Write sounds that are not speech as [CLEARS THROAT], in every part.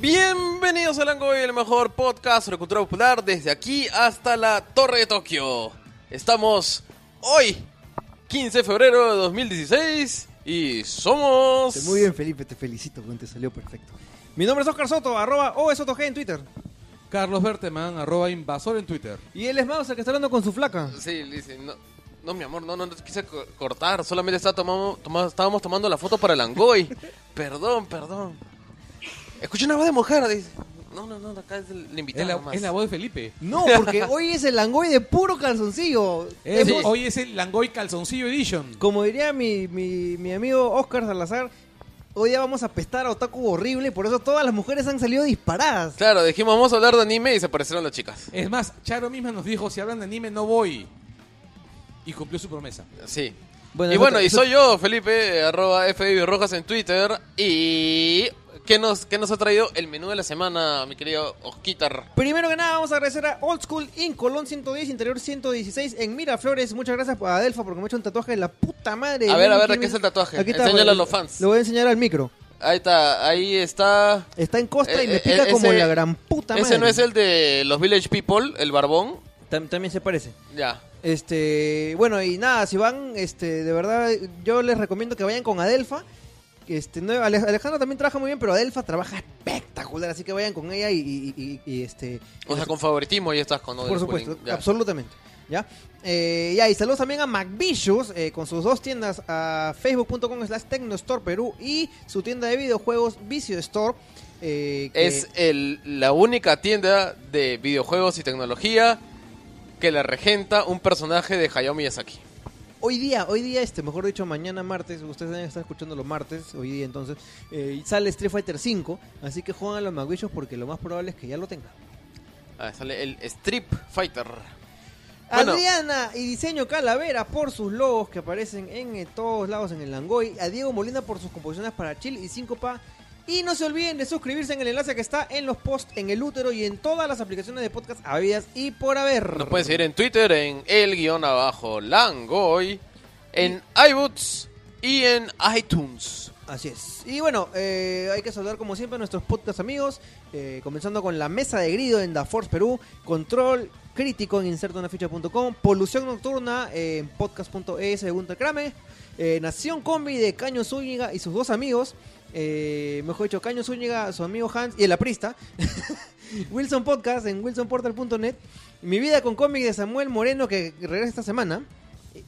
Bienvenidos a Langoy, el mejor podcast sobre cultura popular desde aquí hasta la Torre de Tokio. Estamos hoy, 15 de febrero de 2016, y somos... Muy bien, Felipe, te felicito, weón, te salió perfecto. Mi nombre es Oscar Soto, arroba OSOTOG en Twitter. Carlos Berteman, arroba invasor en Twitter. Y él es Mauser, que está hablando con su flaca. Sí, le dice, no, no, mi amor, no, no, no te quise co- cortar, solamente estaba tomando, toma- estábamos tomando la foto para [LAUGHS] Langoy. perdón, perdón. Escuché una voz de mujer, dice. No, no, no, acá es el invitado Es la, nomás. es la voz de Felipe. No, porque hoy es el Langoy de puro calzoncillo. Es- Hemos- Hoy es el Langoy Calzoncillo Edition. Como diría mi, mi, mi amigo Oscar Salazar, hoy ya vamos a pestar a Otaku horrible y por eso todas las mujeres han salido disparadas. Claro, dijimos, vamos a hablar de anime y se aparecieron las chicas. Es más, Charo misma nos dijo, si hablan de anime no voy. Y cumplió su promesa. Sí. Bueno, y eso- bueno, y eso- soy yo, Felipe, eh, arroba FB Rojas en Twitter. Y. ¿Qué nos, ¿Qué nos ha traído el menú de la semana, mi querido Osquitar? Primero que nada, vamos a agradecer a Old School in Colón 110, Interior 116 en Miraflores. Muchas gracias a Adelfa porque me ha hecho un tatuaje de la puta madre. A ver, a Miren ver, ¿de quién qué es el tatuaje? Aquí está, Enséñalo a pues, los fans. Lo voy a enseñar al micro. Ahí está, ahí está. Está en costa y Eh, me eh, pica ese- como la gran puta madre. Ese no es el de los Village People, el barbón. Tam- también se parece. Ya. Este, bueno, y nada, si van, este, de verdad, yo les recomiendo que vayan con Adelfa. Este, no, Ale- Alejandra también trabaja muy bien, pero Adelfa trabaja espectacular, así que vayan con ella y, y- y- y, este. O sea, con favoritismo y estás con por Odell supuesto, Schooling, ya. absolutamente. ¿Ya? Eh, ya, y saludos también a MacVicious eh, con sus dos tiendas a facebook.com slash Tecnostore Perú y su tienda de videojuegos Vicio Store. eh, que- Es el, la única tienda de videojuegos y tecnología que la regenta un personaje de Hayao Miyazaki. Hoy día, hoy día, este, mejor dicho, mañana martes, ustedes deben estar escuchando los martes, hoy día entonces, eh, sale Street Fighter 5, así que juegan a los magullos porque lo más probable es que ya lo tengan. Ah, sale el Strip Fighter. Bueno. Adriana y Diseño Calavera por sus logos que aparecen en eh, todos lados en el Langoy, a Diego Molina por sus composiciones para Chill y Síncopa. Y no se olviden de suscribirse en el enlace que está en los posts, en el útero y en todas las aplicaciones de podcast habidas y por haber. Nos pueden seguir en Twitter en el guión abajo Langoy, en iBoots y en iTunes. Así es. Y bueno, eh, hay que saludar como siempre a nuestros podcast amigos, eh, comenzando con la mesa de grido en Da Force Perú, Control Crítico en insertonaficha.com, Polución Nocturna en e podcast.es según Tecrame, eh, Nación Combi de Caño Zúñiga y sus dos amigos, eh, mejor dicho, Caño Zúñiga, su amigo Hans y el aprista, [LAUGHS] Wilson Podcast en wilsonportal.net, Mi Vida con cómic de Samuel Moreno que regresa esta semana,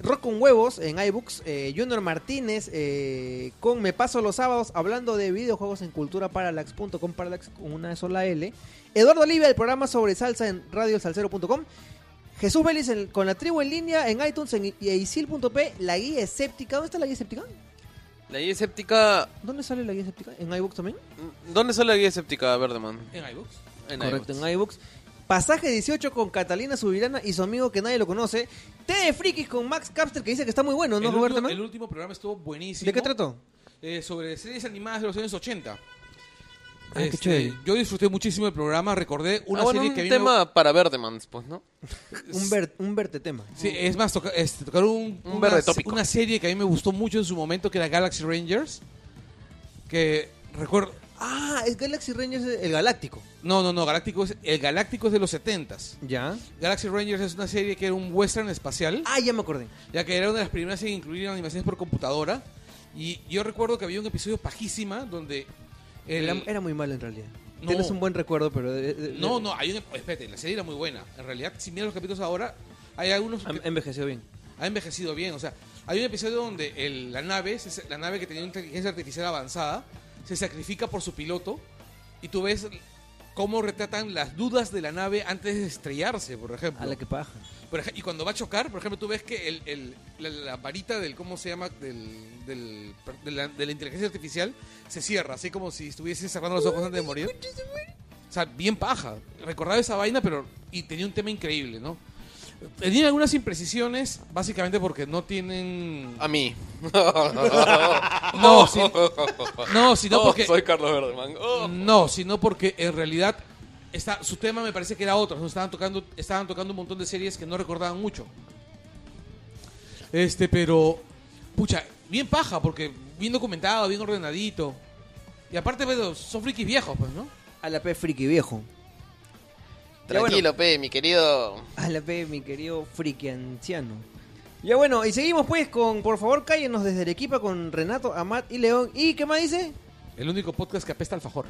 Rock con Huevos en iBooks, eh, Junior Martínez eh, con Me Paso los Sábados hablando de videojuegos en culturaparallax.com, parallax con una sola L, Eduardo Olivia, el programa sobre salsa en radiosalcero.com, Jesús Vélez en- con la tribu en línea en iTunes en i- y e isil.p, la guía escéptica, ¿dónde está la guía escéptica? La guía escéptica. ¿Dónde sale la guía escéptica? ¿En iBooks también? ¿Dónde sale la guía escéptica, Verdeman? En iBooks. En Correcto, iBooks. en iBooks. Pasaje 18 con Catalina Subirana y su amigo que nadie lo conoce. T de Frikis con Max Capster que dice que está muy bueno, ¿no, el, Roberto? último, man? el último programa estuvo buenísimo. ¿De qué trató? Eh, sobre series animadas de los años 80. Ah, qué chévere. yo disfruté muchísimo del programa, recordé una Ah, bueno, serie un que a mí me- tema para Verdeman, pues, ¿no? Un, ver- un verte tema. Sí, es más, toca, este, tocaron un- Un una, verde tópico. una serie que a mí me gustó mucho en su momento, que era Galaxy Rangers. Que recuerdo. Ah, es Galaxy Rangers eh, el Galáctico. No, no, no, Galáctico es, el Galáctico es de los 70s. Ya. Galaxy Rangers es una serie que era un western espacial, Ah, ya me acordé. ya que era una de las primeras en incluir animaciones por computadora. Y yo recuerdo que había un episodio pajísima donde. el- Era, era muy malo en realidad. No. Tienes un buen recuerdo, pero. eh, eh, no, eh, no, hay un. Espérate, la serie era muy buena. En realidad, si miras los capítulos ahora, hay algunos. ha- que- Envejeció bien. ha envejecido bien. O sea, hay un episodio donde el- la nave, se- la nave que tenía inteligencia artificial avanzada, se sacrifica por su piloto y tú ves cómo retratan las dudas de la nave antes de estrellarse, por ejemplo. A la que paja. Por ej- y cuando va a chocar, por ejemplo, tú ves que el- el- la, la varita del, ¿cómo se llama? Del, del- de, la, de la inteligencia artificial se cierra, así como si estuviese cerrando los ojos antes de morir. O sea, bien paja. Recordaba esa vaina, pero. Y tenía un tema increíble, ¿no? Tenía algunas imprecisiones, básicamente porque no tienen. A mí. No, sin- no, [LAUGHS] sino Oh, porque. Mm, Soy Carlos Verdeman. Oh. No, sino porque en realidad está, su tema me parece que era otro. ¿no? Estaban tocando, estaban tocando un montón de series que no recordaban mucho. Este, pero. Pucha, bien paja, porque bien documentado, bien ordenadito. Y aparte, pero son frikis viejos, pues, ¿no? A la P friki, viejo. Ya bueno. Tranquilo, pe, mi querido. A la P, mi querido friki anciano. Ya bueno, y seguimos pues con Por favor cállenos desde Arequipa con Renato, Amat y León. ¿Y qué más dice? El único podcast que apesta alfajor.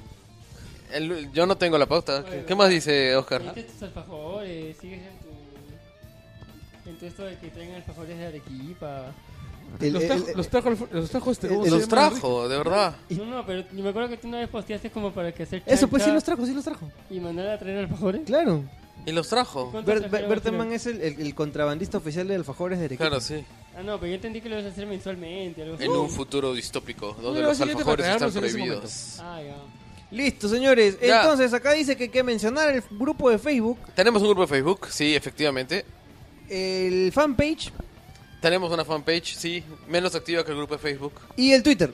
El- yo no tengo la pauta. ¿Qué, qué más dice Oscar? ¿Viste tus alfajores? ¿Sigues en tu. en tu esto de que traen alfajores de Arequipa? El- los, el- trajo, el- los trajo, alf- los trajo este. ¿cómo se Los llama? trajo, de verdad. No, no, pero yo me acuerdo que tú una vez posteaste como para que hacer. Eso, pues sí chancha los trajo, sí los trajo. Y mandar a traer alfajores. Claro. Y los trajo. ¿Cuántos Ber- Ber- trajeron Berteman al final? es el, el- el contrabandista oficial de alfajores de Arequipa. Claro, sí. Ah, no, pero yo entendí que lo ibas a hacer mensualmente. Algo así. En un futuro distópico, donde Pero los siguiente alfajores para están traernos en ese prohibidos. Ah, ya. Listo, señores. Ya. Entonces, acá dice que hay que mencionar el grupo de Facebook, Tenemos un grupo de Facebook, sí, efectivamente. el fanpage Tenemos una fanpage, sí, menos activa que el grupo de Facebook. y el Twitter.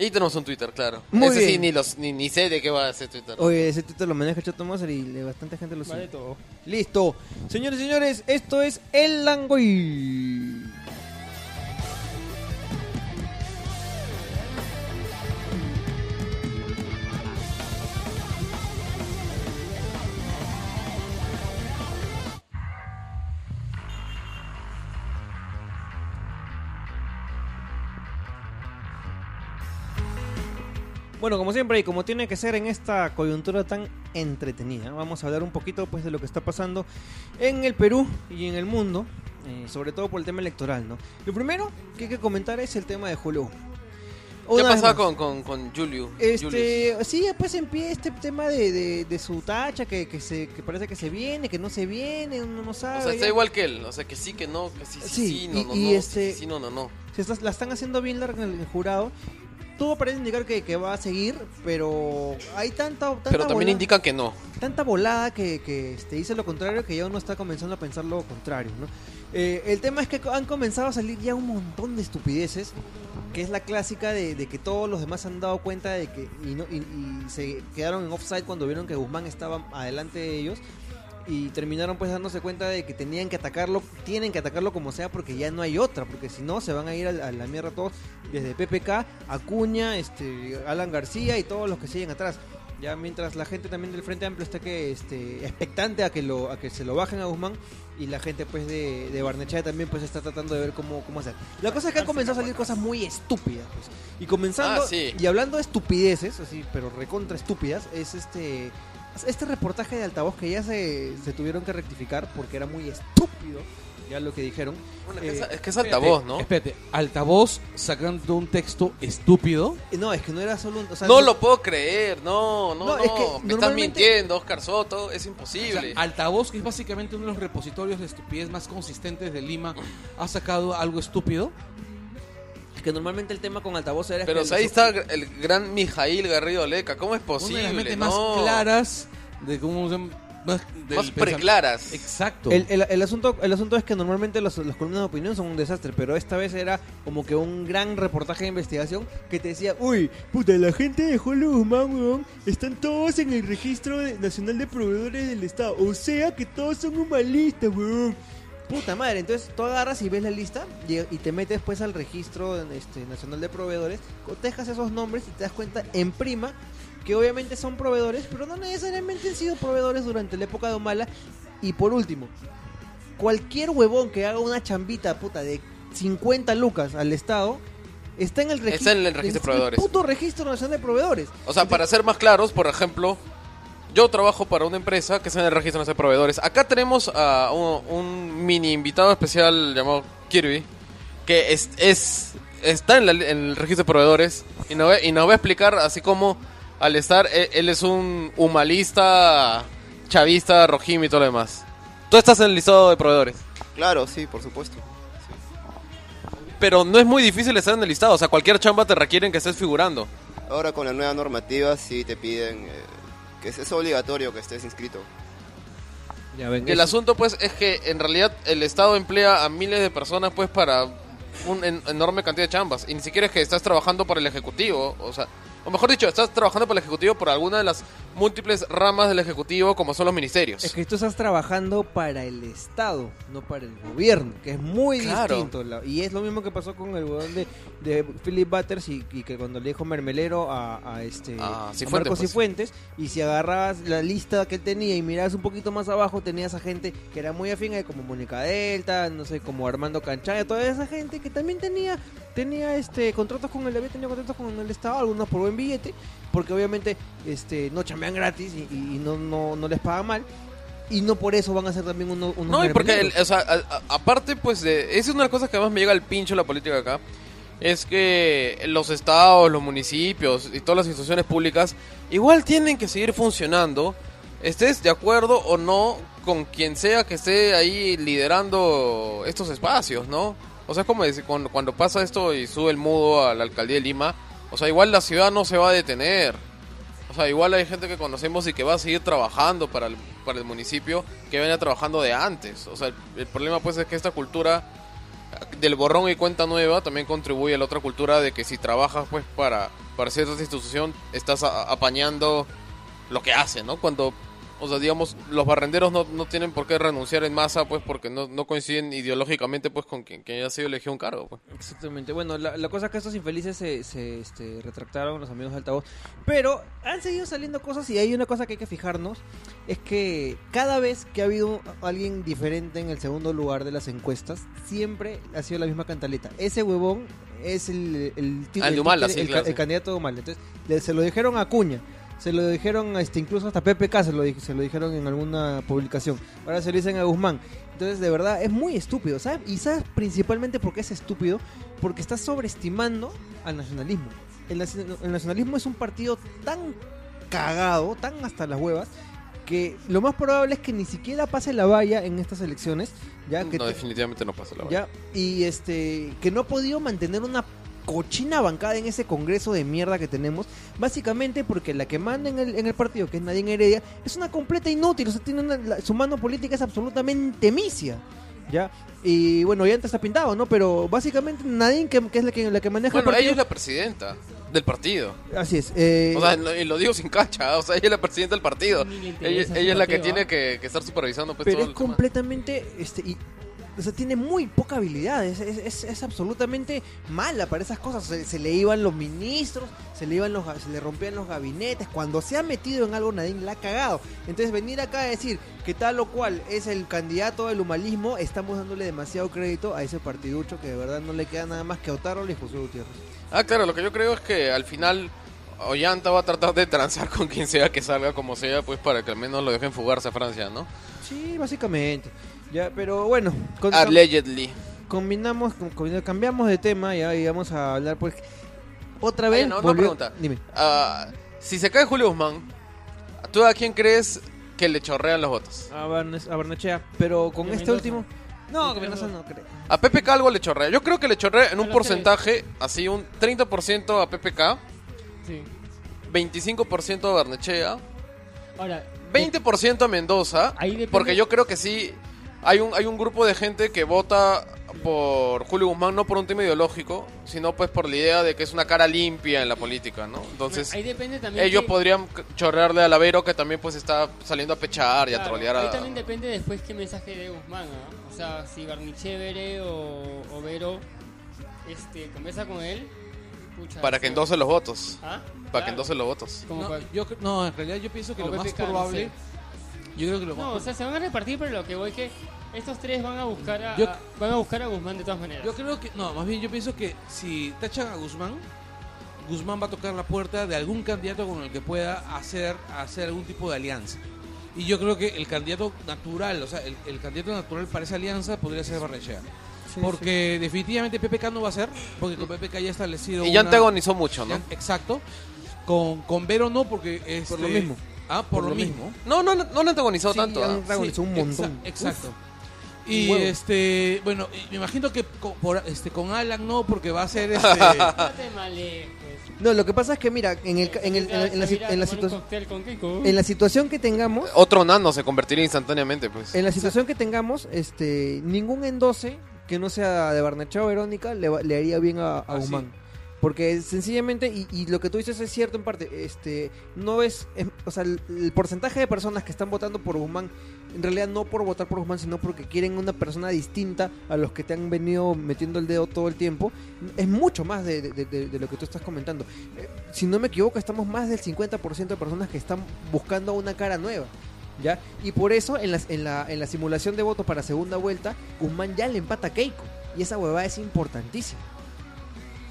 Y tenemos un Twitter, claro. Muy Ese sí, bien. ni, los, ni, ni sé de qué va a ser Twitter. Oye, ese Twitter lo maneja Chato Mozart y le- bastante gente lo Vale sigue. todo. Listo. Señores y señores, esto es El Langoy. Bueno, como siempre y como tiene que ser en esta coyuntura tan entretenida, vamos a hablar un poquito pues de lo que está pasando en el Perú y en el mundo, eh, sobre todo por el tema electoral, ¿no? Lo primero que hay que comentar es el tema de Julio. ¿Qué Una vez pasaba más. con, con, con Julio? Julius? Este, sí, después empieza este tema de, de- de su tacha que, que se, que parece que se viene, que no se viene, uno no sabe. O sea, está ah, ya. igual que él. O sea, que sí, que no, que sí, sí, Sí, sí, no, y- no, y no, sí, este- sí, no, no, no. Se está- la están haciendo bien larga en el jurado. Todo parece indicar que, que va a seguir, pero hay tanta, tanta Pero también volada, indican que no. tanta volada que, que este, dice lo contrario que ya uno está comenzando a pensar lo contrario. ¿no? Eh, el tema es que han comenzado a salir ya un montón de estupideces, que es la clásica de, de que todos los demás han dado cuenta de que y, no- y- y se quedaron en offside cuando vieron que Guzmán estaba adelante de ellos. Y terminaron pues dándose cuenta de que tenían que atacarlo, tienen que atacarlo como sea porque ya no hay otra, porque si no se van a ir al- a, la mierda todos, desde PPK, Acuña, este, Alan García y todos los que siguen atrás. Ya mientras la gente también del Frente Amplio está que este, expectante a que lo a que se lo bajen a Guzmán y la gente pues de, de Barnechea también pues está tratando de ver cómo, cómo hacer. La cosa es que han comenzado a salir cosas muy estúpidas pues. Y comenzando Ah, sí. y hablando de estupideces, así, pero recontra estúpidas, es este este reportaje de altavoz que ya se, se tuvieron que rectificar porque era muy estúpido ya lo que dijeron. Bueno, Eh, es, que es- es que es altavoz, ¿no? Espérate, altavoz sacando un texto estúpido. No, es que no era solo un... o sea, No no- lo puedo creer, no, no, no. No, es que Me estás normalmente- mintiendo, Oscar Soto, es O sea, imposible. altavoz, que es básicamente uno de los repositorios de estupidez más consistentes de Lima, ha sacado algo estúpido. Es que normalmente el tema con altavoz era... Pero que o sea, ahí los- está el gran Mijail Garrido Leca, ¿cómo es Una de las posible? mentes No. más claras de cómo se llama, más, del Más pensam- preclaras. Exacto. El, el- el asunto, el asunto es que normalmente los- las columnas de opinión son un desastre, pero esta vez era como que un gran reportaje de investigación que te decía, uy, puta, la gente de Julio Guzmán, weón, están todos en el registro de- nacional de proveedores del Estado, o sea que todos son humanistas, weón. Puta madre, entonces tú agarras y ves la lista y, y te metes pues al registro este, nacional de proveedores, cotejas esos nombres y te das cuenta en prima que obviamente son proveedores, pero no necesariamente han sido proveedores durante la época de Humala. Y por último, cualquier huevón que haga una chambita, puta, de 50 lucas al Estado, está en el registro. Está en el registro de proveedores. puto registro nacional de proveedores. O sea, para ser más claros, por ejemplo, yo trabajo para una empresa que está en el registro nacional de proveedores. Acá tenemos a un, un mini invitado especial llamado Kirby, que es, es- está en, la li- en el registro de proveedores y nos, va- y nos va a explicar así como al estar, e- él, es un humalista, chavista, rojim y todo lo demás. Tú estás en el listado de proveedores. Claro, sí, por supuesto. Pero no es muy difícil estar en el listado, o sea, cualquier chamba te requieren que estés figurando. Ahora con la nueva normativa sí te piden eh, que es, es obligatorio que estés inscrito. Ya ven, El asunto pues es que en realidad el Estado emplea a miles de personas pues para una enorme cantidad de chambas. Y ni siquiera es que estás trabajando para el Ejecutivo, o sea, o mejor dicho, estás trabajando para el Ejecutivo por alguna de las múltiples ramas del Ejecutivo, como son los ministerios. Es que tú estás trabajando para el Estado, no para el gobierno, que es muy Claro. distinto. La- Y es lo mismo que pasó con el huevón de, de Philip Butters y, y que cuando le dijo mermelero a, a este Ah, a Cifuentes, Marcos pues. Cifuentes, y si agarrabas la lista que él tenía y mirabas un poquito más abajo, tenías a gente que era muy afín, eh, como Mónica Delta, no sé, como Armando Canchaya, toda esa gente que también tenía tenía este contratos con el había tenido contratos con el Estado, algunos por buen billete, porque obviamente este no chambean gratis y, y- y no, no, no les pagan mal. Y no por eso van a ser también uno- unos No, y porque, el- mermeleros. o sea, a- a- aparte, pues, de, esa es una de las cosas que más me llega al pincho la política acá. Es que los estados, los municipios y todas las instituciones públicas igual tienen que seguir funcionando, estés de acuerdo o no con quien sea que esté ahí liderando estos espacios, ¿no? O sea, es como decir, cuando, cuando pasa esto y sube el mudo a la alcaldía de Lima, o sea, igual la ciudad no se va a detener. O sea, igual hay gente que conocemos y que va a seguir trabajando para el, para el municipio, que venía trabajando de antes. O sea, el, el problema pues es que esta cultura del borrón y cuenta nueva también contribuye a la otra cultura de que si trabajas pues para, para cierta institución, estás a- apañando lo que hacen, ¿no? Cuando, o sea, digamos, los barrenderos no, no tienen por qué renunciar en masa pues porque no, no coinciden ideológicamente pues con quien, quien haya sido elegido un cargo. Pues. Exactamente. Bueno, la, la cosa es que estos infelices se, se, este, retractaron, los amigos de altavoz. Pero han seguido saliendo cosas y hay una cosa que hay que fijarnos. Es que cada vez que ha habido alguien diferente en el segundo lugar de las encuestas, siempre ha sido la misma cantaleta. Ese huevón es el, el, ti- Ah, el de el Humala, títere- sí, el claro, ca- el sí. candidato de Humala. Entonces, le- se lo dijeron a Acuña. Se lo dijeron este, incluso hasta PPK, se lo, di- se lo dijeron en alguna publicación. Ahora se lo dicen a Guzmán. Entonces, de verdad, es muy estúpido, ¿sabes? Y sabes principalmente por qué es estúpido, porque está sobreestimando al nacionalismo. El, nacio- el nacionalismo es un partido tan cagado, tan hasta las huevas, que lo más probable es que ni siquiera pase la valla en estas elecciones, ya que No, te- definitivamente no pasa la verdad. ya, y este, que no ha podido mantener una cochina bancada en ese congreso de mierda que tenemos, básicamente porque la que manda en el, en el partido, que es Nadine Heredia, es una completa inútil, o sea, tiene una- la- su mano política es absolutamente misia, ¿ya? Y bueno, ya antes está pintado, ¿no? Pero básicamente Nadine, que, que es la que, la que maneja Bueno, ella el partido, es la presidenta del partido. así es, eh, O sea, lo- y lo digo sin cacha, o sea, ella es la presidenta del partido. Ni le interesa Ella, su ella es la que partido, tiene ¿ah? que, que estar supervisando pues, pero todo es el tema. completamente, este, y, o sea, tiene muy poca habilidad, es, es- es- es absolutamente mala para esas cosas, se, se le iban los ministros, se le iban los, ga- se le rompían los gabinetes, cuando se ha metido en algo Nadine la ha cagado, entonces venir acá a decir que tal o cual es el candidato del humalismo, estamos dándole demasiado crédito a ese partiducho que de verdad no le queda nada más que Otárola y José Gutiérrez. Ah, claro, lo que yo creo es que al final Ollanta va a tratar de transar [LAUGHS] con quien sea que salga como sea, pues para que al menos lo dejen fugarse a Francia, ¿no? Sí, básicamente. Ya, pero bueno, con- Allegedly. combinamos, com- combi- cambiamos de tema ya, y vamos a hablar pues otra Oye, vez. no, una volvió- pregunta. Dime. Ah, si se cae Julio Guzmán, ¿tú a quién crees que le chorrean los votos? A, Barnes- a Barnechea, pero con Y a este Mendoza. último. No, que Entre los Mendoza no creo. A Pepe Calvo le chorrea. Yo creo que le chorrea en A un los porcentaje, así un 30% a PPK, Sí. 25% a Barnechea, Ahora, 20% a Mendoza, Ahí depende- porque yo creo que sí hay un hay un grupo de gente que vota por Julio Guzmán no por un tema ideológico, sino pues por la idea de que es una cara limpia en la política, ¿no? Entonces eh, ahí depende también. ellos que- podrían c- chorrearle a Lavero que también pues está saliendo a pechar y a Claro, trolear Ahí a también depende después qué mensaje de Guzmán, ¿ah? O sea, si Barnichévere o, o Vero este, conversa con él, pucha, para que eso- endose los votos, ¿Ah? para que Claro. endose los votos. Como No, para- yo, cre- no, en realidad yo pienso que O lo más PPK, no probable. sé. Yo creo que lo más. No, o sea, se van a repartir, pero lo que voy es que estos tres van a buscar a, Yo- a- van a buscar a Guzmán de todas maneras. Yo creo que, no, más bien yo pienso que si tachan a Guzmán, Guzmán va a tocar la puerta de algún candidato con el que pueda hacer, hacer algún tipo de alianza. Y yo creo que el candidato natural, o sea, el, el candidato natural para esa alianza podría ser Barnechea. porque definitivamente PPK no va a ser, porque con PPK ya ha establecido. Y ya una- antagonizó mucho, ¿no? ya- Exacto. Con, con Vero no, porque. Este, lo mismo. Ah, por, lo, mismo. No, no, no no lo antagonizó Sí, tanto. ¿ah? han- Dragonizó un montón. exa- exacto. Y un huevo. este, bueno, y me imagino que con, por- este, con Alan no, porque va [LAUGHS] a ser este. No te malejes. No, lo que pasa es que mira, Ah. en, el, ca- en, el- en, la- en la, Se si- va a ir a en la tomar un situación- cóctel con Keiko. en la situación que tengamos, Otro nano se convertiría instantáneamente, pues. en la situación que tengamos, este, ningún endose que no sea de Barnechea o Verónica le, va- le haría bien a, a Ah, sí. Guzmán. Porque sencillamente, y, y lo que tú dices es cierto en parte, este no es, es- o sea, el, el porcentaje de personas que están votando por Guzmán, en realidad no por votar por Guzmán, sino porque quieren una persona distinta a los que te han venido metiendo el dedo todo el tiempo, es mucho más de, de- de- de lo que tú estás comentando. Eh, si no me equivoco, estamos más del 50% de personas que están buscando una cara nueva. ¿Ya? Y por eso en, las- en, la, en la simulación de votos para segunda vuelta, Guzmán ya le empata a Keiko. Y esa huevada es importantísima.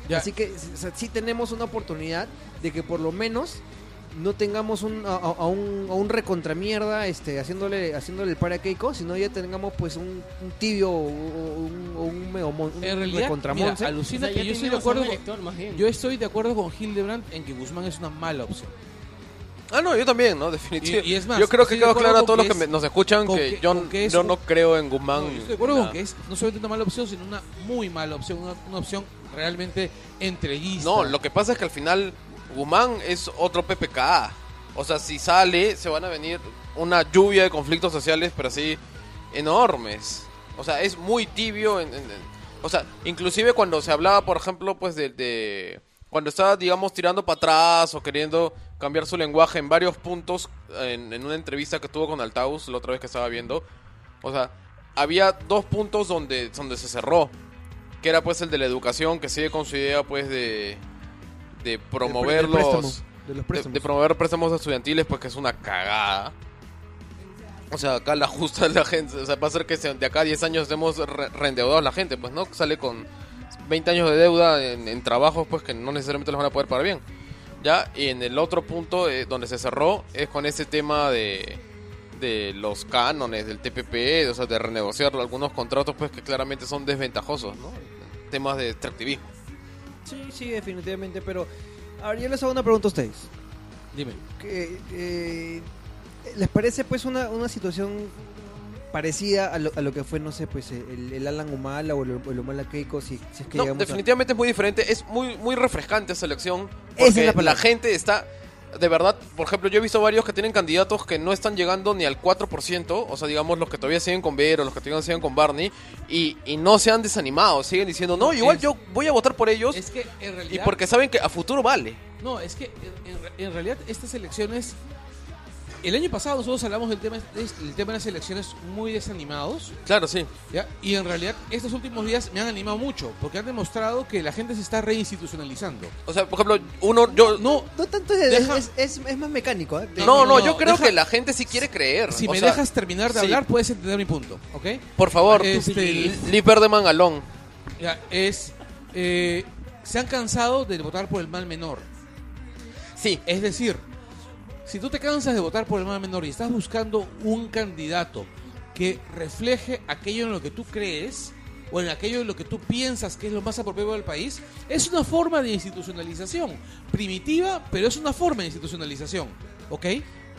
Ya. Así que o sea, sí tenemos una oportunidad de que por lo menos no tengamos un, a, a- a un, a un recontramierda este, haciéndole, haciéndole el par a Keiko, sino ya tengamos pues un, un tibio o un, o un, megamon- un En realidad, mira, recontramonce. O sea, alucina ya que yo estoy de tenemos acuerdo un con, elector, más bien. yo estoy de acuerdo con Hildebrand en que Guzmán es una mala opción. Ah, no, yo también, ¿no? Definitivamente. Y- y es más, yo creo que estoy de quedó claro a acuerdo todos con los que que me- es- nos escuchan con que, que- yo, con que es yo un- no creo en Guzmán. No, yo estoy de acuerdo nada. con que es no solamente una mala opción, sino una muy mala opción, una, una opción realmente entreguista. No, lo que pasa es que al final Guzmán es otro PPK. O sea, si sale, se van a venir una lluvia de conflictos sociales, pero así enormes. O sea, es muy tibio. en- en- en- o sea, inclusive cuando se hablaba, por ejemplo, pues de, de- Cuando estaba, digamos, tirando para atrás o queriendo cambiar su lenguaje en varios puntos, en, en una entrevista que tuvo con Altaus la otra vez que estaba viendo, o sea, había dos puntos donde, donde se cerró. Que era pues el de la educación, que sigue con su idea pues de, de promover Del préstamo, los... de los De, préstamos. de promover préstamos estudiantiles, pues que es una cagada. O sea, acá la justa la gente, o sea, va a ser que se- de acá a 10 años estemos re- reendeudados la gente, pues no, sale con 20 años de deuda en, en trabajos, pues que no necesariamente los van a poder pagar bien. Ya, y en el otro punto eh, donde se cerró es con ese tema de, de los cánones, del TPP, o sea, de renegociar algunos contratos, pues que claramente son desventajosos, ¿no? Temas de extractivismo. Sí, sí, definitivamente, pero... A ver, yo les hago una pregunta a ustedes. Dime. que, eh, ¿Les parece pues una, una situación parecida a lo, a lo que fue, no sé, pues el, el Alan Humala o el, el Humala Keiko? Si, si es que No, llegamos a- definitivamente es muy diferente. Es muy, muy refrescante esa elección. Esa es Porque la la, palabra. gente está. De verdad, por ejemplo, yo he visto varios que tienen candidatos que no están llegando ni al 4%, o sea, digamos, los que todavía siguen con Vero, los que todavía siguen con Barney, y, y no se han desanimado, siguen diciendo, no, igual Es- yo voy a votar por ellos, Es que en realidad. y porque saben que a futuro vale. No, es que en, en re- en realidad estas elecciones. El año pasado nosotros hablamos del tema, del tema de las elecciones muy desanimados. Claro, sí. ¿ya? Y en realidad estos últimos días me han animado mucho. Porque han demostrado que la gente se está reinstitucionalizando. O sea, por ejemplo, uno, yo... No, No tanto es, Deja- es, es- es más mecánico. ¿eh? No, no, no, yo creo deja- que la gente sí quiere creer. si o me sea, dejas terminar de sí. hablar, puedes entender mi punto. ¿Ok? Por favor, Este- Lipper de Mangalón. Ya, es. eh, se han cansado de votar por el mal menor. Sí, Es decir, si tú te cansas de votar por el mal menor y estás buscando un candidato que refleje aquello en lo que tú crees o en aquello en lo que tú piensas que es lo más apropiado del país, es una forma de institucionalización. Primitiva, pero es una forma de institucionalización. ¿Ok?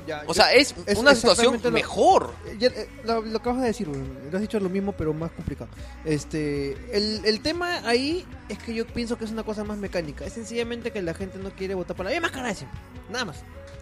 Ya, o sea, es, Es una situación exactamente lo- mejor. Ya, eh, lo, lo acabas de decir, weón. lo has dicho lo mismo, pero más complicado. Este, el, el tema ahí es que yo pienso que es una cosa más mecánica. Es sencillamente que la gente no quiere votar por la misma cara de siempre. Nada más.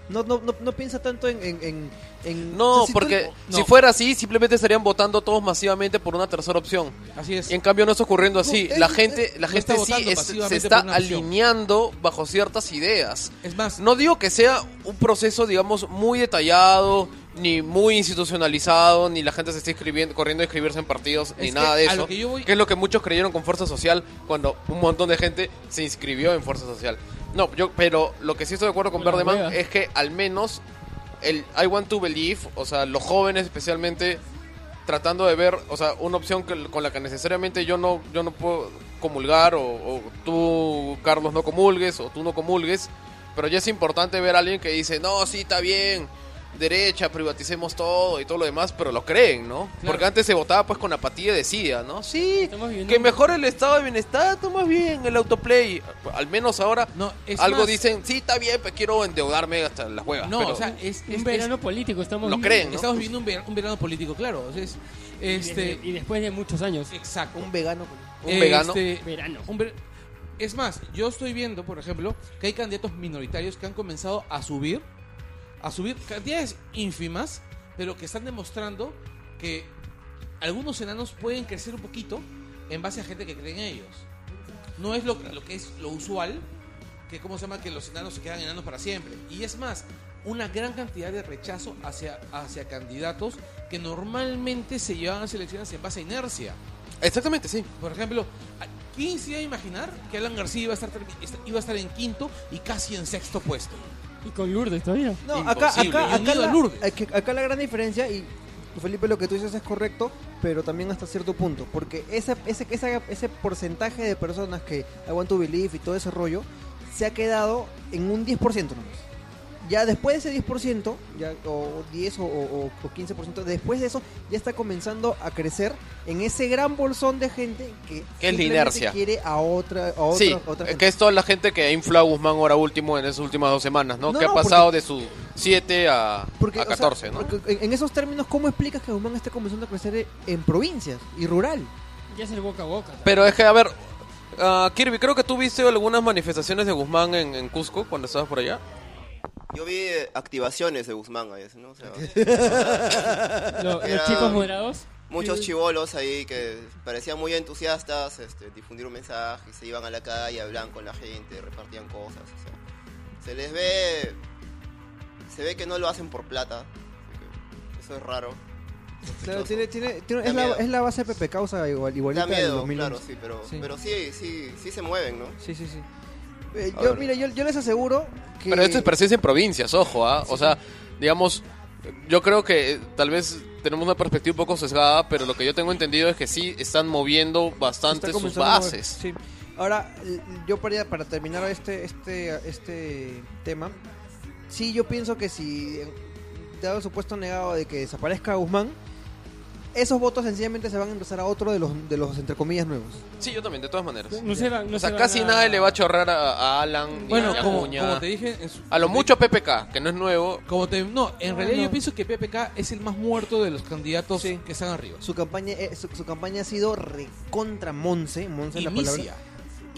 No, no, no, no piensa tanto en... en, en- en- No, o sea, si tú- porque no. si fuera así, simplemente estarían votando todos masivamente por una tercera opción. Así es. Y en cambio no está ocurriendo así. No, la es- gente, la no gente está sí votando es- se pasivamente está por una opción. alineando bajo ciertas ideas. Es más, No digo que sea un proceso, digamos, muy detallado, ni muy institucionalizado, ni la gente se esté escribiendo, corriendo a inscribirse en partidos, ni que nada de a lo eso. que yo voy- es lo que muchos creyeron con Fuerza Social cuando un montón de gente se inscribió en Fuerza Social. No, yo, pero lo que sí estoy de acuerdo con Con la Verdeman hueva. es que al menos el I want to believe, o sea, los jóvenes especialmente tratando de ver, o sea, una opción que- con la que necesariamente yo no, yo no puedo comulgar, o, o tú, Carlos, no comulgues, o tú no comulgues, pero ya es importante ver a alguien que dice, no, sí, está bien, derecha, privaticemos todo y todo lo demás, pero lo creen, ¿no? Porque antes se votaba pues con apatía y decía, ¿no? Sí, Estamos viviendo que un- mejore el estado de bienestar, toma bien, el autoplay, al menos ahora... no, es Algo más, dicen, sí, está bien, pero quiero endeudarme hasta las huevas. No, pero- o sea, es, es- Un este verano político estamos Lo viviendo. creen, es- ¿no? estamos viviendo un vera- un verano, político, claro. o sea, es- Y desde- este, y después de muchos años. exacto. Un vegano. pues, con- Un vegano. Este, Verano. un ver- Es más, yo estoy viendo, por ejemplo, que hay candidatos minoritarios que han comenzado a subir, a subir cantidades ínfimas, pero que están demostrando que algunos enanos pueden crecer un poquito en base a gente que cree en ellos. No es lo, lo que es lo usual, que cómo se llama que los enanos se quedan enanos para siempre. Y es más, una gran cantidad de rechazo hacia, hacia candidatos que normalmente se llevaban selecciones en base a inercia. Exactamente, sí. Por ejemplo, ¿a- ¿quién se iba a imaginar que Alan García iba a estar, termi- est- iba a estar en quinto y casi en sexto puesto? Y con Lourdes todavía. No, Imposible, acá, acá, yo ni acá, iba a la, Lourdes. es que acá la gran diferencia, y Felipe lo que tú dices es correcto, pero también hasta cierto punto, porque ese, ese, esa- ese porcentaje de personas que aguantan to Believe y todo ese rollo, se ha quedado en un 10% nomás. Ya después de ese 10%, ya, o 10 o, o- o 15%, después de eso ya está comenzando a crecer en ese gran bolsón de gente que, Que es la simplemente inercia. quiere a otra, a otra, sí, a otra que es toda la gente que ha inflado a Guzmán ahora último en esas últimas dos semanas, ¿no? No, que no, ha pasado de sus 7 a, Porque, a o sea, 14, ¿no? porque en en esos términos, ¿cómo explicas que Guzmán esté comenzando a crecer e- en provincias y rural? Ya es el boca a boca. Pero es que, a ver, ah, Kirby, creo que tú viste algunas manifestaciones de Guzmán en, en Cusco cuando estabas por allá. Yo vi eh, activaciones de Guzmán ahí, ¿no? O [LAUGHS] sea, Lo- Era- los chicos morados. muchos Sí. chivolos ahí que parecían muy entusiastas, este, difundir un mensaje, se iban a la calle, hablaban con la gente, repartían cosas. o sea, se les ve. Se ve que no lo hacen por plata. así que Eso es raro. Claro, sospechoso. tiene, tiene, tiene- Da es, la, miedo. es la base de Pepe Causa igual, Da igualita del miedo, 2011. claro, sí, pero Sí. pero sí, sí, sí se mueven, ¿no? Sí, sí, sí. Eh, A yo, ver. mira, yo, yo les aseguro que... Pero esto es presencia en provincias, ojo, ¿ah? O sea, digamos, yo creo que eh, tal vez tenemos una perspectiva un poco sesgada, pero lo que yo tengo entendido es que sí están moviendo está bastante sus comenzando a mover. bases. Sí. Ahora, l- yo para, para terminar este, este, este tema, sí, yo pienso que si, eh, dado el supuesto negado de que desaparezca Guzmán, esos votos sencillamente se van a empezar a otro de los, de los entre comillas, nuevos. Sí, yo también, de todas maneras. No se van, no o sea, se van casi a- nadie le va a chorrar a, a Alan ni Bueno, a como, Acuña. como te dije. en su- A lo como te- mucho a PPK, que no es nuevo. Como te, no, en Ah, realidad no. yo pienso que PPK es el más muerto de los candidatos Sí. que están arriba. Su campaña, eh, su, su campaña ha sido recontra Monse, Monse es la palabra. Inicia.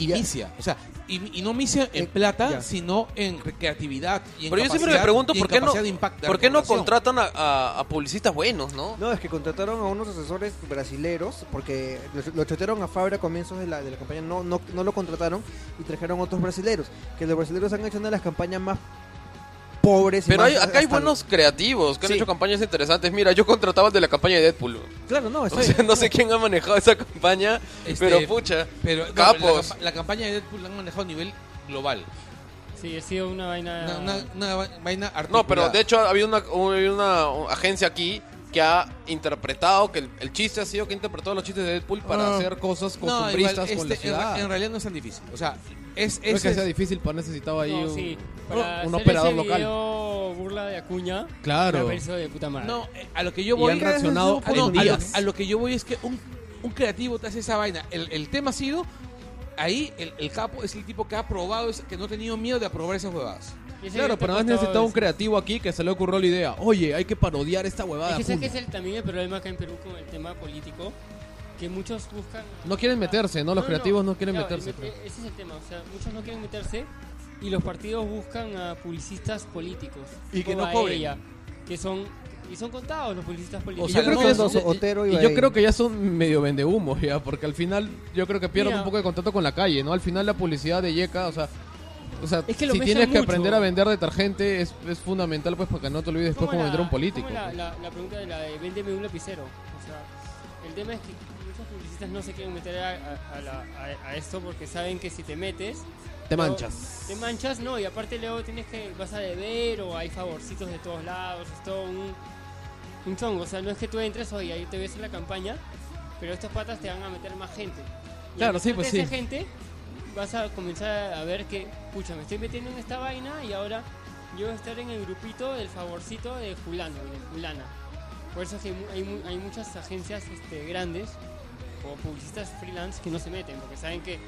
Inicia. O sea, y, y no inicia en Eh, plata, ya. sino en creatividad. y en Pero yo siempre me capacidad- pregunto y en por qué no, capacidad de impacto de por qué no articulación. contratan a, a- a publicistas buenos, ¿no? No, es que contrataron a unos asesores brasileros porque lo- lo chotearon a Fabra a comienzos de la, de la campaña, no, no, no lo contrataron y trajeron otros brasileros, que los brasileros han hecho una de las campañas más pobres. y Pero más hay- acá hay gastadas. buenos creativos que han Sí. hecho campañas interesantes. Mira, yo contrataba el de la campaña de Deadpool. Claro, no, está O sea, bien. no sé quién ha manejado esa campaña, Este, pero pucha. Pero no, Capos. La, campa- la campaña de Deadpool la han manejado a nivel global. Sí, ha sido una vaina. Una, una- una va- vaina articulada. Ah. No, pero de hecho ha habido una, hubo una uh, agencia aquí que ha interpretado, que el, el chiste ha sido que ha interpretado los chistes de Deadpool para Ah. hacer cosas No, igual, Costumbristas con la este, en- ciudad. En, realidad no es tan difícil. O sea, es. No es que es- sea difícil, pero necesitaba ahí No, un, sí. un- Para un hacer operador ese local. video burla de Acuña. Me ha Claro. parecido de puta madre. no, eh, a lo que yo Y voy. han reaccionado Ah, no, en a, lo, días. a lo que yo voy es que un, un creativo te hace esa vaina. El, el tema ha sido, ahí el, el capo es el tipo que ha probado, es- que no ha tenido miedo de aprobar esas huevadas. Y ese Claro, que pero te ha además necesitaba costado un creativo aquí que se le ocurrió la idea. Oye, hay que parodiar esta Es huevada. que pum. ese es el, también el problema acá en Perú con el tema político, que muchos buscan... No quieren meterse, ¿no? Los creativos no quieren claro, meterse, pues. el met- creo. Ese es el tema, o sea, muchos no quieren meterse y los partidos buscan a publicistas políticos. Y que como no a cobren. ella, que son... Y son contados los publicistas políticos. Y sea, yo creo no, que no, ya- Otero y y yo Bahía. creo que ya son medio vendehumos ya, porque al final yo creo que pierden Mira. un poco de contacto con la calle, ¿no? Al final la publicidad de Yeca, o sea, o sea, Es que lo si mezclan tienes que mucho. aprender a vender detergente es, es fundamental pues para que no te olvides después ¿Cómo cómo la- vender un político. pues. cómo La, la- la pregunta de la de véndeme un lapicero. O sea, el tema es que muchos publicistas no se quieren meter a, a- a la- a- a esto porque saben que si te metes... Te luego- manchas. Te manchas, no, y aparte luego tienes que, vas a deber o hay favorcitos de todos lados, es todo un, un chongo. O sea, no es que tú entres hoy, ahí te ves en la campaña, pero estos patas te van a meter más gente. Y Claro, al sí, pues meterte sí. gente, vas a comenzar a ver que, pucha, me estoy metiendo en esta vaina y ahora yo voy a estar en el grupito del favorcito de fulano, de fulana. Por eso es que hay, mu- hay mu- hay muchas agencias este, grandes o publicistas freelance que no se meten, porque saben que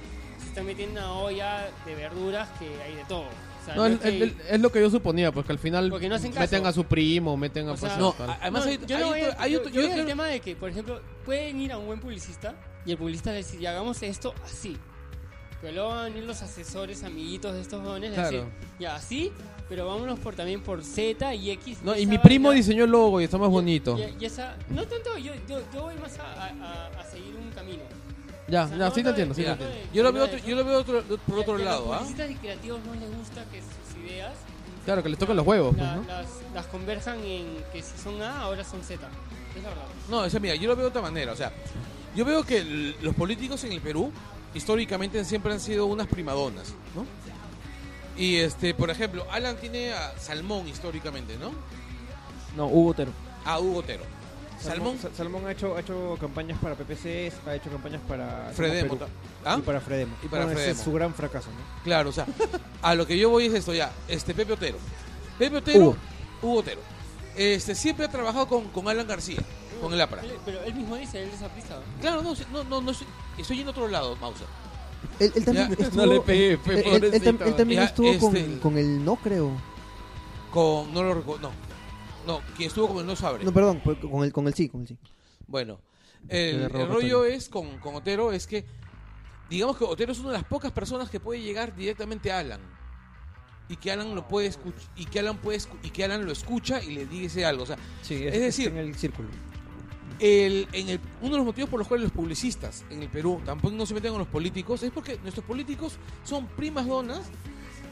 se están metiendo en una olla de verduras que hay de todo. O sea, No, no es, es que- es- es lo que yo suponía, pues que al final Porque no hacen caso. meten a su primo, meten a... O sea, pues, No, tal. a- además No, hay, yo hay no otro- veo- hay yo- otro- yo yo veo el creo- tema de que, por ejemplo, pueden ir a un buen publicista y el publicista decir, hagamos esto así. Pero luego van a venir los asesores, amiguitos de estos jóvenes, a decir, Claro. ya así, pero vámonos por también por Z y X. No, y esa mi primo vaina". diseñó el logo y está más Y- bonito. y- y esa- no tanto, yo, yo, yo voy más a, a- a- a seguir un camino. Ya, O sea, ya, Ah, sí te no entiendo, sí te Mira, entiendo. Yo lo veo, eh. otro- yo lo veo otro- por otro que a lado, Los ¿ah? publicistas y creativos no les gusta que sus ideas Claro, que les toquen los huevos, pues, la- ¿no? las, las converjan en que si son A, ahora son Z. Es la verdad. No, o sea, mira, yo lo veo de otra manera. O sea, yo veo que l- los políticos en el Perú históricamente siempre han sido unas primadonas, ¿no? Y este, por ejemplo, Alan tiene a Salmón históricamente, ¿no? No, Hugo Otero. A Hugo Otero. Salmón, Sa- Salmón ha hecho, ha hecho campañas para PPC, ha hecho campañas para Fredemo. Somos Perú, ¿Ah? Y para Fredemo. Y para Bueno, ese Fredemo. es su gran fracaso, ¿no? Claro, o sea, a lo que yo voy es esto ya. Este Pepe Otero. Pepe Otero, Hugo. Hugo Otero. Este siempre ha trabajado con, con Alan García, con el APRA. Él- Pero él mismo dice, él es aprista. Claro, no, no, no, no estoy, estoy yendo a otro lado, Mauser. Él, él también Ya, estuvo, [LAUGHS] [LAUGHS] pegué, pues, él- él- él tam- él pobrecito. también Ya, estuvo con, este- con el no, creo. Con, no lo recuerdo, no. No, quien estuvo con el no sabe. No, perdón, por- con el, con el sí, con el sí. Bueno, el, Le el robo rollo es con, con Otero es que, digamos que Otero es una de las pocas personas que puede llegar directamente a Alan y que Alan lo puede escuchar y que Alan puede escu- y que Alan lo escucha y le dice algo. O sea, Sí, este, es- Es decir- está en el círculo. el- en el- uno de los motivos por los cuales los publicistas en el Perú tampoco no se meten con los políticos es porque nuestros políticos son primas donas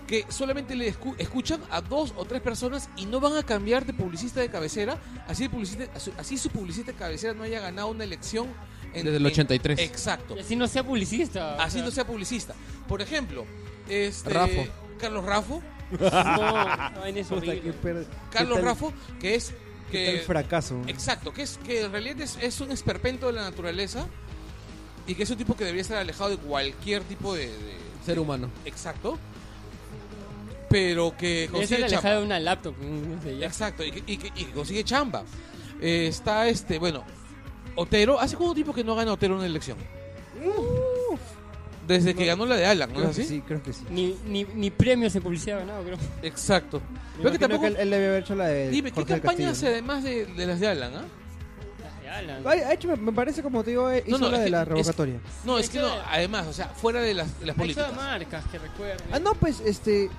que solamente le escu- escuchan a dos o tres personas y no van a cambiar de publicista de cabecera, así, el publicista, así su publicista de cabecera no haya ganado una elección en- Desde el en- 83. exacto. Y así no sea publicista. o Así sea, Ah, no sea publicista. Por ejemplo, este, Rafo. Carlos Rafo, No, en eso. Puta, qué per- Carlos qué tal- Rafo, que es qué tal que fracaso. exacto, que es que en realidad es, es un esperpento de la naturaleza y que es un tipo que debería estar alejado de cualquier tipo de, de- Ser humano. exacto, pero que Esa es consigue la chamba. alejada de una laptop. no sé, ya. Exacto, y que, y que- y que consigue chamba. Eh, está este, bueno, Otero, ¿hace cuánto tiempo que no gana Otero una elección? Desde que ganó la de Alan, ¿no es Creo que así? sí, creo que sí. Ni, ni, ni premios en publicidad ha ganado, creo. Exacto. Me Creo que imagino tampoco- él, él debe haber hecho la de Dime, ¿qué Jorge del campaña hace Castillo, además de, de las de Alan? ah? Las de Alan. ¿no? Ay, ha hecho, me- me parece como te digo, eh, hizo No, no, la es de que- la es- revocatoria. No, es que no, Eso- además, o sea, fuera de las, de las Hay todas políticas. marcas que recuerden. Ah, no, pues este.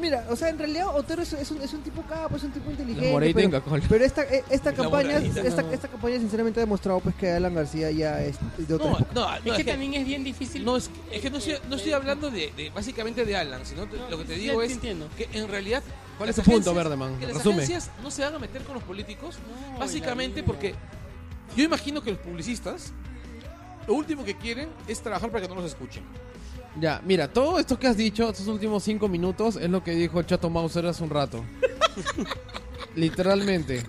Mira, o sea, en realidad Otero es, es un, es un tipo capo, es un tipo inteligente. La Moreira pero- en Gacol. Pero esta, eh, esta La campaña, moradita, esta, no. esta campaña sinceramente ha demostrado pues que Alan García ya es de otra No, época. no, Es no, que también es bien difícil. no, es, que- es que no estoy, no estoy hablando de, de- básicamente de Alan, sino te- No, lo que te sí, digo te es entiendo. que en realidad... ¿Cuál las es tu punto, agencias- Verdeman? Que las Resume. agencias no se van a meter con los políticos, No, básicamente la vida. porque yo imagino que los publicistas lo último que quieren es trabajar para que no los escuchen. Ya, mira, todo esto que has dicho, estos últimos cinco minutos, es lo que dijo el Chato Mauser hace un [LAUGHS] rato. literalmente.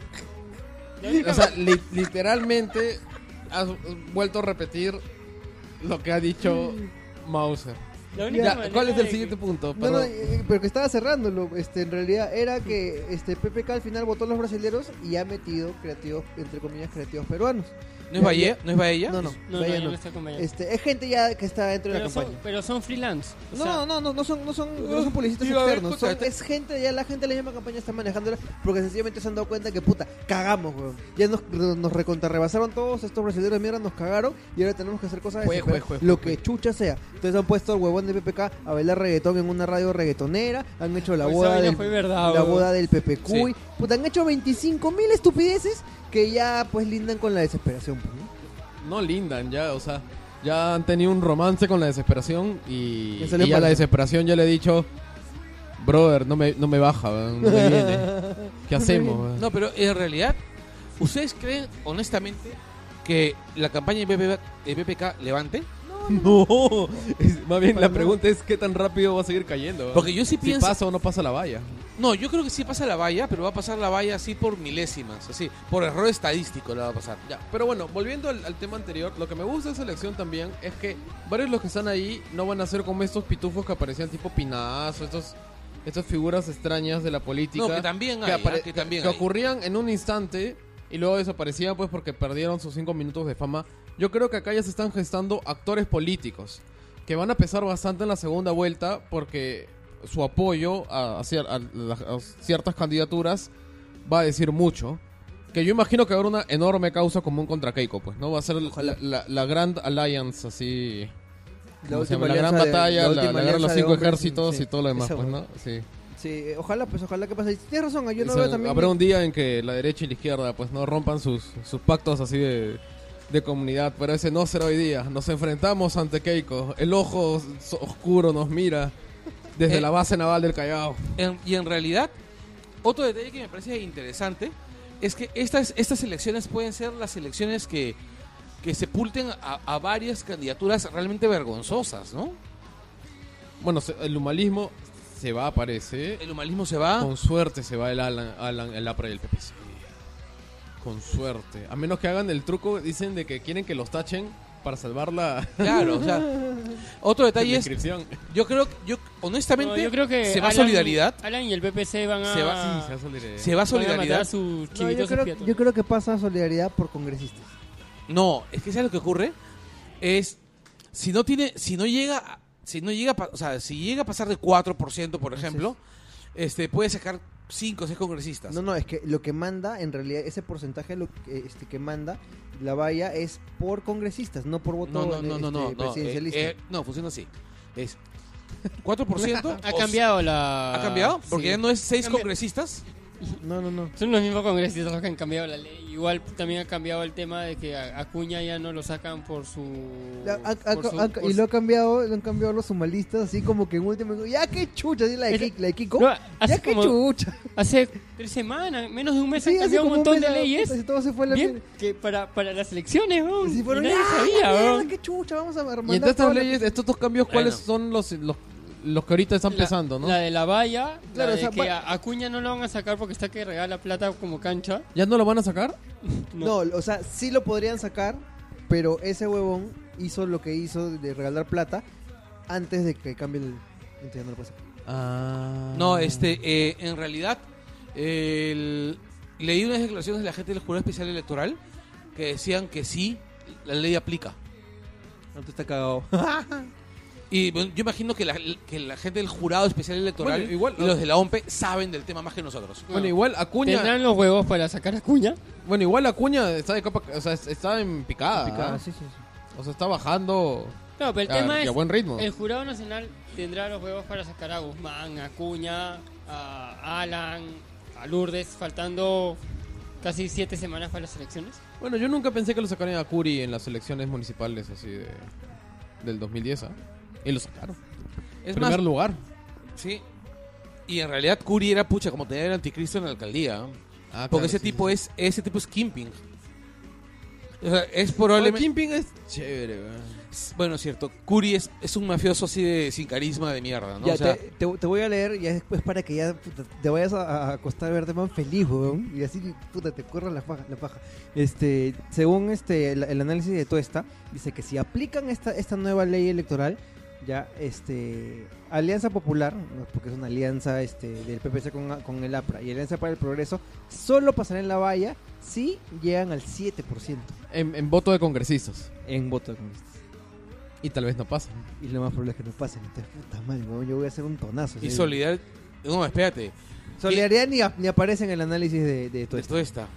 La única O sea, li- literalmente has vuelto a repetir lo que ha dicho Mauser. La única Ya, manera ¿cuál es el de- siguiente punto? No, no, Perdón. eh, pero que estaba cerrándolo, este, en realidad era que este PPK al final votó a los brasileros y ha metido creativos, entre comillas, creativos peruanos. ¿No es Valle? ¿No es Bahía? No, no, No, no, vaya ya no. no está con Bahía. Este, es gente ya que está dentro de la Pero campaña. son, pero son freelance. O No, sea, no, no, no son, no son, no son publicistas Iba a haber externos. son- contrata- es gente, ya la gente de la misma campaña está manejándola porque sencillamente se han dado cuenta que puta, cagamos, weón. Ya nos, nos recontrarrebasaron todos estos brasileños de mierda, nos cagaron y ahora tenemos que hacer cosas de Jue, jue, jue, jue, lo que chucha sea. Entonces han puesto al huevón de PPK a bailar reggaetón en una radio reggaetonera, han hecho la Pues boda esa vaina del, fue verdad, la weón. boda del PPQ, Sí. puta, han hecho 25 mil estupideces que ya pues lindan con la desesperación, pues, ¿no? No lindan ya, o sea, ya han tenido un romance con la desesperación y Ya y se ya, le pasa. la desesperación ya le he dicho, brother, no me, no me baja, weón, no [LAUGHS] me viene. ¿Qué hacemos? weón?" [LAUGHS] No, pero en realidad, ¿ustedes creen honestamente que la campaña de PPK, de PPK levante? No, es- más bien la pregunta es qué tan rápido va a seguir cayendo. weón? Porque yo sí si pienso... pasa o no pasa la valla. No, yo creo que sí pasa la valla, pero va a pasar la valla así por milésimas, así, por error estadístico la va a pasar. Ya, pero bueno, volviendo al, al tema anterior, lo que me gusta de esa elección también es que varios de los que están ahí no van a ser como estos pitufos que aparecían tipo pinazo, estos estas figuras extrañas de la política. No, que también que hay, apare- ah, que también que hay. ocurrían en un instante y luego desaparecían pues porque perdieron sus cinco minutos de fama. Yo creo que acá ya se están gestando actores políticos que van a pesar bastante en la segunda vuelta porque su apoyo a, a cier- a las- a ciertas candidaturas va a decir mucho. Que yo imagino que habrá una enorme causa común contra Keiko, pues, ¿no? Va a ser la, la, la Grand Alliance, así... ¿cómo se llama? La, gran alianza de- batalla, la, la última guerra de los alianza de cinco hombres, ejércitos sí. y todo lo demás, Esa pues, huevada. ¿no? Sí. Sí, eh, ojalá, pues ojalá que pase. Tienes razón, yo O no sea, veo también. Habrá un día en que la derecha y la izquierda pues no rompan sus, sus pactos así de, de comunidad, pero ese no será hoy día. Nos enfrentamos ante Keiko. El ojo s- oscuro nos mira desde Eh. la base naval del Callao. En- y en realidad, otro detalle que me parece interesante es que estas, estas elecciones pueden ser las elecciones que, que sepulten a, a varias candidaturas realmente vergonzosas, ¿no? Bueno, se- el humalismo se va, parece. El humanismo se va. Con suerte se va el Alan, Alan- el Apra y el Pepis. Con suerte. A menos que hagan el truco, dicen de que quieren que los tachen para salvar la, Claro, o sea. Otro la detalle es. inscripción. Yo creo, yo, honestamente, No, yo creo que se va Alan- solidaridad. Alan y el PPC van a. Se Ah. va- Sí, se va a salir, eh. Se va Van a matar a solidaridad. sus No, yo, chivitos creo, expiatorios. yo creo que pasa solidaridad por congresistas. No, es que ¿sabes lo que ocurre? Es. Si no tiene. Si no llega. a- Si no llega. a pa- O sea, si llega a pasar de 4%, por ejemplo, este puede sacar 5 o 6 congresistas. No, no, es que lo que manda, en realidad, ese porcentaje lo que, este, que manda la valla es por congresistas, no por voto No, no, de, no, no, no, este, no, presidencialista. eh, eh, no, funciona así. Es 4%. [LAUGHS] Ha o- cambiado la. ¿Ha cambiado? Porque Sí. ya no es 6 Cambia- congresistas. eh, No, no, no. Son los mismos congresistas los que han cambiado la ley. Igual también ha cambiado el tema de que a Acuña ya no lo sacan por su. La- ha- ha- por su- ha- por y su- lo han cambiado, lo han cambiado los sumalistas, así como que en último. Ya qué chucha, así la de, Es- Kik- la de Kiko. No, ya hace, qué como- chucha. hace tres semanas, menos de un mes, Sí, han hace cambiado un como montón mes, Pues, de leyes. así todo se fue a la Bien, mierda. que para, para las elecciones, weón. Así Y fueron, nadie ¡ah, sabía, la mierda, weón. qué chucha, vamos a armar. Y entre estas leyes, estos dos cambios, Bueno. ¿cuáles son los, los, los que ahorita están La- pesando, no? La de la valla, Claro, la o de sea, que va- a Acuña no lo van a sacar porque está que regala plata como cancha. ¿Ya no lo van a sacar? No, o sea, sí lo podrían sacar, pero ese huevón hizo lo que hizo de regalar plata antes de que cambie el. pues. Entonces ya no lo puede sacar. No, este, eh, en realidad, el- leí unas declaraciones de la gente del Jurado Especial Electoral que decían que sí, la ley aplica. No, tú está cagado. [LAUGHS] Y bueno, yo imagino que la, que la gente del Jurado Especial Electoral Bueno, igual- y los de la OMP saben del tema más que nosotros. Bueno, igual Acuña. ¿Tendrán los huevos para sacar a Acuña? Bueno, igual Acuña está de capa. O sea, es- está en picada. ¿ah? sí, sí, sí. O sea, está bajando. No, pero el a- tema y es. a buen ritmo. El jurado nacional tendrá los huevos para sacar a Guzmán, a Cuña, a Alan, a Lourdes, faltando casi siete semanas para las elecciones. Bueno, yo nunca pensé que lo sacarían a Curi en las elecciones municipales así de, del 2010. ¿ah? Y lo sacaron. Es en primer más, lugar. sí. Y en realidad Curi era pucha como tener el anticristo en la alcaldía. ¿eh? Ah, Porque claro, ese sí, tipo sí. es ese tipo es Kimping. O sea, Probablemente... es probablemente Kimping es chévere, weón. bueno, es cierto. Curi es, es un mafioso así de sin carisma de mierda, ¿no? Ya, O sea, te, te- te voy a leer y después para que ya puta, te vayas a, a acostar verte más feliz, weón. Y así, puta, te corra la paja. La paja. Este, según este, el, el análisis de Tuesta, dice que si aplican esta, esta nueva ley electoral, ya, este, Alianza Popular, ¿no? porque es una alianza este, del PPC con, a- con el APRA y Alianza para el Progreso, solo pasarán en la valla si llegan al 7% En, en voto de congresistas. en voto de congresistas. Y tal vez no pasa. Y lo más probable es que no pasen. Entonces, puta madre, weón, yo voy a hacer un tonazo. y ¿sí? solidaridad. No, espérate. Solidaridad ni, ap- ni aparece en el análisis de, de todo esto. Esto está.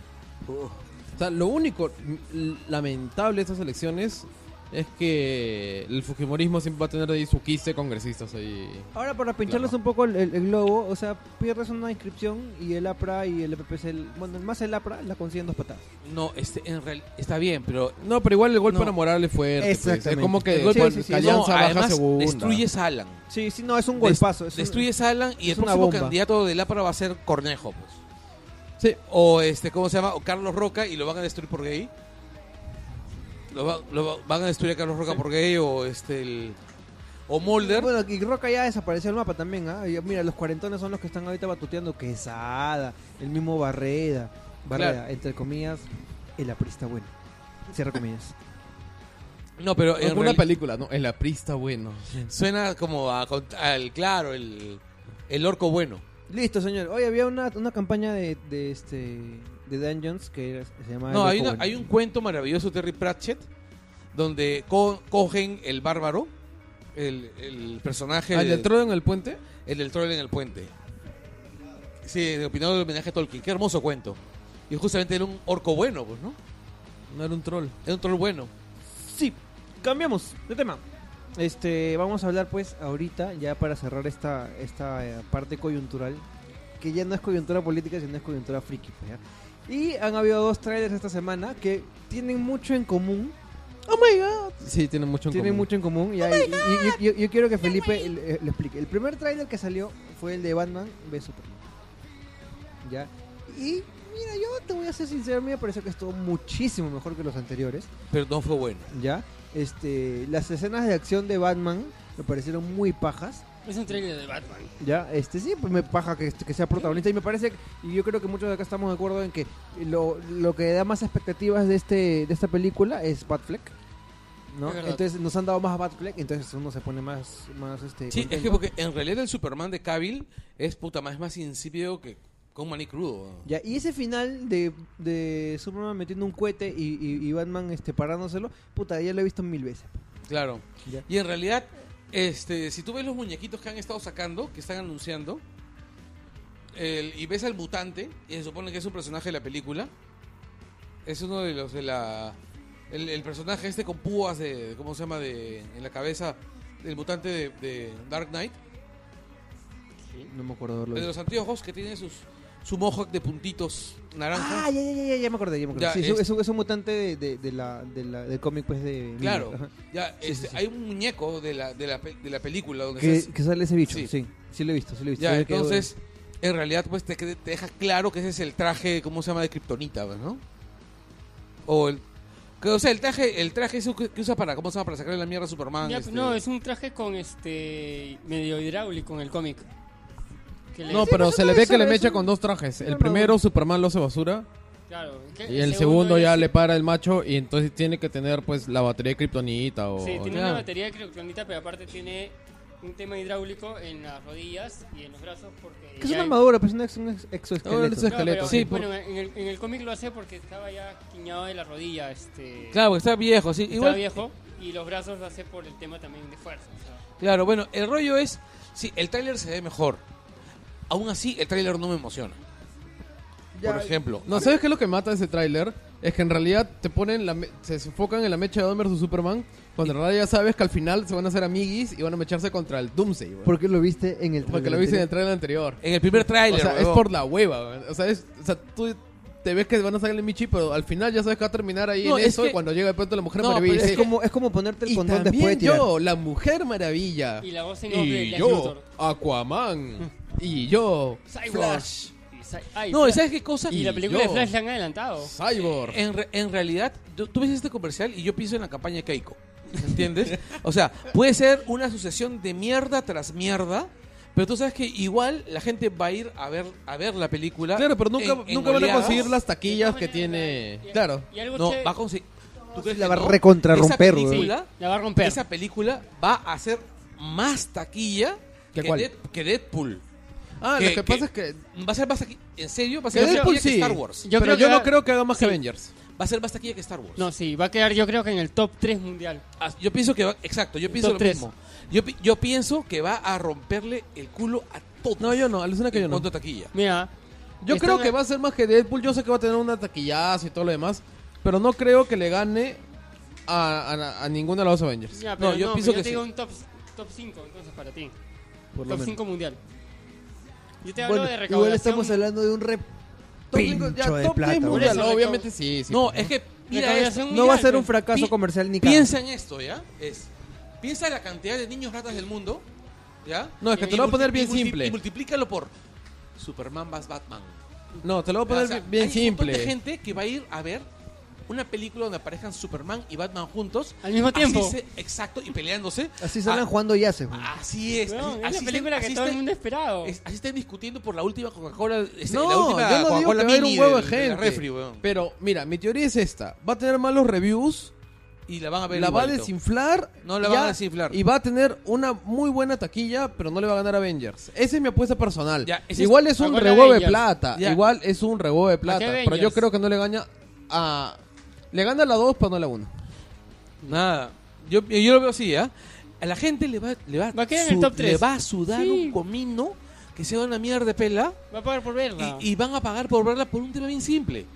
O sea, lo único l- lamentable de estas elecciones es que el Fujimorismo siempre va a tener ahí su 15 congresistas ahí. Ahora, para pincharles Claro. un poco el, el- el globo, o sea, pierdes una inscripción y el APRA y el EPPC, el- bueno, más el APRA, la consiguen dos patadas. No, este en real- está bien, pero eh, No, pero igual el golpe No. para Morales fue fuerte. pues. Es Exactamente. como que El golpe- cuando sí, sí, sí. no, Alianza baja además segunda. destruyes a Alan. Sí, sí, no, es un Des- golpazo. es un- destruyes a Alan y es el una próximo bomba. candidato del APRA va a ser Cornejo, pues. Sí. O este, ¿cómo se llama? O Carlos Roca y lo van a destruir por gay. Lo va- lo va- van a destruir a Carlos Roca por gay o este el, o Mulder. Bueno, y Roca ya desapareció del mapa también, ¿ah? Y Mira, los cuarentones son los que están ahorita batuteando Quesada, el mismo Barreda. Barreda, Claro. entre comillas, el aprista bueno. Cierra comillas. [LAUGHS] No, pero en Como una real- película, ¿no? El aprista bueno. suena como a cont- al claro, el, el orco bueno. Listo, señor. Hoy había una, una campaña de, de este de Dungeons que era- se llamaba No, Ah, El hay, Loco una- Bueno. hay un cuento maravilloso de Terry Pratchett donde co- cogen el bárbaro, el, el personaje, ¿Al del- del trono en el puente? el del troll en el puente. Sí, de opinado del homenaje a Tolkien. Qué hermoso cuento. Y justamente era un orco bueno, pues, ¿no? No era un troll. Era un troll bueno. Sí, cambiamos de tema. Este, vamos a hablar pues ahorita, ya para cerrar esta, esta eh, parte coyuntural, que ya no es coyuntura política, sino es coyuntura friki. pues, ¿ya? Y han habido dos trailers esta semana que tienen mucho en común. ¡Oh my god! Sí, tiene mucho en Tienen común. Oh mucho en común. ya, y- y- y- yo, yo quiero que Felipe le- eh, lo explique. El primer tráiler que salió fue el de Batman v Superman. ¿Ya? Y mira, yo te voy a ser sincero, a mí me pareció que estuvo muchísimo mejor que los anteriores. Pero no fue bueno. ¿Ya? Este, las escenas de acción de Batman me parecieron muy pajas. Es un trailer de Batman. Ya, este sí, pues me paja que, que sea protagonista. Y me parece, y yo creo que muchos de acá estamos de acuerdo en que lo, lo que da más expectativas de este de esta película es Batfleck. ¿no? Es verdad. Entonces nos han dado más a Batfleck, entonces uno se pone más, más este. Sí, es que contento. porque en realidad el Superman de Cavill es puta más, es más insípido que con maní crudo. ¿no? Ya, y ese final de, de Superman metiendo un cohete y, y- y Batman este parándoselo, puta, ya lo he visto mil veces. Claro. Ya. Y en realidad, este, si tú ves los muñequitos que han estado sacando, que están anunciando, el- y ves al mutante, y se supone que es un personaje de la película, es uno de los de la... El, el personaje este con púas de... ¿Cómo se llama? De, en la cabeza del mutante de, de Dark Knight. No me acuerdo de haberlo El de visto. los anteojos que tiene sus, su mohawk de puntitos naranja. Ah, ya, ya, ya, ya, ya me acordé, ya me acordé. Ya, Sí, es, un- es- es un- es un mutante de, de- de la, de la- del cómic, pues, de... Claro, Ajá. ya, Sí, sí, este, sí. hay un muñeco de la, de la, pe- de la película donde se Que, hace- que sale ese bicho, Sí. sí. sí. lo he visto, sí lo he visto. Ya, Se ve que- entonces, en realidad, pues te, te deja claro que ese es el traje, ¿cómo se llama? De Kryptonita, pues, ¿no? O el. que, o sea, el traje, el traje ese que, que usa para, ¿cómo se llama? Para sacarle la mierda a Ah, Superman. Ya, este. No, es un traje con este. medio hidráulico en el cómic. Que le- No, pero se le ve que le es mecha un- con dos trajes. El una primero Superman lo hace basura claro, que y el segundo ya es- le para el macho y entonces tiene que tener pues la batería de kriptonita o... Sí, tiene o- una batería de criptonita, pero aparte tiene un tema hidráulico en las rodillas y en los brazos porque. Que es ya- una armadura, pero es un ex- un ex- No, no exoesqueleto. sé. No, esqueleto. pero, Sí, bueno, en el, en el cómic lo hace porque estaba ya quiñado de la rodilla, este. Claro, porque está viejo, sí. estaba Igual, viejo y los brazos lo hace por el tema también de fuerza. o sea. Claro, bueno, el rollo es. Sí, el tráiler se ve mejor. Aún así, el tráiler no me emociona. Por ejemplo. No, ¿sabes qué es lo que mata ese tráiler? Es que en realidad te ponen la me- se enfocan en la mecha de Batman vs Superman cuando en realidad ya sabes que al final se van a hacer amiguis y van a mecharse contra el Doomsday, weón. ¿Por qué lo viste en el Porque tráiler lo viste en el anterior? tráiler anterior. En el primer O tráiler. sea, es huevón. por la hueva, weón. o sea, es, o sea, tú te ves que van a salir el Michi, pero al final ya sabes que va a terminar ahí No, en es eso que- y cuando llega de pronto la Mujer No, Maravilla y pero dice, Es como, es como ponerte el Y condón también después de tirar. yo, la Mujer Maravilla. Y la voz en off de Ah, Y Lex yo, Luthor. Aquaman. Y yo, Cyborg. Flash. Y Cy- ay, No, ¿y Flash. ¿sabes qué cosa? Y la película de Flash la han adelantado. Cyborg. En, re- en realidad, yo- tú ves este comercial y yo pienso en la campaña de Keiko. ¿Entiendes? O sea, puede ser una sucesión de mierda tras mierda, pero tú sabes que igual la gente va a ir a ver, a ver la película. Claro, pero nunca, Ah, en- en nunca van a oleadas. conseguir las taquillas De que todas tiene. maneras, y- Claro. Y algo No, che- va a conseguir. ¿Tú crees La que va a no? recontrarromper, Esa weón. Sí, película, la va a romper. esa película va a hacer más taquilla ¿Que que, cuál? Dead- que Deadpool. Ah, lo que- que pasa es que. Va a ser más taquilla. ¿En serio? Va a que ser más Deadpool taquilla sí. que Star Wars. Yo pero creo que yo no va- creo que haga más que Avengers. Va a ser más taquilla que Star Wars. No, sí, va a quedar yo creo que en el top 3 mundial. Ah, Yo pienso que va, exacto, yo pienso Top lo tres. mismo. Yo, pi- yo pienso que va a romperle el culo a todos. No, yo no, alucina que en yo no. cuanto a taquilla. Mira, Yo Está creo en- que va a ser más que Deadpool. Yo sé que va a tener una taquillazo y todo lo demás. Pero no creo que le gane a, a- a ninguna de los Avengers. ya, pero No, no, yo yo pienso yo que te sí. digo un top, top 5 entonces para ti. Por lo top menos. 5 mundial. Yo te hablo Bueno, de recaudación. igual estamos hablando de un rep... Top cinco- ya, Pincho de top plata, diez weón. mundial, Por eso, obviamente sí. pues, sí. no, es que mira esto. recaudación No va a mundial, ser un pues. fracaso Pi- comercial ni cagando. Piensa en esto, ¿ya? Es piensa en la cantidad de niños ratas del mundo, ¿ya? No, es que Y te lo voy a poner multi- bien y multi- simple. Y multiplícalo por Superman más Batman. No, te lo voy a Ya, poner o sea, bien hay Un montón de simple. gente que va a ir a ver una película donde aparezcan Superman y Batman juntos Al mismo así tiempo. se- exacto y peleándose. Así salen Ah, jugando yace, güey. Así es. Weón, así- es así la se- película así que todo se- el mundo ha esperado. Es- así estén discutiendo por la última Coca-Cola. este, No, la última yo no digo Coca-Cola que va a haber mini un huevo de del- del gente. refri, weón. Pero mira, mi teoría es esta. Va a tener malos reviews. Y la van a ver. La va a igualito. desinflar. No la ya, van a desinflar. Y va a tener una muy buena taquilla, pero no le va a ganar a Avengers. Esa es mi apuesta personal. Ya, ese es- Igual es un Ahora rehuevo de Avengers. plata. Ya. Igual es un rehuevo de plata. Pero yo Avengers? creo que no le gana a... Le gana a la 2, pero no a la 1. Nada. Yo, yo lo veo así, ¿ah? A la gente le va, le va, Va a quedar en el top tres. le va a sudar Sí. un comino que sea una mierda de pela Va a pagar por verla. y, y van a pagar por verla por un tema bien simple.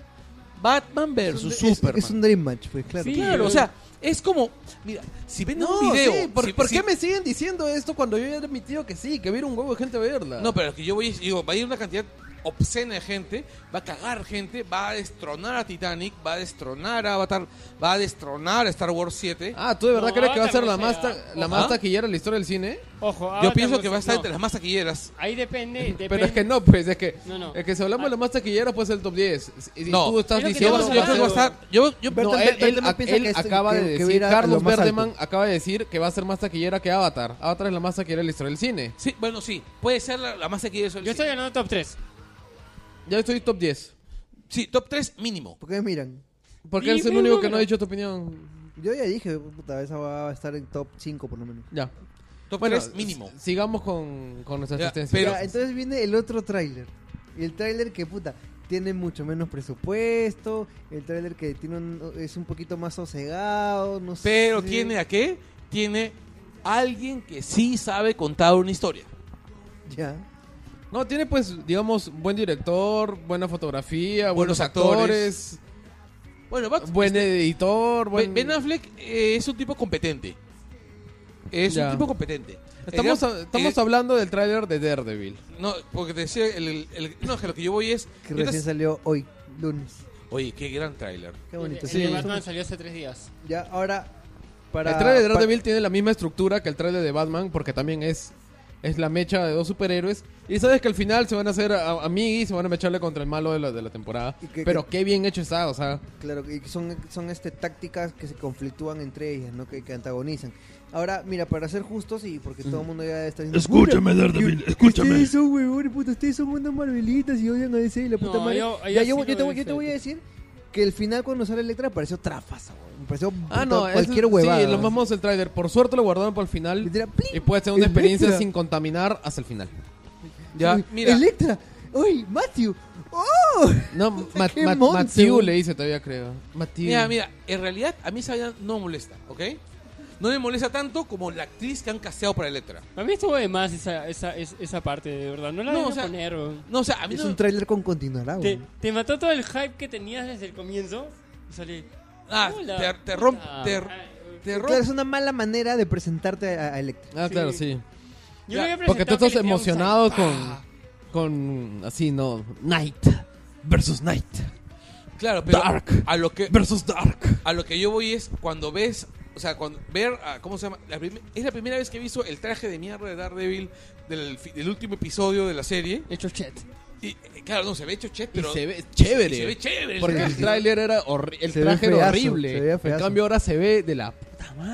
Batman versus es, Superman. Es un Dream Match, pues claro. Sí, Claro, o sea, es como. Mira, si ven un video. sí, ¿por, si- por si- qué me siguen diciendo esto cuando yo ya he admitido que sí, que viera un huevo de gente a verla? No, pero es que yo voy. Digo, va a ir una cantidad obscena de gente. Va a cagar gente. Va a destronar a Titanic. Va a destronar a Avatar. Va a destronar a Star Wars 7. Ah, ¿tú de verdad No, crees que va a ser la Avatar no más, será. ta- la Ojo. ¿Ah? más taquillera de la historia del cine? Ojo, yo Avatar pienso no que sé- va a estar no. entre las más taquilleras. Ahí depende, depende. Pero es que no, pues es que, No, no. Es que si hablamos de la más taquillera, pues el top 10. Y, y Ah. No. tú estás Es lo que diciendo. te que vas yo va a creo que va a ser- estar. Yo, yo, Bertel- No, él, él- Bertelman a- piensa él que este- acaba que- de que decir, va a ir a Carlos lo más Berteman alto. acaba de decir que va a ser más taquillera que Avatar. Avatar es la más taquillera de la historia del cine. Sí, bueno, sí. Puede ser la, la más taquillera. Yo estoy ganando top 3. Ya estoy top 10. Sí, top 3 mínimo. ¿Por qué miran? Porque él es el Dime un único que no ha número. dicho tu opinión. Yo ya dije, puta, esa va a estar en top 5 por lo menos. Ya. Top 3 mínimo. s- Sigamos con, con nuestra Ya, asistencia. pero- Ya, entonces viene el otro tráiler. Y el tráiler que, puta, tiene mucho menos presupuesto. El tráiler que tiene un- es un poquito más sosegado, no sé. Pero tiene a qué? Tiene alguien que sí sabe contar una historia. Ya. No, tiene pues, digamos, buen director, buena fotografía, Buenos buenos, actores, Bueno, Bat- buen editor, Ben- buen... Ben Affleck eh, es un tipo competente. Es Ya. un tipo competente. Estamos, Digamos, a- estamos eh, hablando del tráiler de Daredevil. No, porque te decía. El, el- el- no, que lo que yo voy es. Que yo te- recién salió hoy, lunes. Oye, qué gran tráiler. Qué bonito. El, el Sí. de Batman salió hace 3 días. Ya, ahora. Para, el tráiler de para- Daredevil tiene la misma estructura que el tráiler de Batman porque también es, es la mecha de dos superhéroes. Y sabes que al final se van a hacer a- amigos, se van a mecharle contra el malo de la, de la temporada. Y que- Pero que- qué bien hecho está, o sea... Claro, y son, son este, tácticas que se conflictúan entre ellas, ¿no? Que, que antagonizan. Ahora, mira, para ser justos y porque todo el mundo ya está diciendo... Escúchame, Daredevil, escúchame. Ustedes son huevones, puta, ustedes son unas marvelitas y odian a DC y la puta No, madre. yo- Ya, yo yo, sí yo lo te, voy- veo yo te voy a decir que el final cuando sale Electra me pareció trafaza, weón. Me pareció puta, Ah, no, es- cualquier huevada. Sí, lo más mozo el tráiler. Por suerte lo guardaron para el final. Literal, ¡pling! Y puede ser una Electra. experiencia sin contaminar hasta el final. Ya, Uy, mira. Electra, uy, Matthew, oh. No, Mat- Qué Mat- monce, Matthew güey. le dice todavía, creo. Matthew. Mira, mira, en realidad a mí esa vaina no me molesta, ¿ok? No me molesta tanto como la actriz que han casteado para Electra. A mí estuvo de más esa, esa, es- esa parte, de verdad. No la No, voy o sea, Ah, a poner, weón. No, o sea, a mí Es no. un tráiler con continuará, Te, weón. te mató todo el hype que tenías desde el comienzo. Y salí. Ah, "Hola, te, te puta". romp- te- Ah, te romp- Claro, es una mala manera de presentarte a, a Electra. Ah, sí. claro, sí. Yo le había Porque tú presentado estás que le tenía un emocionado con. Con. Así, no. Night. Versus Night. Claro, pero Dark. a lo que Versus Dark. a lo que yo voy es cuando ves, o sea, cuando ver a- ¿cómo se llama? La prim- es la primera vez que he visto el traje de mierda de Daredevil del, fi- del último episodio de la serie. Hecho chat. Y eh, claro, no se ve hecho chet, pero y se ve y se ve chévere. chévere. el Porque traje. el tráiler era horri- El Se ve traje era feazo, horrible. se veía en feazo. cambio, ahora se ve de la.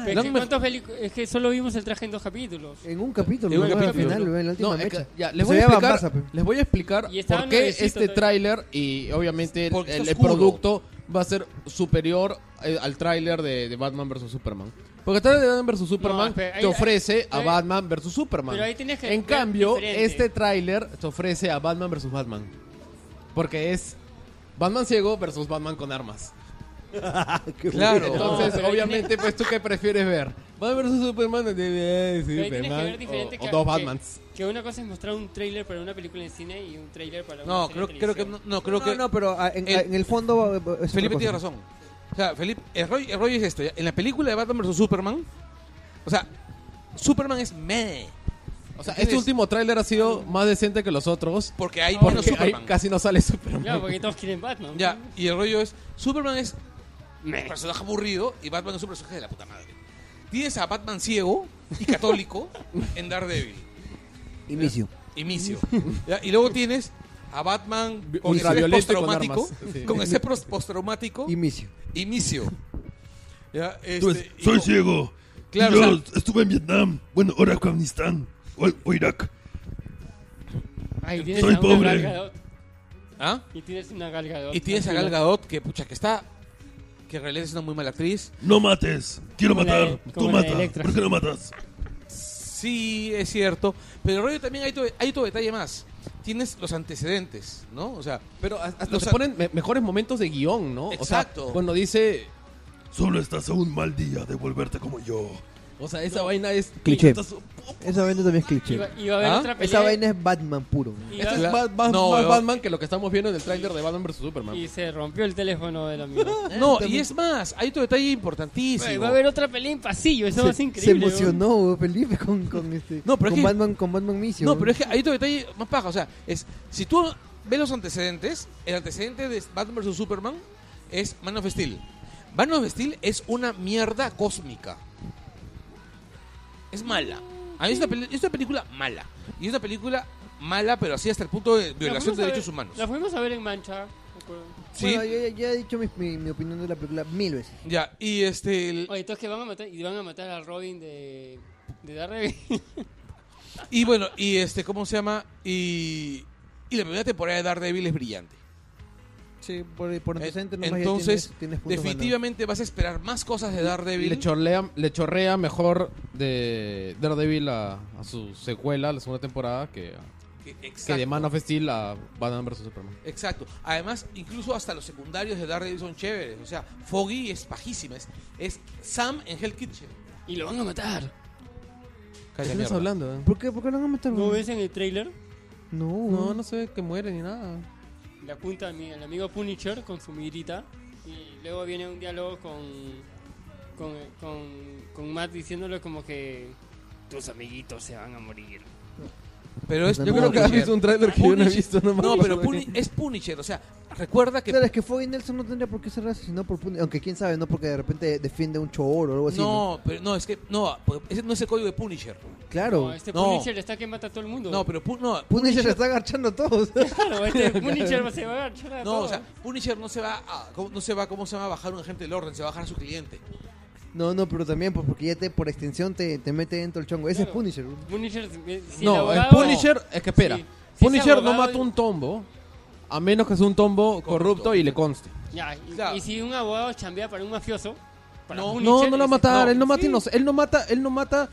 Pero es que ¿cuántos pelic- Es que solo vimos el traje en dos capítulos. En un capítulo, En un ¿no? Al capítulo. final, weón, en la última es que- mecha. ya, les, Se voy a veía pues. explicar, Bambasa, pe. les voy a explicar Y estaba por qué nuevecito este todavía. tráiler y obviamente el, Porque está el- el oscuro. producto va a ser superior eh, al tráiler de, de Batman vs Superman. Porque el tráiler de Batman vs Superman espera, ahí- te ofrece ahí- a Batman vs Superman. pero ahí tienes que en ver cambio, diferente. este tráiler te ofrece a Batman vs Batman. Porque es Batman ciego versus Batman con armas. [LAUGHS] Claro. Entonces, pero ahí obviamente, pues tú qué prefieres ver. Batman vs Superman, de- de- de- Pero ahí tienes que Superman ver diferente o- que- o dos que- Batmans. Que, una cosa es mostrar un tráiler para una película en cine y un tráiler para una No, serie creo, en creo que no, televisión. no, creo no, que no, pero ah, en, el- ah, en el fondo eh, es pues, otra Felipe cosa. tiene razón. O sea, Felipe, el rollo, el rollo es esto, ya. en la película de Batman vs Superman, o sea, Superman es meh, O sea, este último tráiler ha sido más decente que los otros. porque hay Porque menos ahí Superman. casi no sale Superman. Claro, porque todos quieren Batman. Ya, y el rollo es, Superman es un personaje aburrido y Batman es un personaje de la puta madre. Tienes a Batman ciego y [LAUGHS] católico en Daredevil, Inicio. y Micio. Ya, Y luego tienes a Batman Vi- con estrés ultraviolento y con postraumático, armas. Sí. con ese pros- postraumático Inicio. y Micio. Ya, este, y Soy con- ciego. Claro, Yo o sea, estuve en Vietnam. Bueno, ahora Afganistán. O, o Irak. Ahí tienes Soy a una pobre. Gal Gadot. ¿ah, Y tienes una Gal Gadot. Y tienes a Gal Gadot, que pucha, que está, que en realidad es una muy mala actriz. No mates. Quiero Como la de- matar. Tú como la de mata. Electra. ¿Por qué no matas? Sí, es cierto. Pero el rollo también hay todo, hay todo detalle más. Tienes los antecedentes, ¿no? O sea, Pero hasta Los se a- ponen me- mejores momentos de guión, ¿no? O sea, Exacto. cuando dice... Solo estás a un mal día de volverte como yo. O sea, esa vaina es. Cliché. Puta su- Esa vaina también es cliché. Iba, iba a haber ¿Ah? otra pelea. Esa vaina es Batman puro. ¿no? iba- Esto es Claro. más, más- No, más weón. Batman que lo que estamos viendo en el tráiler de Batman vs Superman. y se rompió el teléfono del amigo. No, y es más, hay otro detalle importantísimo. Iba a haber otra pelea en pasillo, eso es se, increíble. se emocionó weón, Felipe con, con este No, pero es con que- Batman con Batman Mission. No, pero es que hay otro detalle más paja. O sea, es si tú ves los antecedentes, el antecedente de Batman vs. Superman es Man of Steel. Man of Steel es una mierda cósmica. Es mala. A mí es una, peli- es una película mala. Y es una película mala, pero así hasta el punto de La violación fuimos de a ver- derechos humanos. La fuimos a ver en Mancha, me acuerdo. Sí, Bueno, yo ya- ya he dicho mi, mi- mi opinión de la película mil veces. ya. Y este. el- Oye, entonces que van a matar, y van a matar a Robin de, de Daredevil. Y bueno, y este, ¿cómo se llama? Y, y la primera temporada de Daredevil es brillante. Sí, por, por antecedente nomás ya Eh, Entonces, tienes- tienes puntos ganados. definitivamente vas a esperar más cosas de Le Daredevil. chorrea, le chorrea mejor de Daredevil a, a su secuela, la segunda temporada, que, Que- que de Exacto. Man of Steel a Batman vs Superman. Exacto. Además, incluso hasta los secundarios de Daredevil son chéveres. O sea, Foggy es pajísima. Es, es Sam en Hell Kitchen. y lo van a matar. ¿Qué Cállate, estás mierda. hablando? eh? ¿Por qué, ¿Por qué lo van a matar? ¿No weón? ves en el trailer? No, No, weón. no sé que muere ni nada. Le apunta a mi- al amigo Punisher con su mirita. Y luego viene un diálogo con, con, con, con Matt diciéndole como que tus amiguitos se van a morir. Pero es Yo Yo No, creo que has Punisher. visto un trailer que yo no he Punisher. visto nomás. No, pero Puni- es Punisher. O sea, recuerda que. Claro, es que Foggy Nelson no tendría por qué ser asesinado por Punisher. Aunque quién sabe, ¿no? Porque de repente defiende un choro o algo así. ¿no? No, pero no, es que. No, porque ese no es el código de Punisher. Claro. No, este No. Punisher está que mata a todo el mundo. No, pero Pu- no, Punisher le está agarchando a todos. [LAUGHS] [LAUGHS] Claro, este Punisher se va a agarrar a No, todos. o sea, Punisher no se va a, ¿cómo- no se va, ¿cómo se va a bajar un agente del orden? Se va a bajar a su cliente. no, no, pero también pues, porque ya te, por extensión te, te mete dentro el chongo. Ese Claro. es Punisher. Punisher, eh, si el No, el abogado- Punisher, es que espera. Sí. Si ese Punisher no abogado- mata un tombo, a menos que sea un tombo corrupto y le conste. Ya, y, Claro. y si un abogado chambea para un mafioso, para No, Punisher, No, no lo va a dice, matar, él no mata sí. inoc- él no mata, él no mata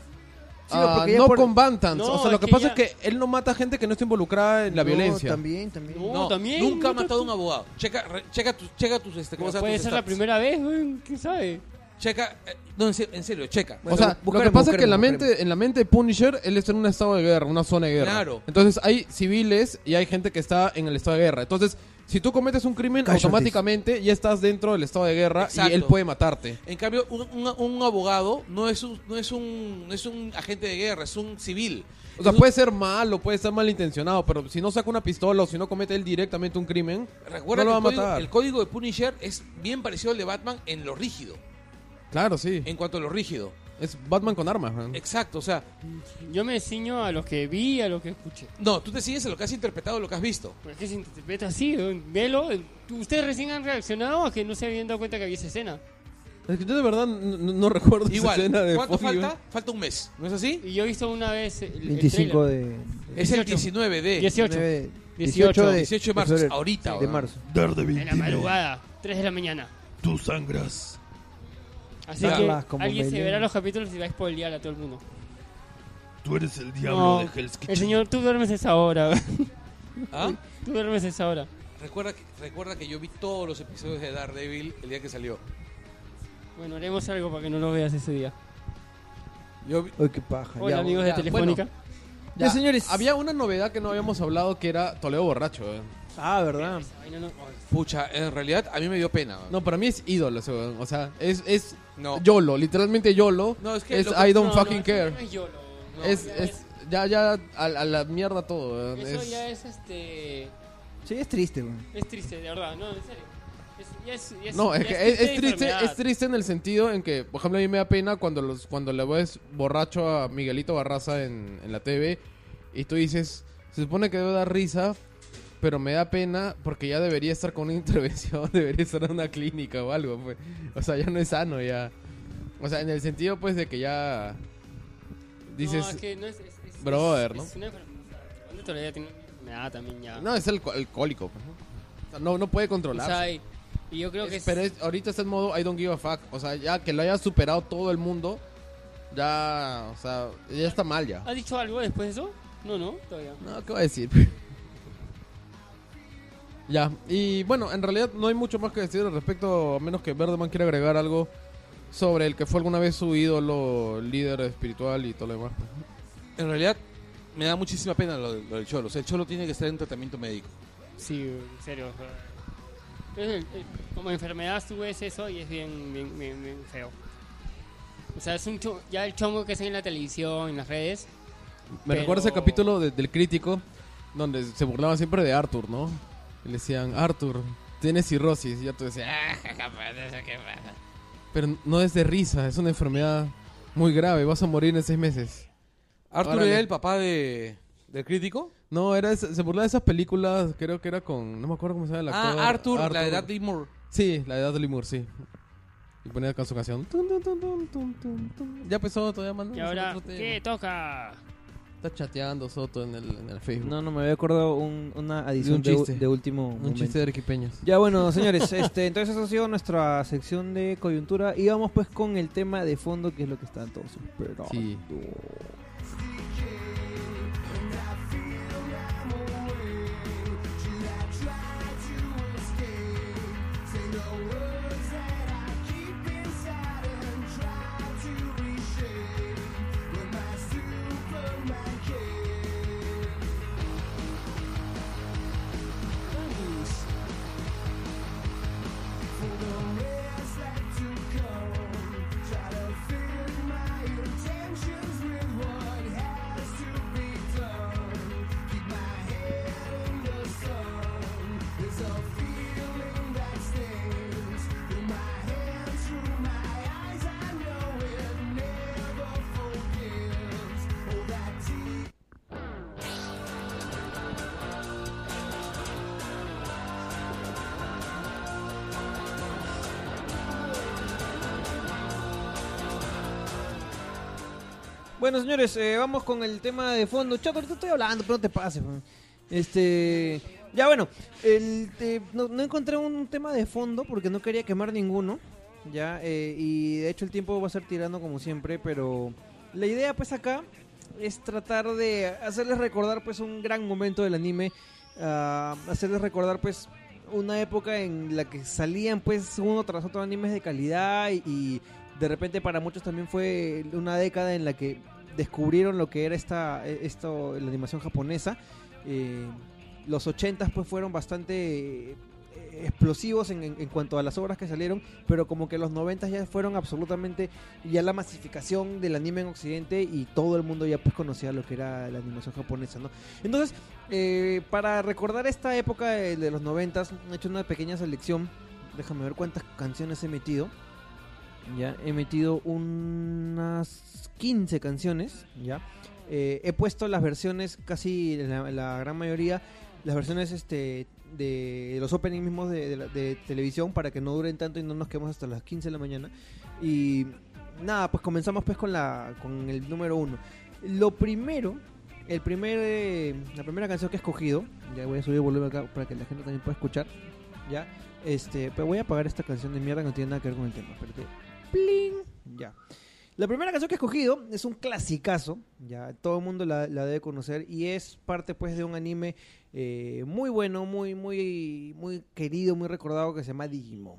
Sí, no, ah, porque ya no por- combatants. No, o sea, lo es que que pasa ya- es que él no mata gente que no está involucrada en la No, violencia. También, también. No, también. Nunca ha no te- matado a un abogado. Checa, re- checa, tus, checa tus, este, ¿cómo Pero se llama? Puede Tus ser la stats. primera vez, weón, quién sabe. Checa, eh, no, en se- en serio, checa. o sea, Bueno, lo que buscaremos, pasa es que en la, buscaremos, mente, en la mente de Punisher, él está en un estado de guerra, una zona de guerra. Claro. Entonces hay civiles y hay gente que está en el estado de guerra. Entonces, si tú cometes un crimen, Casualties. automáticamente ya estás dentro del estado de guerra y Exacto. él puede matarte. En cambio, un, un- un abogado no es un, no es un no es un agente de guerra, es un civil. O sea, Es un- puede ser malo, puede ser malintencionado, pero si no saca una pistola o si no comete él directamente un crimen, recuerda no lo va a que el, código, matar. el código de Punisher es bien parecido al de Batman en lo rígido, claro, sí. en cuanto a lo rígido. Es Batman con armas, man. Exacto, o sea, Yo me ciño a lo que vi, a lo que escuché. no, tú te sigues en lo que has interpretado, lo que has visto. Pero es que se interpreta así, weón. velo. eh, Ustedes recién han reaccionado a que no se habían dado cuenta que había esa escena. Es que yo de verdad no, no- no recuerdo esa Igual, escena de ¿cuánto Foggy, falta? Falta un mes, ¿no es así? Y yo he visto una vez el, el 25 trailer. de... Es el 18. 19 de 18. nueve- 18 de- 18 de marzo, febrero. ahorita, De weón. marzo. Daredevil, En la dime, madrugada, 3 de la mañana. tú sangras. Así Ah, que vas como alguien se Belén. verá los capítulos y va a spoilear a todo el mundo. Tú eres el diablo No, de Hell's Kitchen. El señor, tú duermes esa hora. ¿Ah? [LAUGHS] tú duermes esa hora. Recuerda que, recuerda que yo vi todos los episodios de Daredevil el día que salió. Bueno, haremos algo para que no lo veas ese día. Yo vi- Uy, qué paja. Hola, ya, amigos de ya, Telefónica. Ya, Ya, señores. Había una novedad que no habíamos hablado que era Toledo borracho. eh. Ah, verdad. Ay, no, no, ay. pucha, en realidad a mí me dio pena. No, para mí es ídolo ese weón. O sea, es, es No. YOLO, literalmente YOLO. No, es que lo que- I don't No, fucking no, care. Eso, no es YOLO, no, es, ya es, ya, ya, a, a la mierda todo. weón. eso Es- ya es este. Sí, es triste, güey. Es triste, de verdad, no, en serio. Es, ya es, ya es- No, es, ya que es, es de triste, enfermedad. es triste en el sentido en que, por ejemplo, a mí me da pena cuando los cuando le ves borracho a Miguelito Barraza en, en la TV y tú dices, se supone que debe dar risa, pero me da pena porque ya debería estar con una [LAUGHS] intervención, debería estar en una clínica o algo, pues. O sea, ya no es sano ya. O sea, en el sentido pues de que ya dices, No, es que no es. es- es- brother, es- ¿no? Es una enfermedad. ¿Dónde todavía tiene una enfermedad también ya? no, es alco- alcohólico, pues, ¿no? O sea, no no puede o controlar. sea, y, y yo creo que Es- es. pero es- ahorita está en modo I don't give a fuck. O sea, ya que lo haya superado todo el mundo, ya, o sea, ya está mal ya. ¿Has dicho algo después de eso? No, no, todavía. No, ¿qué voy a decir? [LAUGHS] ya, y bueno, en realidad no hay mucho más que decir al respecto, a menos que Birdman quiera agregar algo sobre el que fue alguna vez su ídolo, líder espiritual y todo lo demás. En realidad, me da muchísima pena lo, de- lo del Cholo. O sea, el Cholo tiene que estar en tratamiento médico. Sí, en serio. o sea, es el- el- como enfermedad tú ves eso y es bien, bien, bien, bien feo. O sea, es un cho- ya el chongo que hacen en la televisión, en las redes. Me Pero- recuerda ese capítulo de- del crítico, donde se burlaban siempre de Arthur, ¿no? Y le decían, Arthur, tienes cirrosis. Y Arthur decía, "Ah, [LAUGHS] jaja, pues, eso qué pasa". Pero no es de risa, es una enfermedad muy grave, vas a morir en seis meses. Arthur Órale. era el papá de, del crítico. No, era esa- se burlaba de esas películas, creo que era con, no me acuerdo cómo se llama el actor. ah, Arthur, la de Dudley Moore. Sí, la de Dudley Moore, sí. Y ponía con su canción. Tun, tun, tun, tun, tun, tun, tun. Ya empezó Soto, ya mandó. Y ahora, ¿qué toca? Está chateando Soto en el, en el Facebook. No, no me había acordado un- una adición de, chiste. de último un momento. chiste de Arequipeños. Ya bueno, señores, este, entonces eso ha sido nuestra sección de coyuntura y vamos pues con el tema de fondo que es lo que están todos esperando. Sí. Bueno, señores, eh, vamos con el tema de fondo. Chato, ahorita estoy hablando, pero no te pases. man. Este, ya bueno, el, eh, no, no encontré un tema de fondo porque no quería quemar ninguno. Ya, eh, y de hecho el tiempo va a ser tirando como siempre, pero la idea pues acá es tratar de hacerles recordar pues un gran momento del anime, ah, hacerles recordar pues una época en la que salían pues uno tras otro animes de calidad y- y de repente para muchos también fue una década en la que descubrieron lo que era esta e, esto la animación japonesa Eh, los 80 pues fueron bastante eh, explosivos en, en- en cuanto a las obras que salieron pero como que los 90 ya fueron absolutamente ya la masificación del anime en occidente y todo el mundo ya pues conocía lo que era la animación japonesa no entonces eh, para recordar esta época eh, de, de los 90 he hecho una pequeña selección déjame ver cuántas canciones he metido ya he metido unas 15 canciones, ya. Eh, he puesto las versiones, casi la, la gran mayoría, las versiones este de los openings mismos de, de la- de televisión para que no duren tanto y no nos quedemos hasta las 15 de la mañana. Y nada, pues comenzamos pues con la con el número uno. Lo primero, el primer eh, la primera canción que he escogido, ya voy a subir el volumen acá para que la gente también pueda escuchar, ya. Este, pero voy a apagar esta canción de mierda que no tiene nada que ver con el tema. Espérate. ¡Pling! Ya. La primera canción que he escogido es un clasicazo, ya todo el mundo la, la debe conocer y es parte pues de un anime eh, muy bueno, muy muy muy querido, muy recordado que se llama Digimon.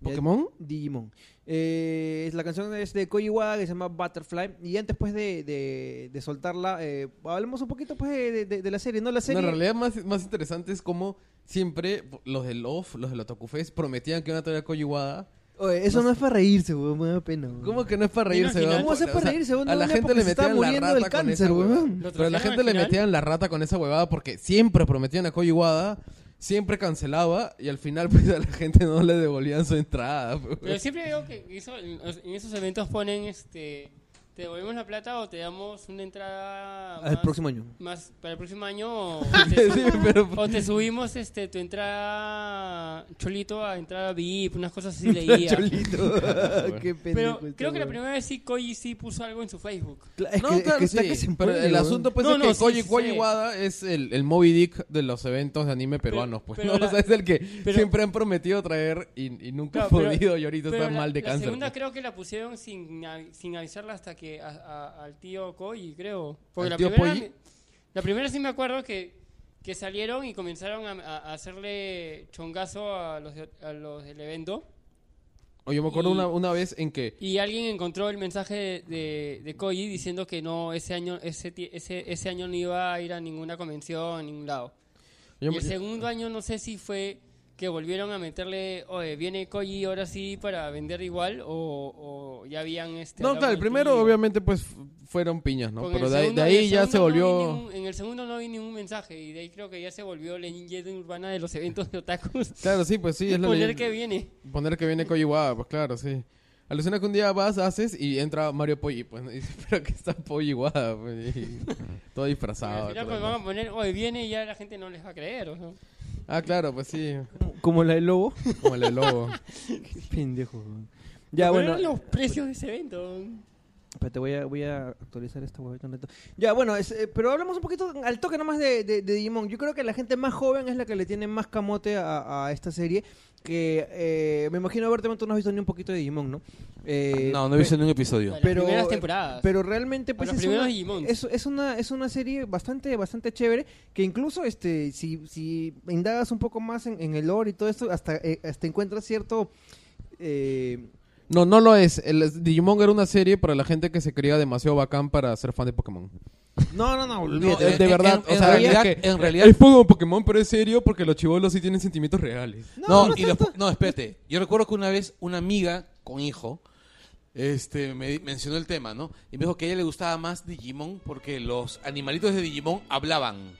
Ya, ¿Pokémon? Digimon. Eh, es- la canción es de Koji Wada que se llama Butterfly y antes pues de, de- de soltarla eh, hablemos un poquito pues de, de- de la serie, ¿no? La No, serie... en realidad más, más interesante es como siempre los del OFF, los del Otokufest, prometían que iban a traer a Koji Wada. Oye, eso no es para reírse, weón, me da pena. weón. ¿Cómo que no es para reírse, Imagínate. weón? ¿Cómo hacer O para sea, reírse, weón? A De la una gente época le se estaba metían la muriendo rata del con cáncer, esa huevada. [LAUGHS] weón. ¿Lo Pero a la trajeron gente al le final? metían la rata con esa huevada porque siempre prometían a Koji Wada, siempre cancelaba y al final [LAUGHS] pues a la gente no le devolvían su entrada. pues, weón. Pero siempre veo que eso- en en esos eventos ponen este. Te devolvemos la plata o te damos una entrada. Al más- próximo [LAUGHS] año. Más para el [LAUGHS] próximo año o te, Ah, Sí, pero- o te subimos este tu entrada cholito a entrada VIP, unas [LAUGHS] cosas así [LAUGHS] leía. [LAUGHS] Qué Pero pendejo pues, este creo que la weón. primera vez sí Koji sí puso algo en su Facebook. Cla- es No, que- es claro, que está sí, que se pero empolga, el weón. asunto pues No, es no, que sí, Koji, sí, Koji sí. Wada es el, el Moby Dick de los eventos de anime peruanos, pues. pero ¿no? [LAUGHS] la- o sea, es el que pero- siempre han prometido traer y, y nunca han Claro, pero- podido y ahorita Pero está la- mal de la cáncer. segunda pues. creo que la pusieron sin, avi- sin avisarla hasta que a- a- al tío Koji, creo. Porque ¿Al la tío primera, Polli? la primera sí me acuerdo que, que salieron y comenzaron a, a- a hacerle chongazo a los, de- a los del evento. O yo me acuerdo Y- una, una vez en que... Y alguien encontró el mensaje de, de, de Koji diciendo que no, ese año, ese, ti- ese, ese año no iba a ir a ninguna convención, a ningún lado. yo y me- el segundo año no sé si fue que volvieron a meterle, oye, viene Koji ahora sí para vender igual o, o ya habían este... no, hablado claro, el con primero Koji. obviamente pues f- fueron piñas, ¿no? Con Pero el de ahí, segundo- de en el ahí ya se segundo no vi volvió... ningún- en el segundo no vi ningún mensaje y de ahí creo que ya se volvió leyenda urbana de los eventos de otakus. Claro, sí, pues sí. Y es la [LAUGHS] poner ley- que viene. Poner que viene Koji Wa, pues claro, sí. Alucina que un día vas, haces y entra Mario Poggi, pues ¿no? [LAUGHS] y dice, pero que está Poggi Wa, pues, [LAUGHS] y todo disfrazado. Al final, todo pues, demás. van a poner, oye, viene y ya la gente no les va a creer. ¿o no? Ah, claro, pues sí, Como la [LAUGHS] del lobo. como el de lobo. Pendejo. weón. Ya, Pero bueno. eran los precios de ese evento. Espérate, voy a, voy a actualizar esta huevita un rato. Ya, bueno, es, eh, pero hablamos un poquito al toque nomás de, de- de Digimon. Yo creo que la gente más joven es la que le tiene más camote a, a esta serie. Que eh, me imagino, Bertman, tú no has visto ni un poquito de Digimon, ¿no? Eh, No, no he visto ningún episodio. Las Pero- primeras temporadas. Pero realmente, pues los es primeros una, Digimon. es, es una, es una serie bastante, bastante chévere. Que incluso este, si, si indagas un poco más en, en el lore y todo esto, hasta, eh, hasta encuentras cierto. eh, No, no lo es. El Digimon era una serie para la gente que se creía demasiado bacán para ser fan de Pokémon. no, no, no, No, olvídate. de, de en- verdad, en- o sea, en realidad- es que en realidad- es Pokémon, Pokémon, pero es serio porque los chivolos sí tienen sentimientos reales. No, no y los- no, espérate. Yo recuerdo que una vez una amiga con hijo este, me di- mencionó el tema, ¿no? Y me dijo que a ella le gustaba más Digimon porque los animalitos de Digimon hablaban.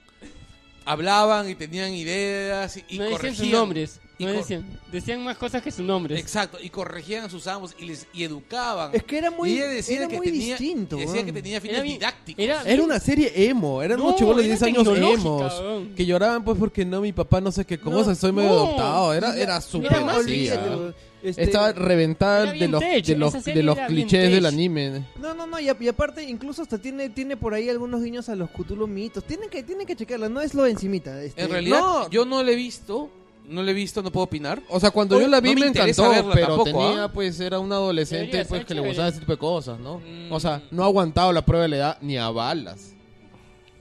Hablaban y tenían ideas y, y no decían sus corregían. nombres. Y No cor- decían. Decían más cosas que sus nombres. Exacto, y corregían a sus amos y les y educaban. Es que era muy, y ella decía era que muy tenía, distinto. Decía weón. que tenía fines Era bien- didácticos. era- Era una serie emo, eran unos No, chivolos de era 10 años tecnológica, emos. weón. Que lloraban pues porque no, mi papá no sé qué cosa, soy medio no. adoptado. Era, era súper más así, olvídate, ah. weón. Este- Estaba reventada Era de bien los, tech, de los, esa de serie los era bien clichés tech. del anime. No, no, no, y, a- y aparte, incluso hasta tiene, tiene por ahí algunos guiños a los Cthulhu mitos. Tienen que, tienen que checarla, no es lo de encimita. este, En realidad, no, yo no le he visto, no le he visto, no puedo opinar. O sea, cuando Oye, yo la vi no me me, interesa encantó, verla pero tampoco, tenía, ¿ah? pues, era un adolescente Debería pues, ser que le chévere. gustaba ese tipo de cosas, ¿no? Mm. O sea, no ha aguantado la prueba de la edad ni a balas.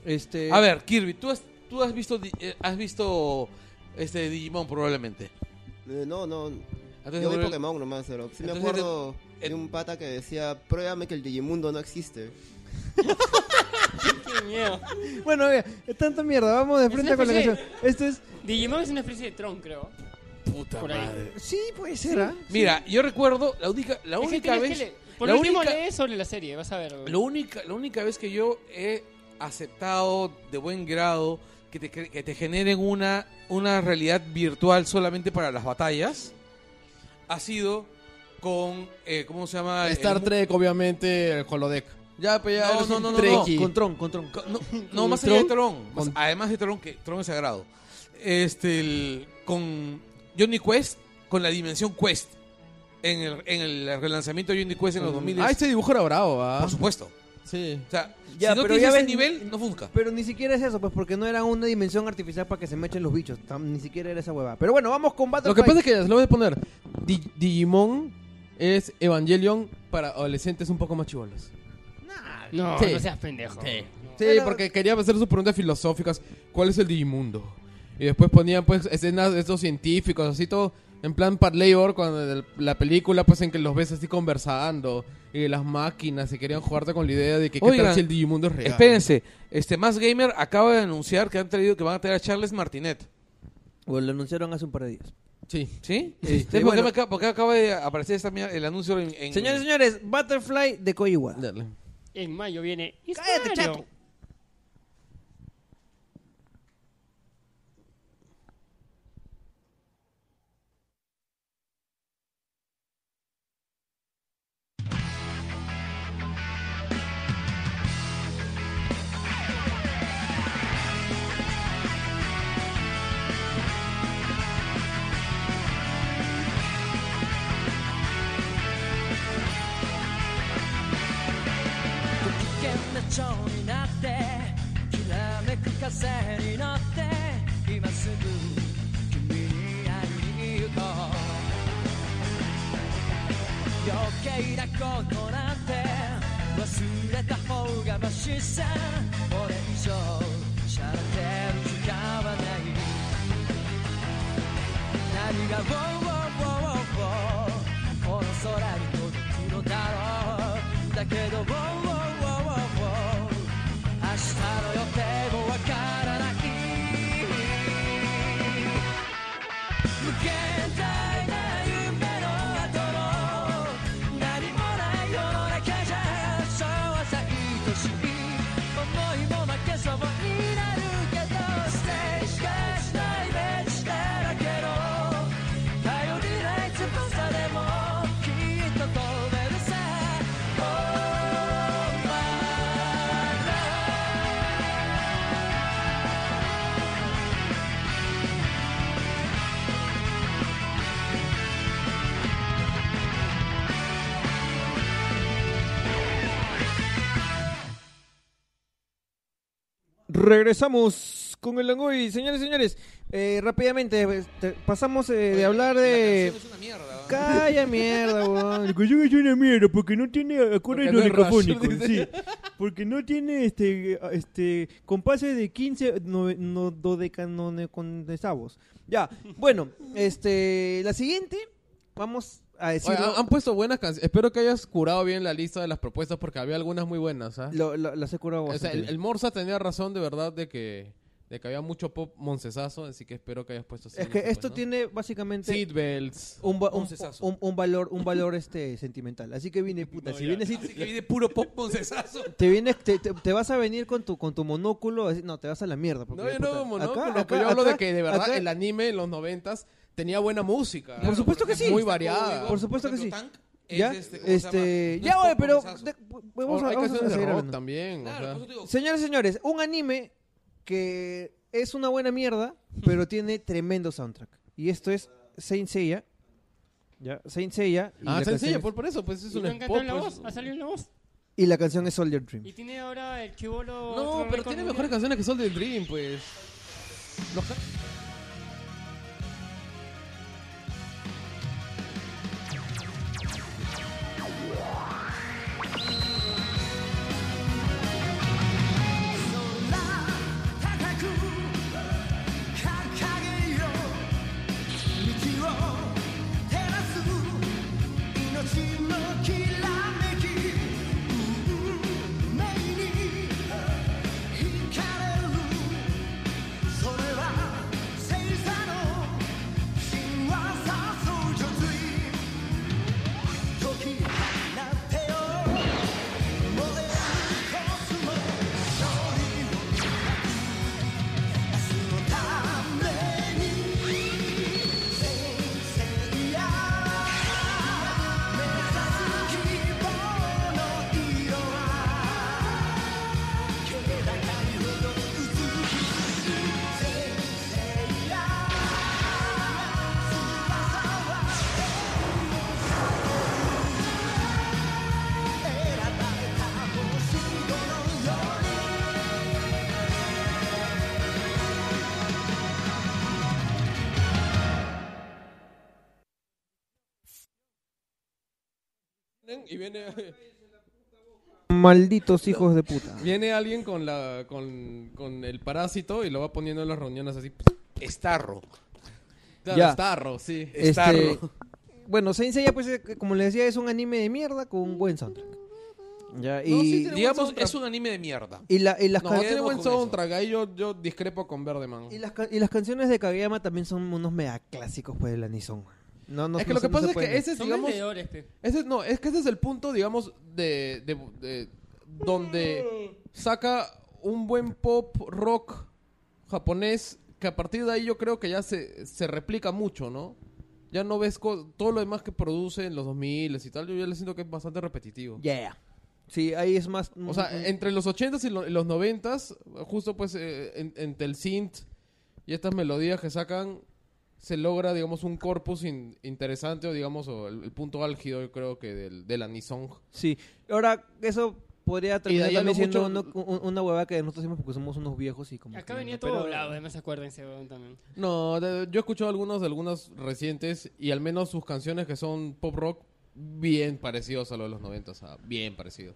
este, A ver, Kirby, tú has, tú has visto di- eh, has visto este Digimon probablemente. Eh, No, no. Entonces, yo vi el- Pokémon nomás, pero sí me Entonces, acuerdo el- de un pata que decía, pruébame que el Digimundo no existe. Qué miedo. Bueno, mira, tanta mierda, vamos de frente una con la especie- canción. Esto es. Digimon es una especie de Tron, creo. Puta Por ahí. madre. Sí, puede ser, ¿ah? Mira, yo recuerdo la única la Es que única tienes vez que leer. Por la último, única- lee sobre la serie, vas a ver. la única la única vez que yo he aceptado de buen grado que te, cre- que te generen una una realidad virtual solamente para las batallas ha sido con eh, ¿cómo se llama? El Star mu- Trek, obviamente, el holodeck. Ah, Ya, pues ya No, eres no, un no, no, no. Trekkie. Con Tron, con Tron. Co- No, no, más allá de Tron. más- Con- Además de Tron, que Tron es sagrado. Este, el- con Johnny Quest, con la dimensión Quest. En el, en el relanzamiento de Johnny Quest en los 2000. Ah, este dibujo era bravo, ¿ah? Por supuesto. Sí. O sea, Ya, si no pero tienes ya ese ves- nivel, no funca. Pero ni siquiera es eso, pues porque no era una dimensión artificial para que se me echen los bichos. tam- ni siquiera era esa hueva. Pero bueno, vamos con Battle Lo que Fight. pasa es que se lo voy a poner. Di- Digimon es Evangelion para adolescentes un poco más chivolos. No, Sí. no seas pendejo. Sí, Pero- porque quería hacer sus preguntas filosóficas. ¿Cuál es el Digimundo? Y después ponían pues escenas de estos científicos, así todo. En plan Parleyor, cuando el- la película, pues en que los ves así conversando. Y las máquinas, y querían jugarte con la idea de que qué Oigan, tal si el Digimundo es real. Espérense, este Más Gamer acaba de anunciar que han traído que van a traer a Charles Martinet. Bueno, lo anunciaron hace un par de días. Sí. ¿Sí? Este, Entonces, ¿por, qué bueno. me acaba, por qué acaba de aparecer esta mierda- el anuncio en, en- Señores, señores, Butterfly de Koiwa. Dale. En mayo viene. Cállate, Ismario. chato. 「この空に届くのだろうだけど wow, wow, wow, wow, wow 明日の予定もわからない無限大な夢の後の何もない世の中じゃそうさ愛しい思いも負けそうになるけどステージがないベンチだらけの頼りない翼でもきっと飛べるさ Oh my love Regresamos con el Langoy, señores, señores. Eh, rápidamente, pues, te- pasamos eh, de hablar de. Es una mierda. ¿no? Calla mierda, weón. El coyote es una mierda porque no tiene acordes dodecafónicos, sí. Porque no tiene este este compases de 15 no, no dodecanone- con desavos. Ya, bueno, este la siguiente vamos a decir Oye, ah, han, han puesto buenas canciones. Espero que hayas curado bien la lista de las propuestas porque había algunas muy buenas. ¿ah? lo, lo- las he curado O sea, bastante el, bien. el Morsa tenía razón de verdad de que, de que había mucho pop moncesazo, así que espero que hayas puesto. Es que esto tiene tiene básicamente Seatbelts. un, va- un, Oncesazo. un- un valor un valor este sentimental. Así que viene puta, si vienes y- Así que viene puro pop moncesazo. te vienes te, te- te vas a venir con tu con tu monóculo, así- no, te vas a la mierda porque, No, yo no puta, hago monóculo, acá- pero yo acá- hablo de acá- que de verdad acá- el anime en los noventas tenía buena música. Claro, supuesto porque que es sí. Muy variada. Por supuesto que sí. Tank es ya, este, ¿cómo se llama? este, No es ya, pop oye, pero moncesazo. de- vamos, a, hay vamos a canciones de rock seguir pues, hablando. también. o Claro, sea. Ah, por eso te digo, Señores, señores, un anime que es una [LAUGHS] buena mierda, pero tiene tremendo soundtrack. Y esto es Saint Seiya. Ya, Saint Seiya. Y, Ah, la, sencillo, canción por, por eso, pues es Y un me encantó spot. la pues. voz, ha salido la voz. es, y la canción es Soldier Dream. Y tiene ahora el chivolo. No, pero tiene mejores canciones que Soul del pues, Dream, pues. Los ca- 「空高く掲げよう」「道を照らす」「命のきらめき」「運命に惹かれる」「それは星座の神話さそうじょつい」「時になってよモデルコスモ」 Y viene, [LAUGHS] Malditos hijos de puta. viene alguien con, la, con, con el parásito y lo va poniendo en las reuniones así. pues. Estarro. Claro, Ya. Starro, sí. Este, Starro. bueno, Saint Seiya, pues, eh, como les decía, es un anime de mierda con un buen soundtrack. Ya, y, Digamos, es un anime de mierda. y, la- y las No, can- tiene buen con eso. soundtrack. Ahí yo, yo discrepo con Verde Man. Y las, ca- y las canciones de Kageyama también son unos mega clásicos pues, del Anison. No, no, es que no lo se- que no pasa se es pueden- que ese es, Son digamos, vendedores, pe. Ese, no, es que ese es el punto, digamos, de, de- de- donde saca un buen pop rock japonés que a partir de ahí yo creo que ya se, se replica mucho, ¿no? Ya no ves co- todo lo demás que produce en los 2000 y tal, yo ya le siento que es bastante repetitivo. Yeah. Sí, ahí es más... mm, O sea, entre los 80s y, lo- y los 90s, justo pues eh, en- entre el synth y estas melodías que sacan, se logra, digamos, un corpus in- interesante o, digamos, o el, el punto álgido, yo creo que del, del anisong. Sí. Ahora, eso podría terminar ahí a lo también siendo mucho- uno- un- una huevada que nosotros hicimos porque somos unos viejos y como... que Acá no, venía no, todo pero- doblado, eh. además acuérdense, weón, también. No, de- yo he escuchado algunos de algunas recientes y al menos sus canciones que son pop rock bien parecidos a lo de los 90, o sea, bien parecido.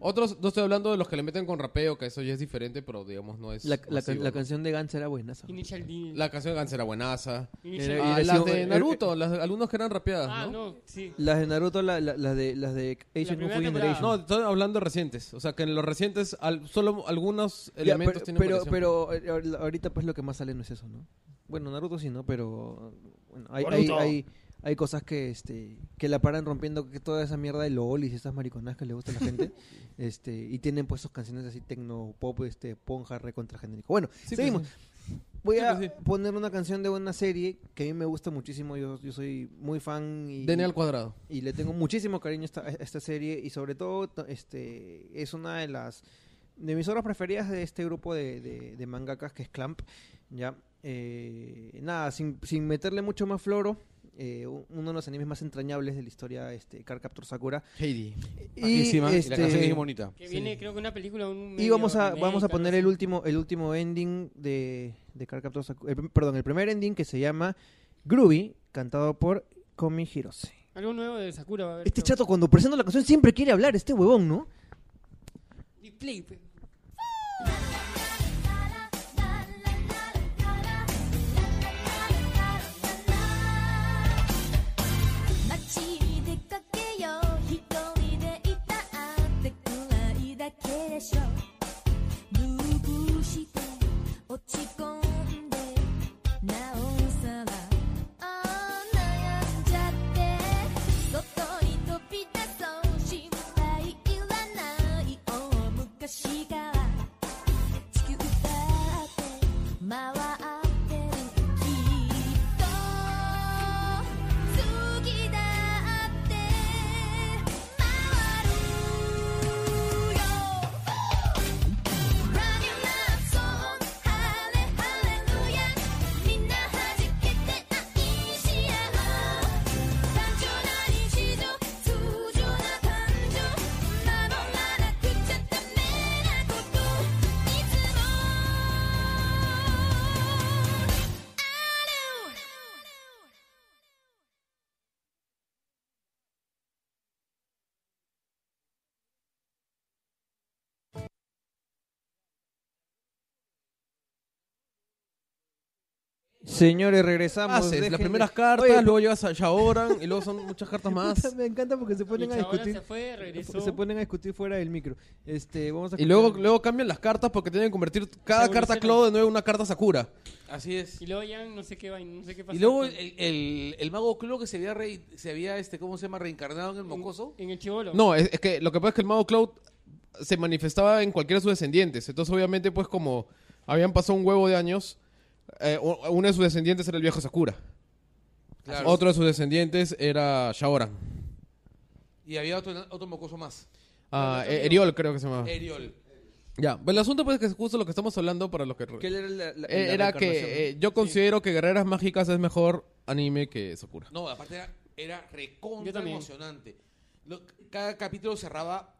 Otros, no estoy hablando de los que le meten con rapeo, que eso ya es diferente, pero digamos no es. La, la- masivo, la ¿no? canción de Gans era buena. Initial D. La canción de Gans era buenaza. Initial Era- D. Ah, la las sigo- de er- eh, Naruto, las, algunas que eran rapeadas, Ah, ¿no? no, sí. Las de Naruto, la- la- las de, las de Asian Kung primera Fu temporada. Generation. No, estoy hablando de recientes. O sea, que en los recientes al- solo algunos Ya, elementos pero, tienen pero, variación. pero, eh, ahor- ahorita pues lo que más sale no es eso, ¿no? Bueno, Naruto sí, ¿no? Pero bueno, hay, hay, hay, hay cosas que este que la paran rompiendo que toda esa mierda de lolis y esas mariconadas que le gusta a [LAUGHS] la gente. este y tienen pues sus canciones así tecno pop, este ponja recontra genérico. Bueno, Sí, pues, seguimos. sí. Voy Sí, a pues, poner una canción de una serie que a mí me gusta muchísimo, yo, yo soy muy fan y Dene al cuadrado. y le tengo muchísimo cariño a esta, a esta serie y sobre todo to- este es una de las de mis obras preferidas de este grupo de, de, de mangakas que es Clamp ya Eh, nada sin, sin meterle mucho más floro eh, u- uno de los animes más entrañables de la historia este Card Captor Sakura Heidi. y, Paquísima, Ah, y la canción es bien este, bonita. Que viene, creo que una película. Un y medio vamos a remake, vamos a algo poner así. el último el último ending de de Card Captor Sakura el prim- perdón el primer ending que se llama Groovy cantado por Komi Hirose Algo nuevo de Sakura va a haber. este creo. chato cuando presenta la canción siempre quiere hablar este huevón no Y play, pe. 「街に出かけよう」「一人でいたってくらいだけでしょ」「ブーブーして落ち込んでなおさら」「ああ悩んじゃって」「外に飛び出そう」「心配いらない」「お昔から」「地球だって回ってる」「きっと好きだって回るよ」「ラニュラソンハレハレルヤ」「みんなはじけて愛し合おう」「単純な日常通常な感情」「守らなくちゃダメなこと」「いつもある」 Señores, regresamos. Haces déjenme- las primeras cartas, Oye, luego llegas a Shaoran y luego son muchas cartas [LAUGHS] puta, más. Me encanta porque se ponen Y a Chaoran discutir. se fue, regresó. Se ponen a discutir fuera del micro. Este, vamos a Y luego, escuchar- luego cambian las cartas porque tienen que convertir cada Se carta evolucionan. Claude de nuevo en una carta Sakura. Así es. Y luego ya no sé qué vaina, no sé qué pasó. Y luego el, el, el mago Clo que se había, re- se había este, ¿cómo se llama? Reencarnado en el mocoso. En el chivolo. No, es, es que lo que pasa es que el mago Cloud se manifestaba en cualquiera de sus descendientes. Entonces, obviamente, pues como habían pasado un huevo de años, eh, u- uno de sus descendientes era el viejo Sakura. Claro. Otro de sus descendientes era Shaoran. Y había otro, otro mocoso más. Ah, eh, Eriol creo que se llamaba. Eriol. Ya, pues el asunto pues es que es justo lo que estamos hablando para los que... Que él era la- la- Eh, la era reencarnación, que eh, yo considero que Guerreras Mágicas es mejor anime que Sakura. No, aparte era, era Yo recontra también. emocionante. Lo- cada capítulo cerraba,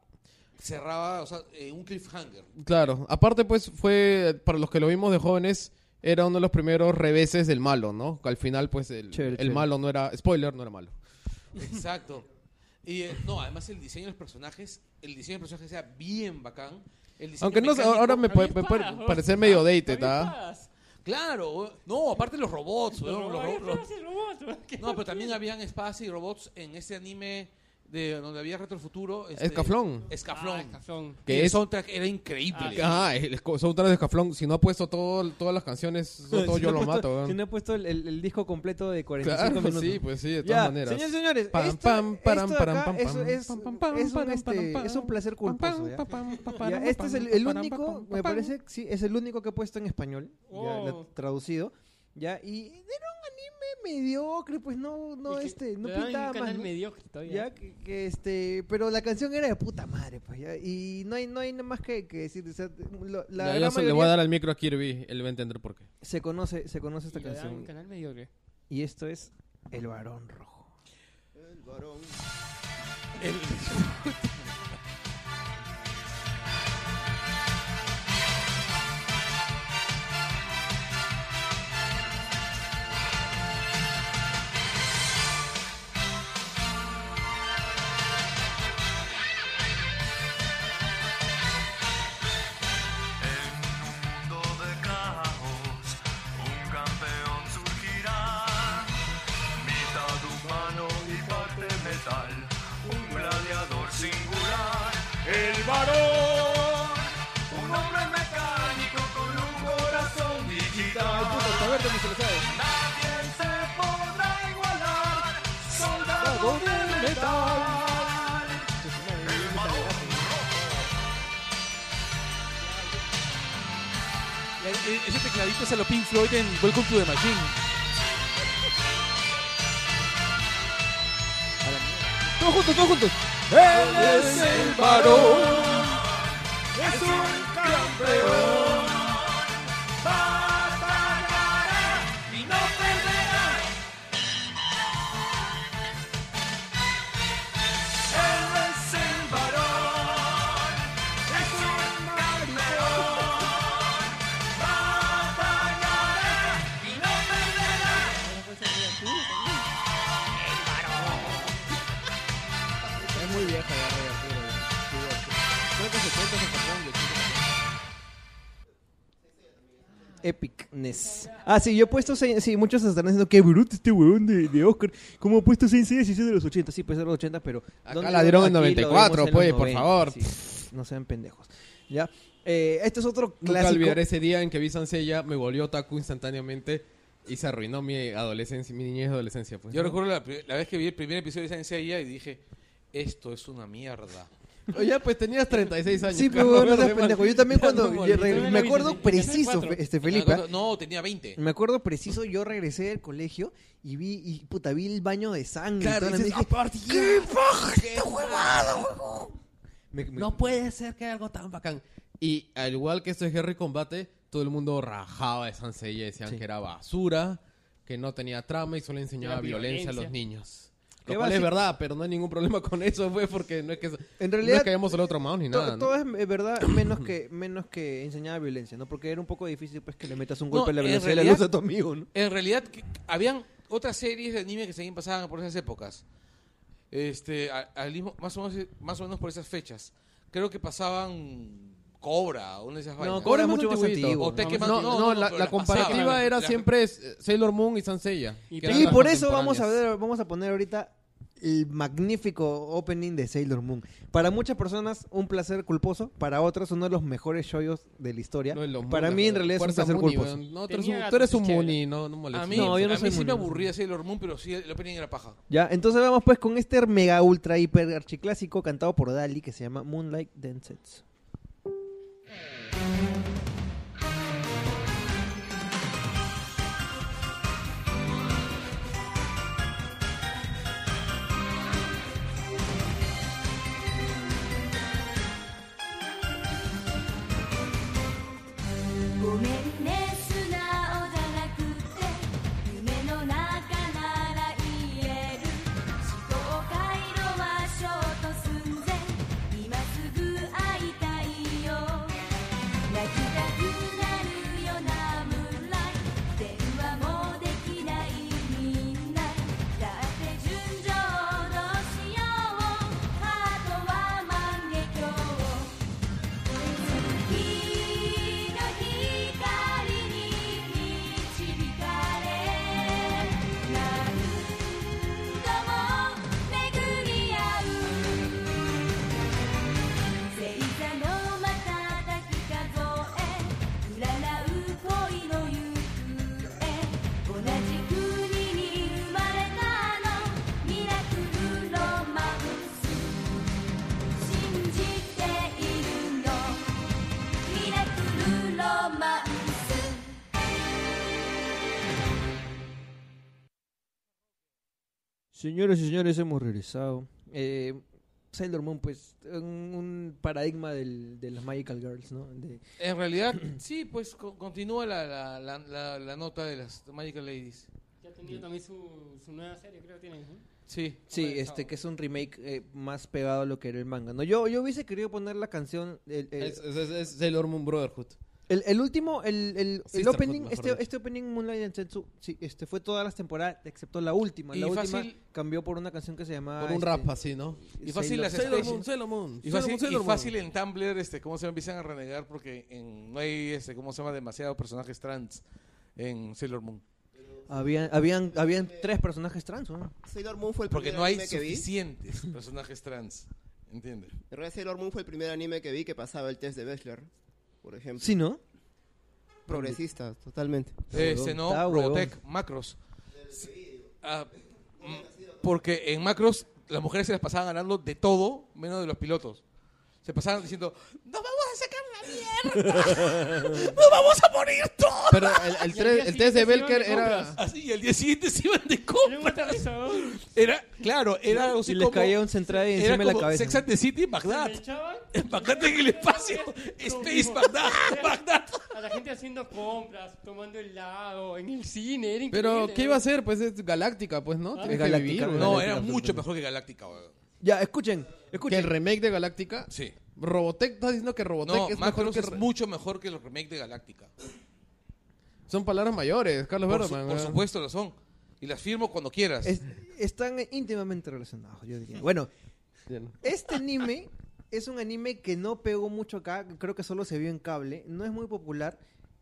cerraba, o sea, eh, un cliffhanger. Claro, aparte pues fue, para los que lo vimos de jóvenes, era uno de los primeros reveses del malo, ¿no? Al final pues el, Chévere, el chévere. malo no era, spoiler, no era malo. Exacto. Y eh, no, además el diseño de los personajes, el diseño de los personajes era bien bacán. El diseño Aunque no sé, mecánico- ahora me Había puede, me espadas, puede ¿no? parecer medio dated, Había ¿ah? espadas. Claro, weón. no, aparte los robots, Los weón, los robots, ro- había los- espadas y robots, weón, [LAUGHS] que- No, pero también habían espadas y robots en ese anime de donde había retrofuturo. Este, Escaflón. Ah, Escaflón. escaflón. que Que el es- soundtrack era increíble. Ah, el esco- soundtrack de Escaflón, si no ha puesto todo, todas las canciones, [LAUGHS] son [LAUGHS] todo Si yo no lo ha mato. puesto- Si weón. eh, no ha puesto el, el- el disco completo de [LAUGHS] 45 Claro, minutos. sí, pues sí, de todas Ya, maneras. señores, señores, Pam, esto- pam, param, esto param, acá pam, es- pam, es- pam, pam, pam, es un, param, este, param, es un placer pam, pam, culposo, ya. pam, pam, pam, Ya, param, este es el, pam, el param, único, pam, me pam. parece, que sí, es el único que he puesto en español, ya, Oh. la- traducido, ya, y era un anime mediocre, pues no, no, Es que este, no le daban pintaba un más. canal ¿no? mediocre todavía. Ya, que, que, este, pero la canción era de puta madre, pues ya, y no hay, no hay nada más que, que decir, o sea, lo- la Ya, yo gran se- le voy a mayoría dar al micro a Kirby, él va a entender por qué. se conoce, se conoce esta Y le daban un canción, canal mediocre. y esto es El Varón Rojo. El varón. 「 largo de metal. E- e- Ese tecladito se lo Pink Floyd en Welcome to the Machine. Todos juntos, todos juntos. Él es el varón. Es un campeón. Es muy vieja ya, Rey Arturo. ya. Sí, Creo que 70 se Japón, de chico. Epicness. Ah, sí, yo he puesto. seis- Sí, muchos están diciendo que bruto este huevón de, de Oscar. ¿Cómo ha puesto 6 y es de los 80? Sí, puede ser de los 80, pero. Acá ¿dónde la lo- dieron en aquí lo 94, vimos en pues, los por favor. sí. no sean pendejos. Ya. Eh, este es otro Nunca clásico. olvidaré ese día en que vi Sansella, me volvió Taku instantáneamente y se arruinó mi adolescencia, mi niñez y adolescencia. Pues, Yo ¿no? recuerdo la, pri- la vez que vi el primer episodio de Ciencia y dije, esto es una mierda. Oye, pues tenías 36 años. Sí, pero Carlos, [LAUGHS] no seas mal. pendejo. Yo también Ya cuando no yo molestes. re- Yo me no preciso, lo vi, sí, acuerdo preciso, 64. este Felipe, ¿ah? No, tenía 20. me acuerdo preciso, yo regresé del colegio y vi, y puta, vi el baño de sangre. y toda la- dije, ¡Qué paja esta huevada, me- me- No puede ser que haya algo tan bacán. Y al igual que esto es Guerra y Combate, todo el mundo rajaba de Sansella y decían que era basura, que no tenía trama y solo enseñaba Era violencia a los violencia. niños. Qué Lo cual es básico. verdad, pero no hay ningún problema con eso, fue porque no es que, En no es realidad, que hayamos solo traumados ni to- nada. ¿no? todo es [CLEARS THROAT] eh, verdad, menos que, menos que enseñaba violencia, ¿no? Porque era un poco difícil pues que le metas un No, golpe a la en velocidad de la realidad- luz a tu amigo, ¿no? En realidad, que- habían otras series de anime que seguían pasaban por esas épocas. Este, a- al mismo- más, o menos, más o menos por esas fechas. Creo que pasaban Cobra, una de esas vainas. Cobra es más mucho más antiguito. antiguo. O Tekken No, Man- no, no, no, no, la, pero la las comparativa pasaban. era Las- siempre es, eh, Sailor Moon y Sansella. Y que Tekken. eran Y las por eso vamos a contemporáneas. ver, vamos a poner ahorita el magnífico opening de Sailor Moon. Para muchas personas un placer culposo, para otros uno de los mejores shoyos de la historia. No, en los para Moon, mí en la- realidad es un Fuerza placer Moon y, culposo. weón, no, tú eres Tenía un, tú eres gatos un chéveres. Moony, no, no molestes. A mí, No, yo no a soy mí sí muy me nerd. aburría Sailor Moon, pero sí el opening era paja. Ya, entonces vamos pues con este mega ultra hiper archiclásico cantado por Dali que se llama Moonlight Densetsu. 「ごめんね素直じゃなくて」「夢の中なら言える」「思考回路はショート寸前」「今すぐ会いたいよ」「泣きたくなるよなムーンライト」「電話もできないみんな」「だって純情のしよう」「ハートは万華鏡」月の光に満ち引かれ何度も巡り合う星座の瞬き数え占う恋の行方同じ国に生まれたのミラクルロマンス「信じているの」「ミラクルロマンス」 Señoras y señores, hemos regresado. Eh, Sailor Moon, pues, un, un paradigma del- de las Magical Girls, ¿no? De- En realidad, [CLEARS THROAT] sí, pues co- continúa la, la, la, la- la nota de las Magical Ladies. Ya ha tenido también su, su nueva serie, creo que tienen. [LAUGHS] ¿no? Sí. sí, Hombre, este, chao. que es un remake eh, más pegado a lo que era el manga. No, yo, yo hubiese querido poner la canción. el- el- Es, es- es- es Sailor Moon Brotherhood. El, el último, el, el, el Sisterhood, opening, mejor este, dicho. este opening Moonlight and Sensu, sí, este fue todas las temporadas, excepto la última. Y La última fácil- cambió por una canción que se Ah, llamaba por un este, rap así, ¿no? Y fácil Sailor- las Sailor especies. Moon. Sailor Moon. Y fácil, y fácil en Tumblr, este, ¿cómo se llama? Empiezan a renegar porque en, no hay, este, ¿cómo se llama? Demasiados personajes trans en Sailor Moon. Habían, habían, habían tres personajes trans, ¿no? Sailor Moon fue el Porque primer no hay anime que vi. suficientes personajes trans. ¿Entiendes? En realidad Sailor Moon fue el primer anime que vi que pasaba el test de Bachelor, por ejemplo. Sí, ¿no? Progresista, totalmente. Este, huevón, está no, huevón. Robotech, Macros. Sí, ah, mm, porque en macros las mujeres se las pasaban ganando de todo, menos de los pilotos. Se pasaban diciendo, ¡nos vamos a sacar la mierda! ¡Nos vamos a morir todos! Pero el, el, Y al tres- día el test de siguiente se iban Belker de era... compras. Así, y al día siguiente se iban de Era un compra. aterrizador. Era, claro, era algo así Y les como... caía un central Era encima de la como cabeza. Sex and the City en Bagdad. Se echaban En Bagdad en [LAUGHS] el espacio. Este Space [LAUGHS] Bagdad. Bagdad. a la gente haciendo compras, tomando helado, en el cine. Era Pero, increíble, ¿qué ¿no? iba a hacer? Pues es Galáctica, pues, ¿no? Tienes que Galáctica, vivir, ¿verdad? weón. No, era mucho mejor que Galáctica, weón. Ya, escuchen, Que el escuchen. remake de Galáctica... Sí. Robotech, ¿estás diciendo que Robotech No, es mejor Macros que... es re- mucho mejor que el remake de Galáctica. Son palabras mayores, Carlos Por, su- Berman. por weón. supuesto lo son. Y las firmo cuando quieras. Es- están íntimamente relacionados, yo diría. Bueno, Ya no. Este anime es un anime que no pegó mucho acá, creo que solo se vio en cable, no es muy popular,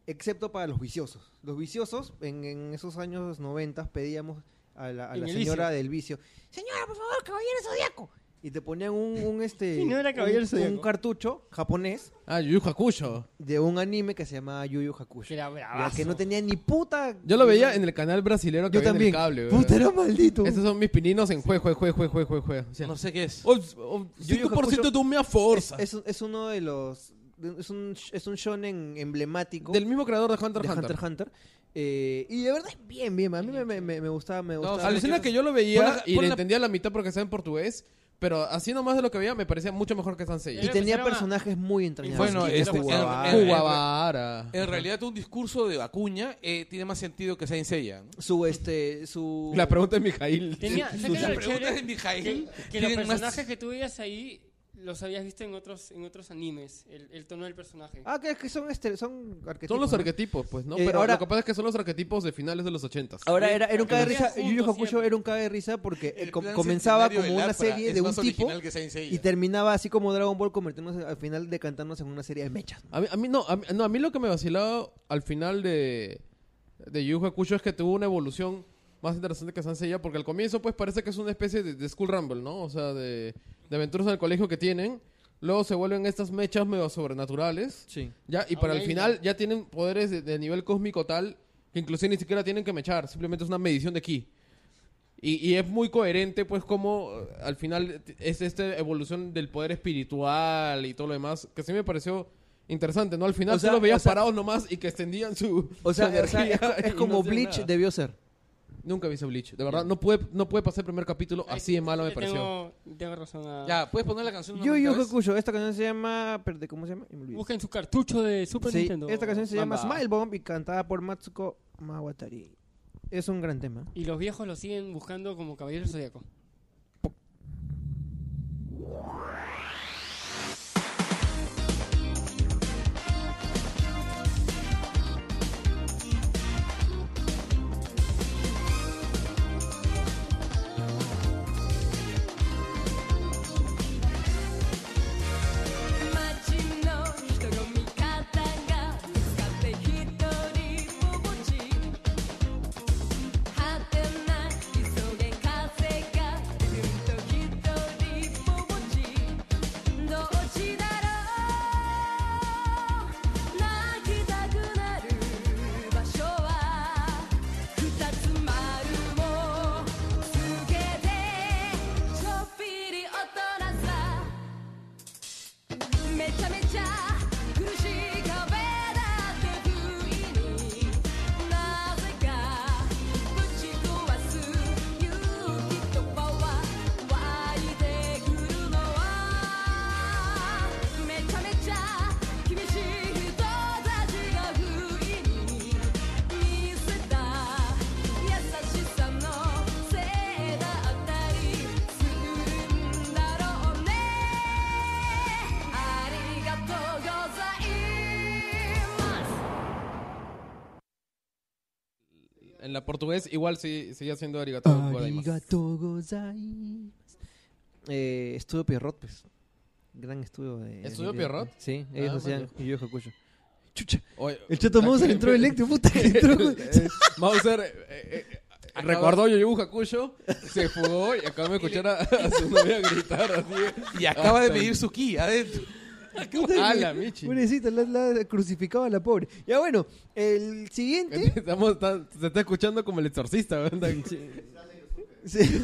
excepto para los viciosos. Los viciosos, en, en esos años 90 pedíamos a la, a En la el señora vicio. del vicio, señora, por favor, caballero zodiaco. Y te ponían un, un, este, Y no era Caballero un- Zodiaco. un cartucho japonés Ah, Yu Yu Hakusho. de un anime que se llamaba Yu Yu Hakusho. Que era Ya bravazo. que no tenía ni puta... Yo lo veía en el canal brasilero que Yo había en también. el cable. weón. Puta, era maldito. Estos son mis pininos en jue, jue, jue, jue, jue, jue, jue. O sea, no sé qué es. o- o- Yu Yu 5% de una Es, fuerza. es, un- es uno de los... Es un, es un shonen emblemático. Del mismo creador de Hunter de x Hunter Hunter. x Hunter. Eh, y de verdad es bien, bien. A mí me, me, me, me gustaba, me No, gustaba. alucina que yo lo Pon veía la- y pon le la- entendía la mitad porque estaba en portugués. Pero así nomás de lo que veía me parecía mucho mejor que Sansei. y Era- tenía era- personajes muy entrañables. Bueno, Kiko este, Ah, Kuwabara. en- en- Jugabara. En realidad, un discurso de Acuña eh, tiene más sentido que Saint Seiya. ¿no? su, este, su... La pregunta es Mijail. Tenía, ¿sabes qué era Las lo preguntas chévere? de Mijail Que, que los tienen más- personajes que tú veías ahí los habías visto en otros, en otros animes, el, el tono del personaje. Ah, que, que son, este, son arquetipos. Son los ¿no? arquetipos, pues, ¿no? Eh, Pero ahora- lo que pasa es que son los arquetipos de finales de los ochentas. Ahora era, era un cae de risa. Juntos Yu Yu Hakusho siempre. era un cae de risa porque eh, El com- plan comenzaba centenario como del una APRA serie es de un más tipo original que Saint Seiya. y terminaba así como Dragon Ball convirtiéndose al final de cantarnos en una serie de mechas. A mí, a mí no, a mí, no, a mí lo que me vacilaba al final de, de Yu Yu Hakusho es que tuvo una evolución más interesante que Sansei ya, porque al comienzo pues parece que es una especie de, de School Rumble, ¿no? O sea, de, de aventuras en el colegio que tienen. Luego se vuelven estas mechas medio sobrenaturales. Sí. Ya, y para Ok, el final ya tienen poderes de, de nivel cósmico tal que inclusive ni siquiera tienen que mechar, simplemente es una medición de ki. Y, y es muy coherente, pues, como eh, al final t- es esta evolución del poder espiritual y todo lo demás, que sí me pareció interesante, ¿no? Al final O tú sea, los veías o sea- parados nomás y que extendían su. [LAUGHS] O sea, su o sea, es, co- energía es y no como hacían Bleach nada. debió ser. Nunca vi ese Bleach, de verdad, no pude, no pude pasar el primer capítulo, Ahí así de sí, malo me yo pareció. Tengo, tengo razón. A... Ya, ¿puedes poner la canción? Yu Yu nuevamente otra vez? Hakusho, esta canción se llama... espérate, ¿Cómo se llama? Ya me olvidé. Busquen su cartucho de Super Sí, Nintendo. esta canción se llama Mamba. Smile Bomb y cantada por Matsuko Mawatari. Es un gran tema. Y los viejos lo siguen buscando como Caballero del Zodíaco. 「街の人の見方がぶつかって一人ぼぼち」「果てない急げ風がずっと一人ぼぼち」「どっちだろう泣きたくなる場所は」「二つ丸をつけてちょっぴり大人さ」めちゃめちゃ苦しい壁だって不意になぜかぶち壊す勇気とパワー湧いてくるのはめちゃめちゃ厳しい人たちが不意に見せた優しさのせいだったりするんだろうねありがとうございます En la portugués igual sí, seguía siendo arigato. gozaimasu. Arigato gozaimasu. Eh, estudio Pierrot, pues. Gran estudio de. ¿Estudio de- Pierrot? Sí, ellos Ah, hacían manja. Yu Yu Hakusho. Chucha. Oye, El chato aquí- [LAUGHS] Mouser entró electro, puta que entró. Eh, eh, [LAUGHS] Mauser eh, eh, eh, recordó Yu Yu Hakusho, se fugó y acaba de escuchar a, a su novia gritar así. Y acaba de Hasta [LAUGHS] pedir su ki [LAUGHS] adentro. ¡Ah, la Michi! Pobrecita, la, la crucificaba la pobre. Ya bueno, el siguiente. [LAUGHS] Estamos tan- se está escuchando como el exorcista, ¿verdad? Sí.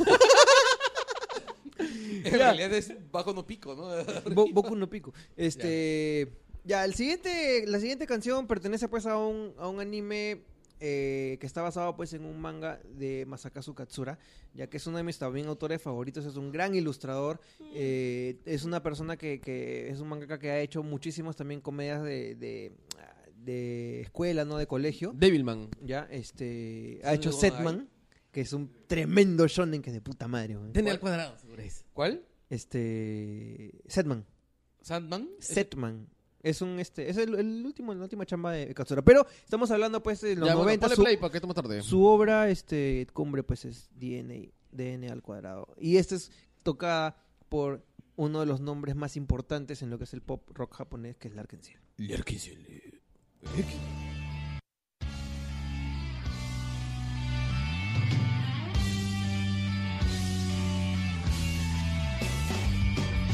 en realidad es bajo no [LAUGHS] pico, ¿no? Bo- Boku no Pico. Este. Ya, el siguiente, la siguiente canción pertenece pues a un, a un anime eh, que está basado pues en un manga de Masakazu Katsura, ya que es uno de mis también autores favoritos, es un gran ilustrador, eh, es una persona que, que es un mangaka que ha hecho muchísimas también comedias de, de, de escuela, ¿no? De colegio. Devilman. Ya, este, un ha hecho nuevo Setman, que es un tremendo shonen que es de puta madre. weón. Tiene al cuadrado, seguro ¿Cuál? Este, Setman. ¿Sandman? Setman. Es un este, es el, el último, la última chamba de Katsura. Pero estamos hablando pues de los Ya, bueno, 90. ponle su- play para que estemos tarde. su obra este cumbre pues es DNA DNA al cuadrado y esta es tocada por uno de los nombres más importantes en lo que es el pop rock japonés que es Larkin Seal.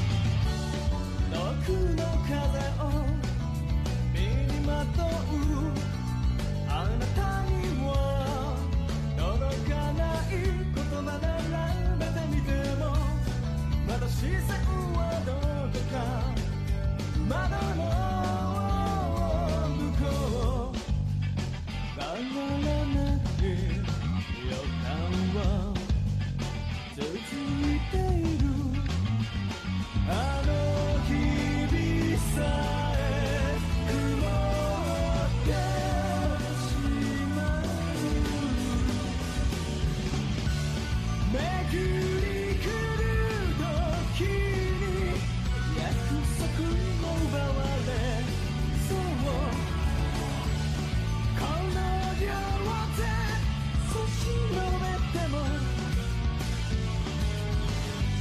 「遠くの風を身にまとう」「あなたには届かない言葉ならまた見ても」「まだ視線はどこか窓の向こう」「離れない予感は続いている」「あの日々さえ曇ってしまう」「めぐり来る時に約束も奪われそう」「この両手差し伸べても」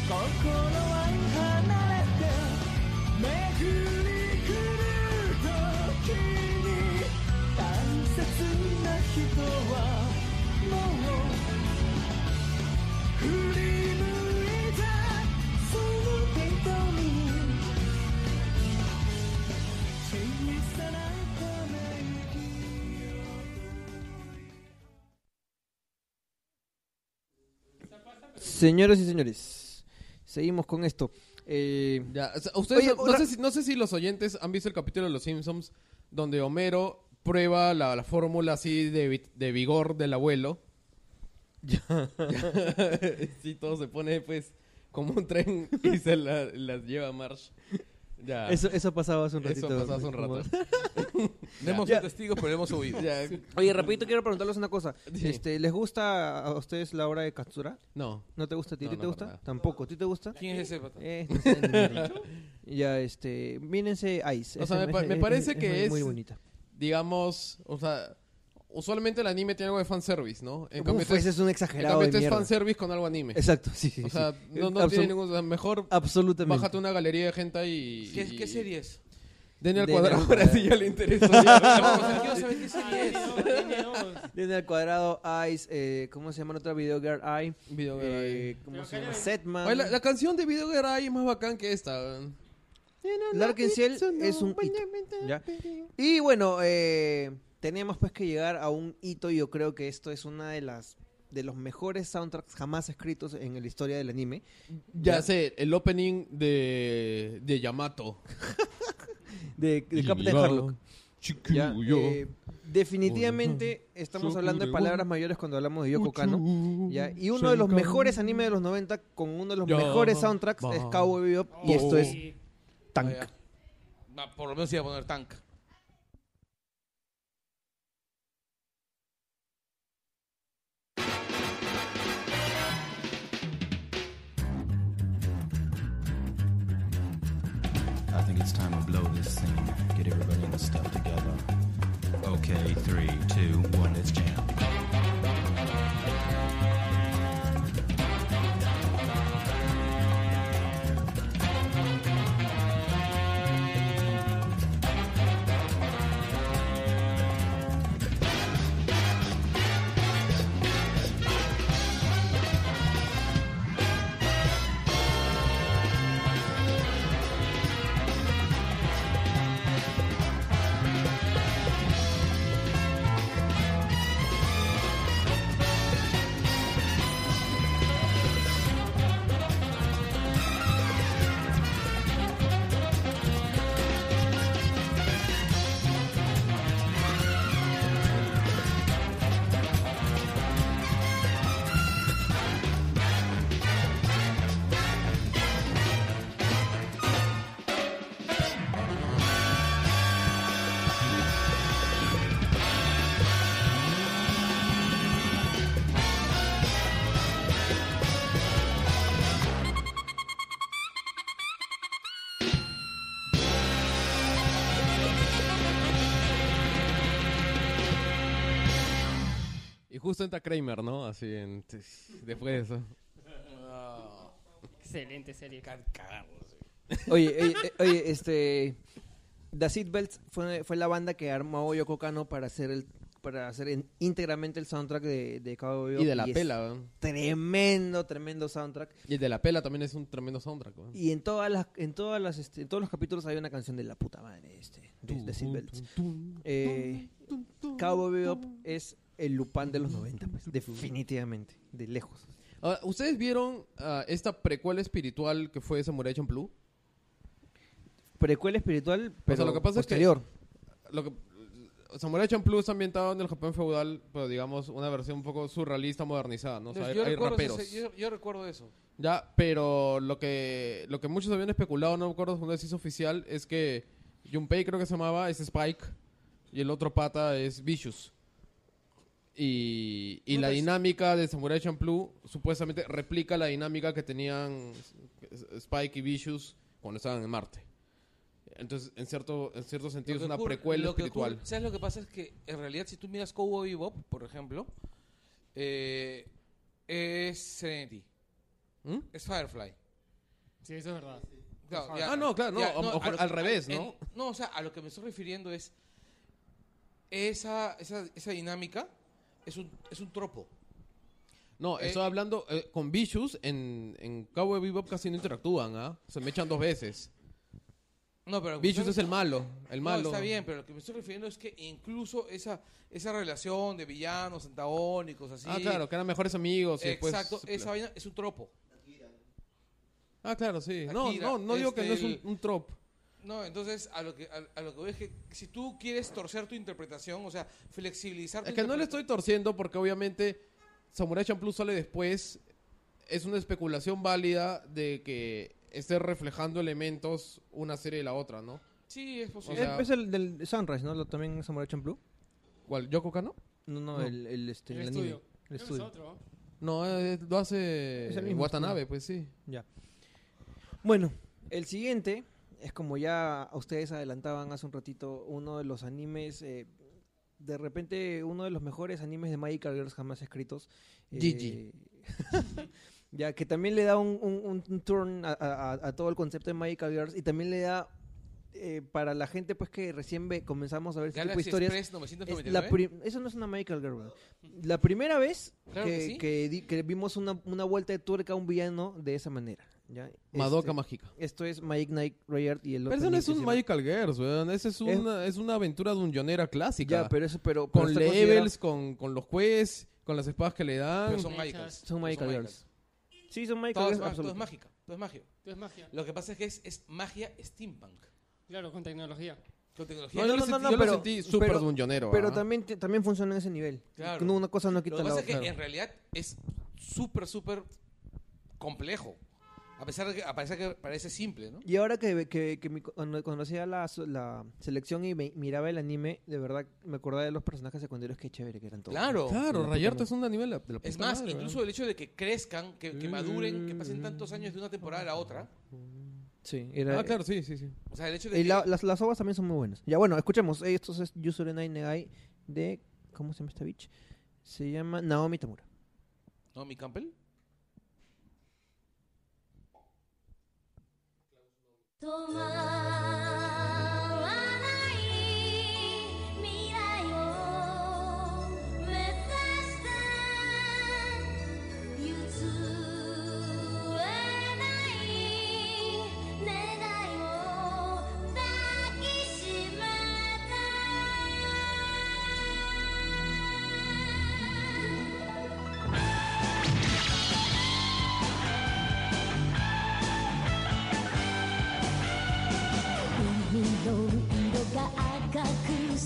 心は離れて巡り来る時に約束も奪われ大切な人はもう振り向いてその人に小さなため息 Señoras y señores, seguimos con esto. Eh, Ya, o sea, ustedes, Oye, no, otra- sé si, no sé si los oyentes han visto el capítulo de Los Simpsons donde Homero prueba la, la fórmula así de, vi- de vigor del [LAUGHS] abuelo. Ya. [LAUGHS] sí, todo se pone pues como un tren y se la- las lleva a Marsh. Ya. eso, eso pasaba hace un ratito. Ah. Eso pasó hace un rato. [LAUGHS] No hemos sido testigos, pero hemos oído. Ya, Oye, rapidito quiero preguntarles [LAUGHS] una cosa. Sí. Este, ¿Les gusta a ustedes la obra de Katsura? No. ¿No te gusta a ti? No, ¿Ti no, te para gusta? nada. Tampoco. ¿Ti te gusta? ¿Quién es ese pata? Eh, no sé, [LAUGHS] ni- ya, este, mírense Ice. O sea, Ese- me pa- ese- me ese- parece ese que muy- es- muy bonita. Digamos, o sea, usualmente el anime tiene algo de fanservice, ¿no? En Uf, cambio, este ese es, es un en exagerado cambio, de este es mierda. fanservice con algo anime. Exacto, sí, sí. O sí. sea, no, no Absol- tiene ningún... o sea, Mejor Absolutamente. bájate una galería de gente y... ¿Qué, y- ¿Qué serie es? Denle al Denle cuadrado, al ahora cuadrado. sí ya le interesó. [LAUGHS] [LAUGHS] No, o sea, quiero saber qué serie es. Tiene dos, tiene dos. Tiene al cuadrado Ice, eh, ¿cómo se llama la otra video girl Eye? Video Girl Eh, ¿Cómo Pero se acá llama? le- Setman. Oye, la, la canción de Video Girl Eye es más bacán que esta. weón. Larkin Ciel es un hito. ¿ya? Y bueno, eh, tenemos pues que llegar a un hito. Yo creo que esto es una de las de los mejores soundtracks jamás escritos en la historia del anime. Ya, sé, el opening de, de Yamato. De, de Captain Harlock. Ya, [LAUGHS] eh, definitivamente estamos hablando de palabras mayores cuando hablamos de Yoko Kano. ¿ya? Y uno de los mejores animes de los 90 con uno de los Ya, mejores soundtracks es va. Cowboy Bebop. Y esto es Sí. Tank. Ah, ya. Ah, por lo menos iba a poner tank. I think it's time to blow this scene. Get everybody in the stuff together. Okay, three, two, one, let's jam. justo entra Kramer, ¿no? Así, en- después de eso. Excelente serie. Oye, oye, eh, oye, este. The Seatbelts fue, fue la banda que armó Yoko Kano para hacer el para hacer en- íntegramente el soundtrack de, de Cowboy Bebop Y de la es pela, weón. Tremendo, tremendo soundtrack. Y el de la pela también es un tremendo soundtrack, weón. Y en todas las, en todas las, este, en todos los capítulos hay una canción de la puta madre, este, de, de Seatbelts. Eh, Cowboy Bebop es el Lupin de los 90, pues, definitivamente, de lejos. Ahora, ¿Ustedes vieron ah, esta precuela espiritual que fue Samurai Champloo? Precuela espiritual, pero lo que pasa es que- posterior. Lo que, eh, Samurai Champloo está ambientado en el Japón feudal, pero digamos una versión un poco surrealista, modernizada, ¿no? O sea, hay, Pues yo, hay recuerdo raperos. ese- yo- yo recuerdo eso. Ya, pero lo que, lo que muchos habían especulado, no me acuerdo cuando se hizo oficial, es que Junpei creo que se llamaba, es Spike, y el otro pata es Vicious. Y, pues y la dinámica de Samurai Champloo supuestamente replica la dinámica que tenían S- Spike y Vicious cuando estaban en Marte. Entonces, en cierto, en cierto Lo sentido, es que una ocurre- precuela lo que espiritual. ocurre- ¿Sabes lo que pasa? Es que en realidad, si tú miras Cowboy Bebop, por ejemplo, eh, es Serenity, ¿Mm? es Firefly. Sí, eso es verdad. Claro, Ah, no, claro, no, o- o- a lo- al revés, en- ¿no? no, o sea, a lo que me estoy refiriendo es. Esa, esa, esa dinámica es un, es un tropo. No, Eh, estoy hablando eh, con Vicious en, en Cowboy Bebop casi no interactúan, ¿ah? Se me echan dos veces. No, pero. Vicious es el malo, el malo. No, está bien, pero lo que me estoy refiriendo es que incluso esa, esa relación de villanos antagónicos, así. Ah, claro, que eran mejores amigos. y después- pues, Exacto, esa vaina es un tropo. Ah, claro, sí. No, Akira, no, no digo este, que no es un, el- un trop. No, entonces a lo que a, a lo que voy es que si tú quieres torcer tu interpretación, o sea, flexibilizar tu Es que no le interpreta- estoy torciendo porque obviamente Samurai Champloo sale después. Es una especulación válida de que esté reflejando elementos una serie de la otra, ¿no? Sí, es O posible. sea, es el del Sunrise, ¿no? Lo- También Samurai Champloo. ¿Cuál? ¿Yoko Kano? No, no, el, el, este, El el anime. estudio. El Creo que estudio. Es otro. No, eh, lo hace Es el mismo, Watanabe, pues sí. Ya. Bueno, el siguiente es como ya ustedes adelantaban hace un ratito, uno de los animes, eh, de repente uno de los mejores animes de Magical Girls jamás escritos. eh, GG. [LAUGHS] ya, que también le da un, un- un- un turn a, a- a- a todo el concepto de Magical Girls y también le da... eh, para la gente pues que recién ve- comenzamos a ver este tipo de Galaxy historias Express es 999. la prim- eso no es una Magical Girl. weón. La primera vez Claro que, que sí. que di- que vimos una, una vuelta de tuerca a un villano de esa manera. ¿ya? Madoka Este, Mágica. Esto es Mike Knight Rayard y el Pero otro. eso no niño es que un se llama- Magical Girls, weón. Esa es Es- una, es una aventura dungeonera clásica. Ya, pero eso, pero. pero con está levels, con, con los juez, con las espadas que le dan. Pero son mágicas. considerado- Son Magical Girls. Sí, son Magical Todo es, Girls. ma- todo es absoluto. mágica, todo es magia. Esto es magia. Lo que pasa es que es, es magia steampunk. Claro, con tecnología. Con tecnología. No, yo No, lo sentí, no, no, no, yo lo pero- sentí súper pero- dungeonero. Pero ¿ah? también, te- también funciona en ese nivel. Claro. No, Una cosa no Lo quita que la pasa es que otra. en realidad es súper, súper complejo. A pesar de que, a pesar que parece simple, ¿no? Y ahora que, que, que mi- cuando cuando hacía la, la selección y me- miraba el anime, de verdad me acordaba de los personajes secundarios que chévere que eran todos. Claro. Claro, puta Rayarto madre. es un nivel de la Es puta más, madre, incluso weón. el hecho de que crezcan, que, que maduren, que Mm. Mm. pasen tantos años de una temporada a la otra. Sí, era, Ah, claro, sí, sí, sí. O sea, el hecho de Y que la- las, las ovas también son muy buenas. Ya bueno, escuchemos. Eh, Esto es Yusure Nine Negai de. ¿Cómo se llama esta bitch? Se llama Naomi Tamura. ¿No, mi Campbell? 止まらない未来を目指して譲れない願いを抱きしめて海の色が赤く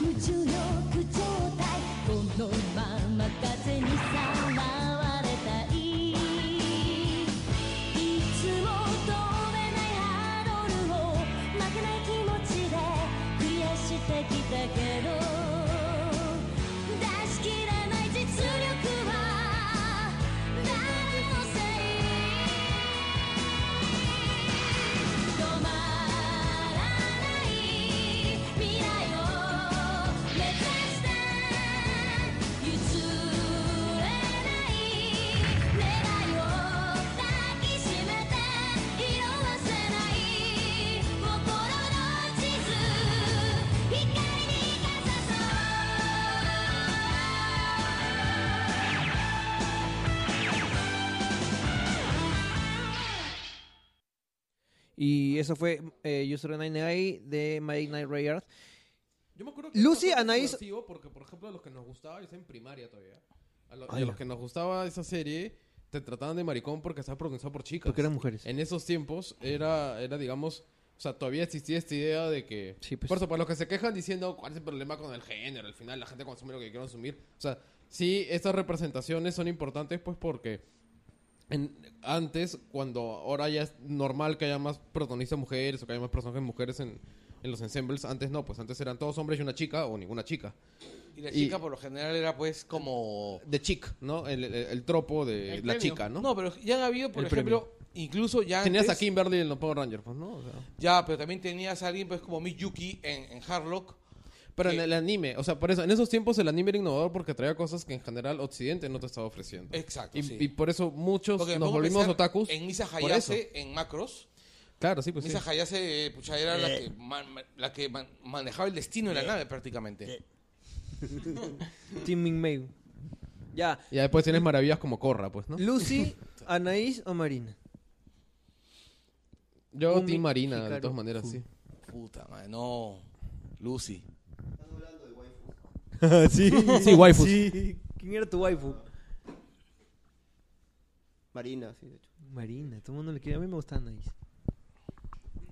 無重力状態このまま風にさらわれたいいつも飛べないハードルを負けない気持ちでクリアしてきたけど出し切らない実力は誰のせい止まらない Y eso fue eh, User 99 de My Night Ray Earth. Yo me acuerdo Lucy era bastante Anaís- subversivo porque, por ejemplo, a los que nos gustaba, yo estaba en primaria todavía. A, lo- y a Ala. los que nos gustaba esa serie, te trataban de maricón porque estaba protagonizado por chicas. Porque eran mujeres. En esos tiempos era, era digamos, o sea, todavía existía esta idea de que... Sí, pues. Por eso, para los que se quejan diciendo cuál es el problema con el género, al final la gente consume lo que quiere consumir. O sea, sí, estas representaciones son importantes pues porque en- antes, cuando ahora ya es normal que haya más protagonistas mujeres o que haya más personajes mujeres en, en los ensembles, antes no, pues antes eran todos hombres y una chica o ninguna chica. Y la Y- chica por lo general era pues como... De chick, ¿no? El, el- el tropo de El la premio. chica, ¿no? ¿no? pero ya han habido, por El ejemplo, incluso ya Tenías a antes- Kimberly en los Power Rangers, pues, ¿no? O sea, Ya, pero también tenías a alguien pues como Miyuki en, en Harlock. pero que- en el anime, o sea, por eso, en esos tiempos el anime era innovador porque traía cosas que en general Occidente no te estaba ofreciendo. Exacto, Y, sí. y por eso muchos Porque me nos pongo a volvimos pensar otakus. En Misa por eso. Hayase, en Macros. Claro, sí, pues sí. Misa Hayase, eh, pucha, era la que, man- man- la que man- manejaba el destino Eh. de la nave prácticamente. Tim May. Ya. Y después tienes maravillas como Corra, pues, ¿no? [LAUGHS] Lucy, Anaís o Marina. Yo, Kumi, Team Marina, de Hikaru, todas maneras, Kumi. sí. Puta madre, no. Lucy. Eh. Están hablando de waifu. sí. [LAUGHS] Sí, waifus. Sí. ¿Quién era tu waifu? Marina, sí, de hecho. Marina, todo el mundo le quiere. A mí me gusta Anaís.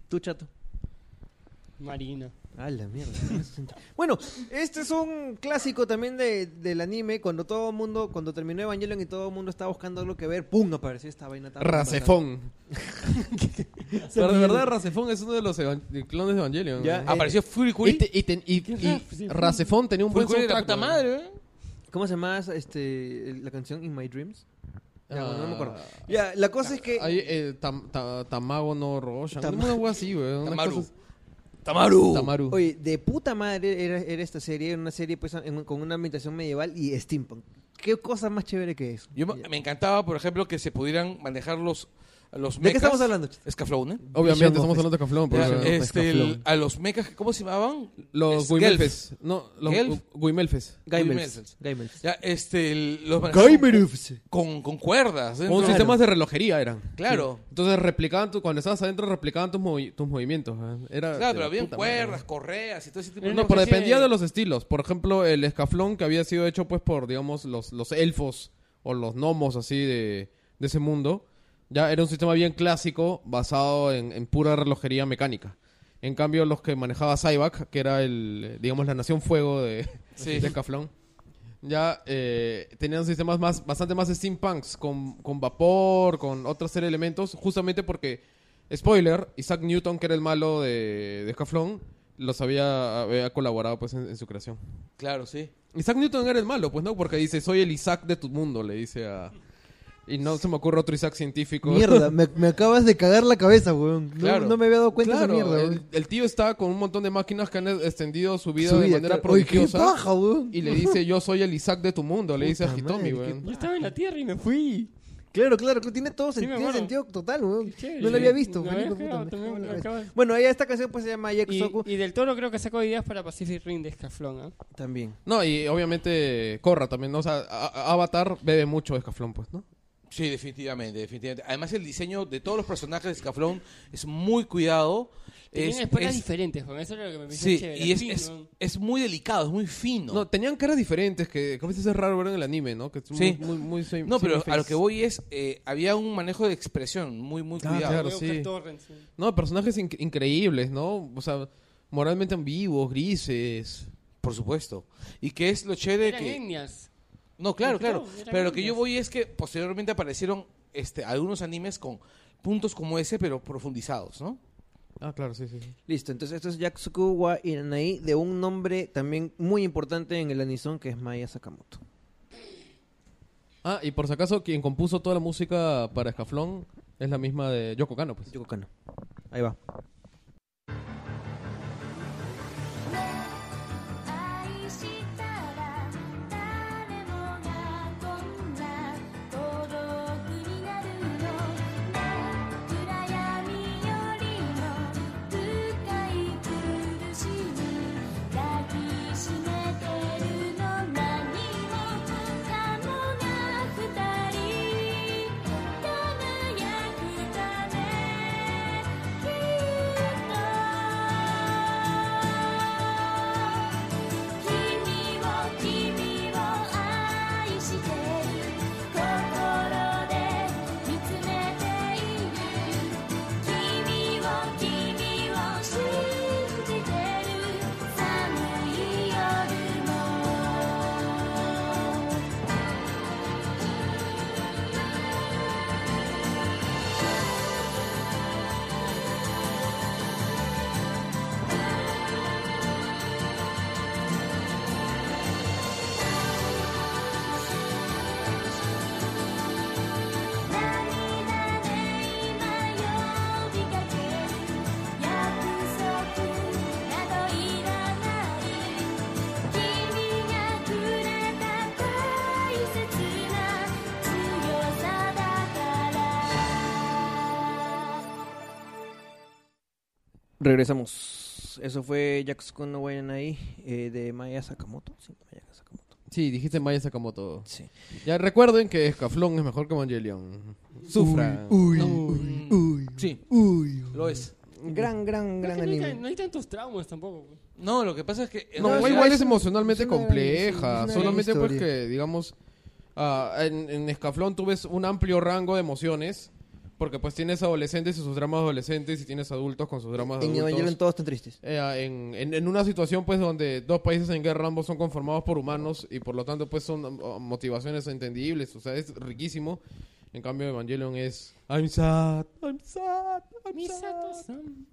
Tú, chato. Marina. A la mierda. bueno, este es un clásico también de- del anime. Cuando todo el mundo, cuando terminó Evangelion y todo el mundo estaba buscando algo que ver, ¡pum! apareció esta vaina [LAUGHS] tan. Racefón. Pero de verdad, Racefón es uno de los evan- de clones de Evangelion. Ya, ¿no? eh, Apareció Fury y, Kuri. te- y ten- y- y Racefón tenía Este, un Fury buen Kuri de la soundtrack, puta ¿no? madre, ¿eh? ¿Cómo se llama este, el- la canción In My Dreams? Ya, Ah. bueno, no me acuerdo. Ya, la cosa es que. Ahí, eh, tam- ta- Tamago no Roshan. Tam- una wea así, weón. Una Tamaru. cosa- Tamaru. Tamaru. Oye, de puta madre era, era esta serie, era una serie pues en- con una ambientación medieval y steampunk. ¿Qué cosa más chévere que eso? Yo me Ya. me encantaba, por ejemplo, que se pudieran manejar los, los ¿De qué mechas. estamos hablando? Scaflowne. Obviamente, Vision estamos of- hablando de Caflón. pero- pues, Ya, eh, este, el- a los mechas, ¿cómo se llamaban? los Gelf. Guimelfes. No, los Gelf. Gu- Guimelfes. Gaimels. Gaimels. Ya, este, el- los manejaban Gaimerufs. con, con cuerdas. dentro Con de- sistemas de relojería eran. Claro. Entonces replicaban, tu- cuando estabas adentro, replicaban tus, movi- tus movimientos. weón. Era de Claro, pero la había puta madre. cuerdas, correas y todo ese tipo de Era No, una pero especie dependía de- de los estilos. Por ejemplo, el escaflón que había sido hecho pues por, digamos, los, los elfos o los gnomos así de, de ese mundo, ya era un sistema bien clásico basado en, en pura relojería mecánica. En cambio, los que manejaba Cybac, que era el, eh, digamos, la nación fuego de, Sí. de escaflón, ya eh, tenían sistemas más, bastante más steampunks, con, con vapor, con otros serie de elementos, justamente porque, spoiler, Isaac Newton, que era el malo de, de Escaflón, los había, había colaborado pues en, en su creación. Claro, sí. Isaac Newton era el malo, pues no, porque dice, soy el Isaac de tu mundo, le dice a... Y no se me ocurre otro Isaac científico. [LAUGHS] Mierda, me, me acabas de cagar la cabeza, weón. No, Claro. no me había dado cuenta Claro, de esa mierda, el, weón. el tío está con un montón de máquinas que han extendido su vida, Su de vida, manera claro. Oye, qué prodigiosa. paja, weón. Y le dice, yo soy el Isaac de tu mundo, le dice a Puta Hitomi, madre, weón. Yo estaba en la Tierra y me fui. Claro, claro, que tiene todo sen- Sí, me tiene acuerdo. sentido total, weón. Qué chévere. No lo había visto, No, marico, es que puta, me también cago en la me cabeza. acabas- Bueno, ahí esta canción pues se llama Jack Soku. Y, y del toro creo que sacó ideas para Pacific Rim de Escaflón, ¿ah? También. No, y obviamente Corra también, ¿no? O sea, a- a- Avatar bebe mucho de Escaflón, pues, ¿no? Sí, definitivamente, definitivamente. Además, el diseño de todos los personajes de Scaflón es muy cuidado. Tenían Es, espadas es- diferentes, Juan. Eso era lo que me pareció sí, chévere. y es, Fin, es, Juan. es muy delicado, es muy fino. No, No, tenían caras diferentes, que a veces es raro ver en el anime, ¿no? Que es Sí. muy, muy, muy same- pero same a lo face. que voy es, eh, había un manejo de expresión muy, muy Ah, cuidado. claro, Voy a buscar sí. torrents, sí. No, personajes inc- increíbles, ¿no? O sea, moralmente ambiguos, grises. Por supuesto. Y que es lo chévere Eran que... etnias. No, claro, Pues claro, claro. eran Pero lo que niños. yo voy es que posteriormente aparecieron este, algunos animes con puntos como ese, pero profundizados, ¿no? Ah, claro, sí, sí. sí. Listo, entonces esto es Yakusoku wa Inanai de un nombre también muy importante en el anisón que es Maya Sakamoto. Ah, y por si acaso, quien compuso toda la música para Escaflón es la misma de Yoko Kano, pues. Yoko Kano. Ahí va. 愛したら誰もがこんな孤独になるよ暗闇よりも深い苦しみ抱きしめてるの何もかもが二人輝くためきっと Regresamos. Eso fue Jackson No Vayan Ahí eh, de Maya Sakamoto. Sí, Maya Sakamoto. Sí, dijiste Maya Sakamoto. Sí. Ya recuerden que Escaflón es mejor que Evangelion. Sufran. Uy, uy, uy, Sí, uy. lo es. Gran, gran, gran no, hay, tan- anime. no hay tantos traumas tampoco. güey. No, lo que pasa es que. No, en igual, realidad- es emocionalmente es una- compleja. es una Solamente historia. pues que, digamos, ah, en, en Escaflón tú ves un amplio rango de emociones. Porque pues tienes adolescentes y sus dramas adolescentes y tienes adultos con sus dramas de En adultos. Evangelion todos están tristes. Eh, en, en- en una situación pues donde dos países en guerra ambos son conformados por humanos y por lo tanto pues son um, motivaciones entendibles, o sea, es riquísimo. En cambio Evangelion es I'm sad, I'm sad, I'm sad. Misato-san.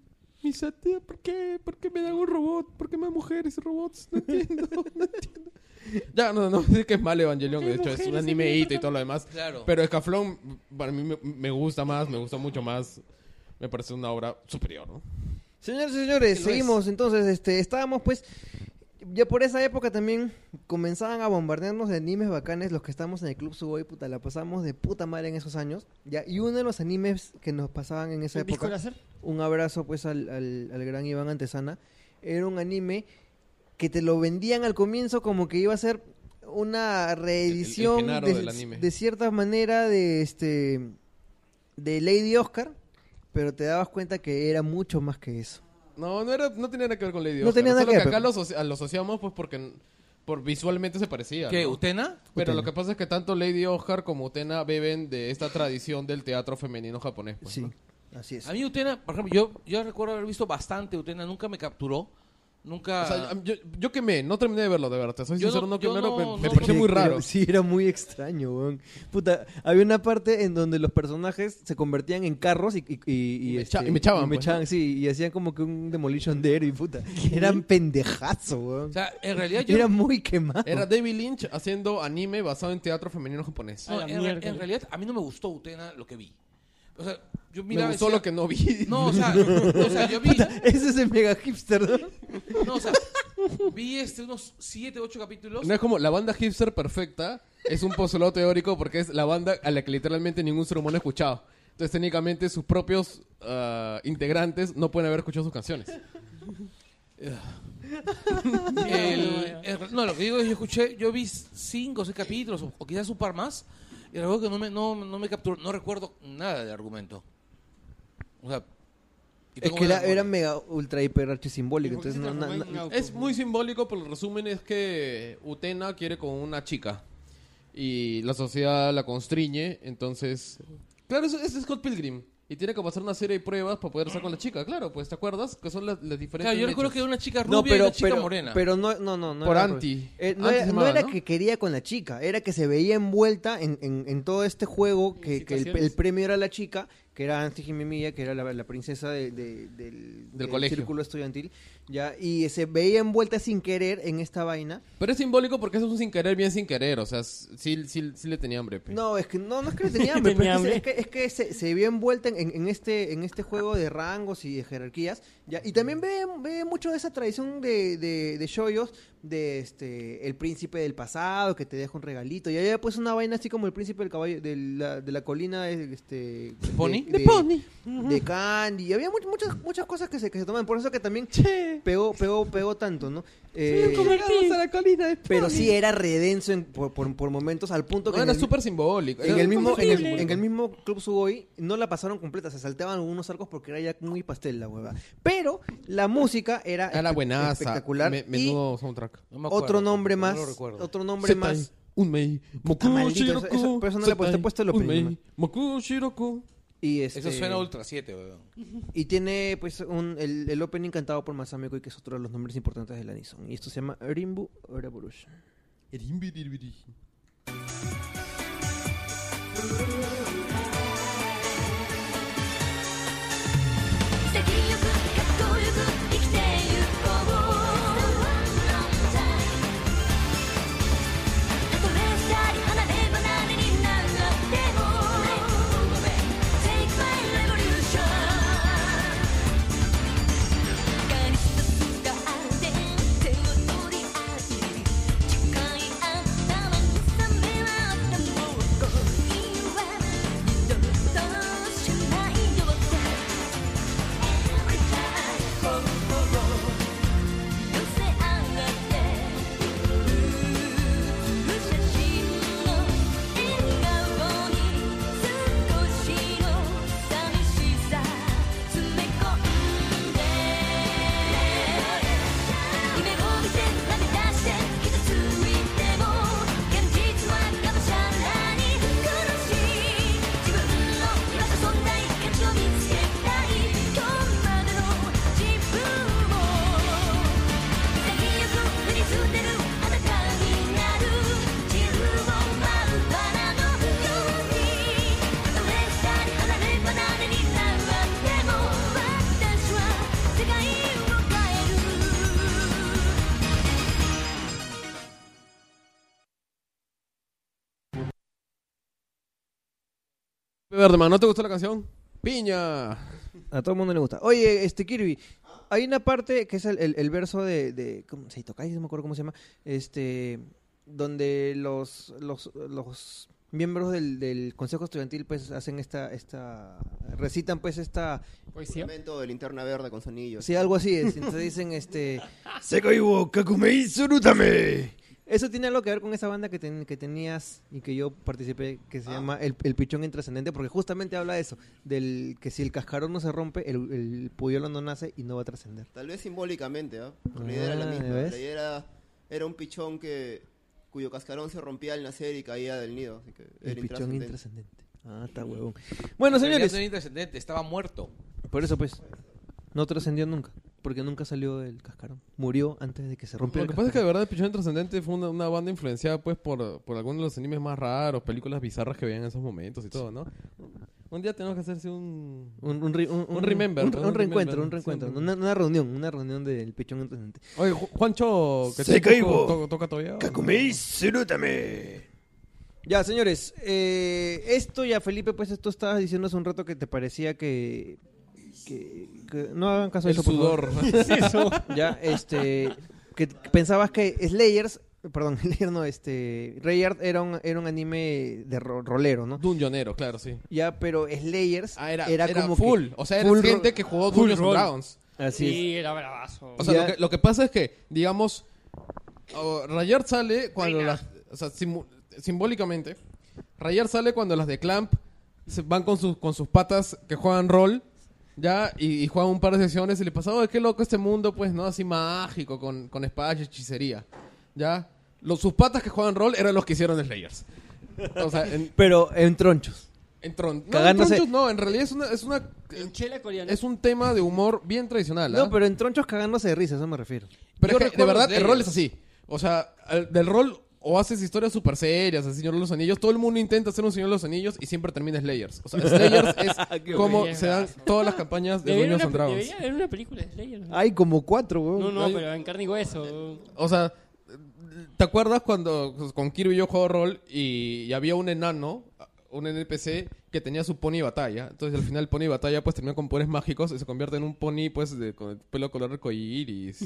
Mi sad, tío, ¿por qué? ¿Por qué me dan un robot? ¿Por qué me dan mujeres y robots? No entiendo, [LAUGHS] no entiendo. Ya, no, [LAUGHS] no, es que es mal Evangelion, ¿Por de qué hecho, es mujeres un y anime hito y todo lo demás. Claro. Pero Escaflón, para mí me, me gusta más, me gusta mucho más. Me parece una obra superior, ¿no? Señores y señores, Que lo es. seguimos. Entonces, este, estábamos pues. Ya por esa época también comenzaban a bombardearnos de animes bacanes los que estábamos en el Club Suboy, puta, la pasamos de puta madre en esos años. Ya, y uno de los animes que nos pasaban en esa El disco época. láser. un abrazo pues al, al- al gran Iván Antesana, era un anime que te lo vendían al comienzo como que iba a ser una El- el reedición Genaro de, del anime. de cierta manera de este de Lady Oscar, pero te dabas cuenta que era mucho más que eso. No, no, era, no tenía nada que ver con Lady No Oscar. tenía nada Solo que que, ver, acá pero- lo, asoci- lo asociamos pues porque n- por visualmente se parecía. ¿Qué? ¿no? ¿Utena? Pero Utena. lo que pasa es que tanto Lady Oscar como Utena beben de esta tradición del teatro femenino japonés. pues, sí, ¿no? así es. A mí Utena, por ejemplo, yo, yo recuerdo haber visto bastante Utena, nunca me capturó. Nunca... O sea, yo, yo quemé, no terminé de verlo, de verdad. Te soy Ah. Yo sincero, no- no, yo quemé. no- me, me no- pareció Sí, muy era- raro. Sí, era muy extraño, weón. Puta, había una parte en donde los personajes se convertían en carros y, y, y, y, Y me este, echa- y me echaban, y pues, echaban, sí, y hacían como que un demolition dare y [LAUGHS] puta. Eran pendejazo, weón. O sea, en realidad yo... Era muy quemado. Era David Lynch haciendo anime basado en teatro femenino japonés. Ah, No, A la en, mierda. en realidad a mí no me gustó Utena lo que vi. O sea, yo me miraba... gustó decía- lo que no vi. No, [LAUGHS] o sea, o sea, yo vi... [LAUGHS] Ese es el mega hipster, ¿no? No, o sea, vi este, unos 7, 8 capítulos. No es como la banda hipster perfecta, es un postulado teórico porque es la banda a la que literalmente ningún ser humano ha escuchado. Entonces, técnicamente, sus propios ah, integrantes no pueden haber escuchado sus canciones. El- el- no, lo que digo es yo escuché, yo vi cinco o seis capítulos, o, o quizás un par más, y recuerdo que no me, no, no me capturó, no recuerdo nada del argumento. O sea, y Es tengo que buena era, era memoria. mega ultra hiper archi simbólico. Porque Entonces, se no, no- transformó en no- un auto, Es güey. muy simbólico, pero el resumen es que Utena quiere con una chica y la sociedad la constriñe, entonces... Claro, es, es Scott Pilgrim. Y tiene que pasar una serie de pruebas para poder estar con la chica, claro, pues, ¿te acuerdas? Que son las, las diferentes... Claro, yo recuerdo lechas. que era una chica rubia no, y pero, una chica pero, morena. pero no, no, no, no Por era- anti. eh, no Anti era, se no llamaba, era ¿no? que quería con la chica, era que se veía envuelta en, en, en todo este juego que, que el, situaciones. el premio era la chica, que era Anti Jimemiya, que era la, la princesa de- de- del, colegio. círculo estudiantil, ya y se veía envuelta sin querer en esta vaina. Pero es simbólico porque eso es un sin querer, bien sin querer, o sea, sí, sí, sí le tenía hambre. pues. pe. No, es que no, no es que [LAUGHS] le tenía hambre, Tenía pero es que hambre. se- es que, es que se, se vio envuelta en, en este, en este juego de rangos y de jerarquías. ya, y también ve, ve mucho de esa tradición de, de, de shoyos, de este el príncipe del pasado, que te deja un regalito. Y había pues una vaina así como el príncipe del caballo, de la, de la colina este ¿Pony? de, de Candy. Y había mu- muchas, muchas cosas que se, que se toman. Por eso que también pegó, pegó, pegó tanto, ¿no? Eh, pero sí era redenso en- por, por, por momentos, al punto No, que en era el- súper simbólico. en era el mismo, en el, simbólico. en el mismo Club Suboy no la pasaron completa, se salteaban algunos arcos porque era ya muy pastel la hueva. Pero la música era Era espe- buenaza. espectacular. Me- menudo soundtrack. No me acuerdo, otro nombre no más, lo recuerdo. otro nombre más. Unmei. Moku maldito, eso- Shiroko, eso- pero eso no le he puesto, Setai, he puesto lo Unmei, primero. Moku Shiroko. Y este, Eso suena Ultra 7, weón. y tiene pues un, el, el opening cantado por Masami Koi que es otro de los nombres importantes del Anison. Y esto se llama Rimbu Revolution. 「先によくかっこよく生きてゆこう」「たとえ二人離れ離れになっても」「Take my revolution」「かりすがって手を取り合い」「近いあんたは目覚めはあったもう恋は Birdman, ¿no te gustó la canción? Piña. A todo el mundo le gusta. Oye, este Kirby, hay una parte que es el, el- el verso de, de ¿cómo se toca? No me acuerdo cómo se llama. Este, donde los los, los miembros del, del consejo estudiantil pues hacen esta esta recitan pues esta Poesía. Momento de linterna verde con sonillos. sí algo así es. Entonces dicen este Sekai wo kakumei surutame. eso tiene algo que ver con esa banda que, ten- que tenías y que yo participé que se llama el, el pichón intrascendente porque justamente habla de eso del que si el cascarón no se rompe el, el puyolo no nace y no va a trascender. Tal vez simbólicamente, ¿ah? Porque Ah, la idea era la misma. ¿ves? La idea era, era un pichón que cuyo cascarón se rompía al nacer y caía del nido. Así que El era pichón intrascendente. intrascendente. Ah, está huevón. Bueno, Señores. señores, Era intrascendente, estaba muerto. por eso pues, no trascendió nunca. Porque nunca salió del cascarón. Murió antes de que se rompiera Lo el que pasa es que cascarón. de verdad Pichón Trascendente fue una, una banda influenciada pues por, por algunos de los animes más raros, películas bizarras que veían en esos momentos y todo, ¿no? Un día tenemos que hacerse un... Un, un, re- un, Un remember, Un, ¿no? un Un reencuentro, remember, un reencuentro. sí, un Una, una reunión, una reunión del pichón intrascendente. Oye, Ju- Juancho, que Se toca- caigo. to- toca todavía. o no? Kakumei surutame. Ya, señores, eh, esto ya, Felipe, pues esto estabas diciendo hace un rato que te parecía que... que, que- no hagan caso de El eso, por favor. sudor. [LAUGHS] Ya, este. Que que pensabas que Slayers. Perdón, [LAUGHS] Slayer no, este. Rayard era un, era un anime de ro- rolero, ¿no? Dungeonero, claro, sí. Ya, pero Slayers Ah, era, era como. que- full. O sea, era full gente ro- que jugó full Dungeons and roll. Dragons. Así Sí, era bravazo. O sea, Ya. lo que, lo que pasa es que, digamos, oh, Rayard sale cuando las... O sea, simu- simbólicamente, Rayard sale cuando las de Clamp se van con sus, con sus patas que juegan rol, ya, y, y juegan un par de sesiones y le pasa, oh, qué loco este mundo, pues, ¿no? Así mágico, con, con espadas y hechicería, ya. Los, sus patas que juegan rol eran los que hicieron Slayers. O sea, en, es. Pero en tronchos. en tron- no, en Cagándose. tronchos no, en realidad es una... Es una eh, en chela coreana. es un tema de humor bien tradicional. ¿ah? No, pero en tronchos cagándose de risa, eso me refiero. Pero Yo es que, de recuerdo verdad, los el Layers. rol es así. O sea, al- del rol o haces historias súper serias, el Señor de los Anillos. Todo el mundo intenta hacer un Señor de los Anillos y siempre termina Slayers. O sea, Slayers es como buena. se dan todas las campañas de Debería Dungeons una, and Dragons. debería haber una película de Slayer. ¿no? Hay como cuatro, weón. No, no, pero en carne y Pues hueso. O sea, ¿te acuerdas cuando pues, con Kirby yo jugaba rol y, y había un enano, un NPC, que tenía su pony batalla? Entonces al final el pony batalla pues termina con poderes mágicos y se convierte en un pony pues de- con el pelo color arcoíris.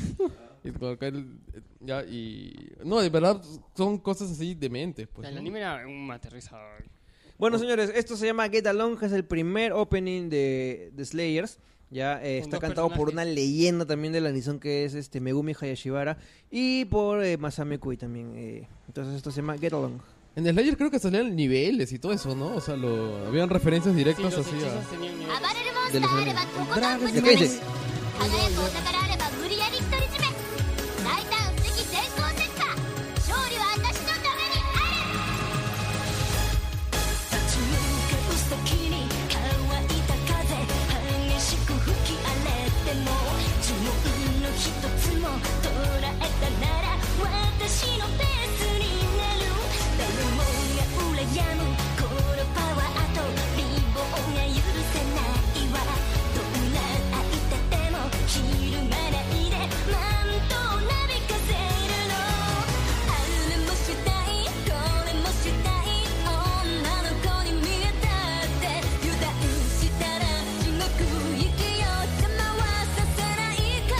y, con aquel- ya, y... No, de verdad son cosas así dementes. O Pues, sea, el ¿no? anime era un aterrizador. Oh. Bueno, señores, esto se llama Get Along, que es el primer opening de, de Slayers. Ya eh, Con está dos cantado por una personajes. leyenda también de la Nison que es este Megumi Hayashibara y por eh, Masami Kui también. eh. Entonces esto se llama Get Along. En Slayer creo que salían niveles y todo eso, ¿no? O sea, lo... habían referencias Sí, directas los así a... hechizos tenían niveles. 暴れるモでンスタもそーあれれねばとことんぶちで抜かいくです輝くお宝あれば無理やり独り占め大胆不敵先行突破勝利は私のためにある立ち向かう先に乾いた風激しく吹き荒れても自分の一つも捉えたなら私のペースになる誰もが羨むこのパワーと美貌が許せないわどんな相手でもひるまないでなんとなびかせるのあれもしたいこれもしたい女の子に見えたって油断したら地獄行きよ邪魔はさせないか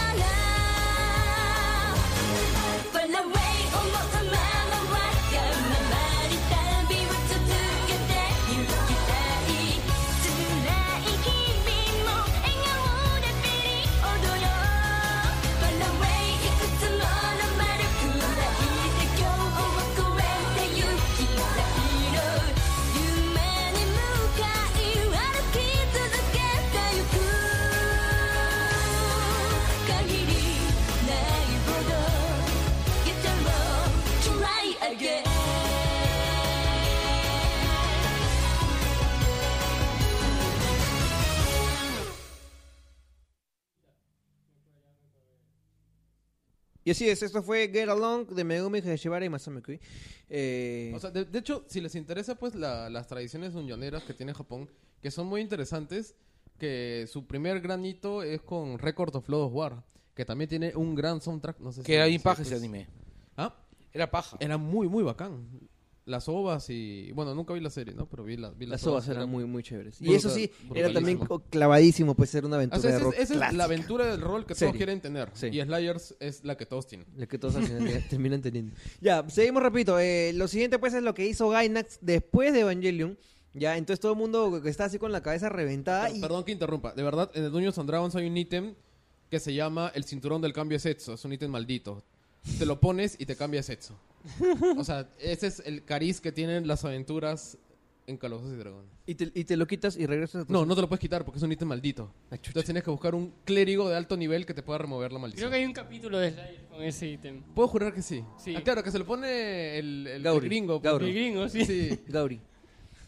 ら「Run away 思うままは我慢まり旅を続けて行きたい」「辛い日々も笑顔で振り踊ろう」「Run away いくつもの丸くないで今日を越えてゆきたいの」「夢に向かい歩き続けてゆく」限りないほどギターを嫌いあげ Y así es, esto fue Get Along de Megumi Hayashibara y Masami Kui. Eh, O sea, de, de hecho, si les interesa, pues la- las tradiciones unioneras que tiene Japón, que son muy interesantes, que su primer gran hito es con Record of Lord of War, que también tiene un gran soundtrack, no sé si... Que era bien si- paja pues- ese anime. Ah, Era paja. era muy, muy bacán. las ovas y... Bueno, nunca vi la serie, ¿no? Pero vi, la- vi Las ovas eran Era- muy, muy chéveres. Y brutal- eso sí, era brutalísimo. también co- clavadísimo, pues ser una O aventura sea, de esa rock es, esa es la clásica. aventura del rol que Serie. todos quieren tener. Sí. Y Slayers es la que todos tienen. La que todos al final [LAUGHS] te- terminan teniendo. Ya, seguimos rapidito. Eh, lo siguiente pues es lo que hizo Gainax después de Evangelion. Ya, entonces todo el mundo que está así con la cabeza reventada Per- Ah, y... Perdón que interrumpa. De verdad, en el Dungeons and Dragons hay un ítem que se llama el cinturón del cambio de sexo. Es un ítem maldito. Te lo pones y te cambia de sexo. O sea, ese es el cariz que tienen las aventuras en Calabozos y Dragones. Y te, y te lo quitas y regresas a tu... No, no te lo puedes quitar porque es un ítem maldito. Ah, chucha. Entonces tienes que buscar un clérigo de alto nivel que te pueda remover la Creo maldición. que hay un capítulo de Slayer con ese ítem. Puedo jurar que sí. Sí. Ah, claro, que se lo pone el, el- el Gauri. gringo. pues. Gauri. El gringo, sí. Sí. Gauri.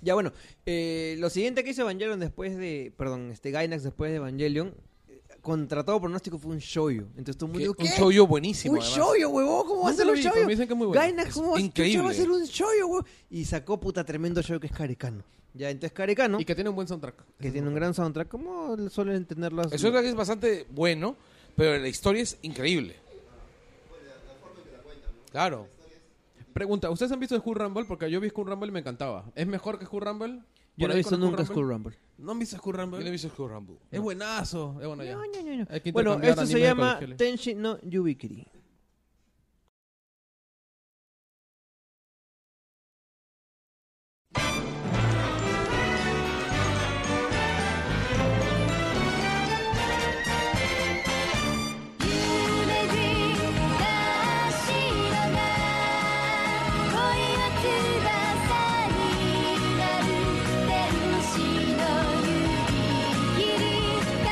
Ya, bueno. eh, lo siguiente que hizo Evangelion después de... Perdón, este Gainax después de Evangelion, eh, contra todo pronóstico fue un shoujo. Entonces todo el mundo... dijo, Un ¿qué? showyo buenísimo. Un además. shoujo, huevón. ¿Cómo va a Nunca ser un vi, pero shoujo? me dicen que es muy bueno. Gainas, ¿cómo Es increíble. va a increíble. ser un shoyo, güey? Y sacó puta tremendo shoyo que es Carecano. Ya, entonces Carecano, Y que tiene un buen soundtrack. que tiene un gran soundtrack, ¿cómo suelen tener las... El soundtrack es bastante bueno, pero la historia es increíble. Claro. Pregunta, ¿ustedes han visto Skull Rumble? Porque yo vi Skull Rumble y me encantaba. ¿Es mejor que Skull Rumble? ¿Por Yo no he ahí visto con nunca Skull Rumble. ¿No han visto Skull Yo Rumble? no he visto Skull Rumble. Es buenazo. Es bueno, ya. No, no, no, no. Hay que Bueno, intercambiar esto se anime de llama colegiales. Tenshin no Yubikiri. 「夢じらしなが恋は翼になる」「天使の指切り叶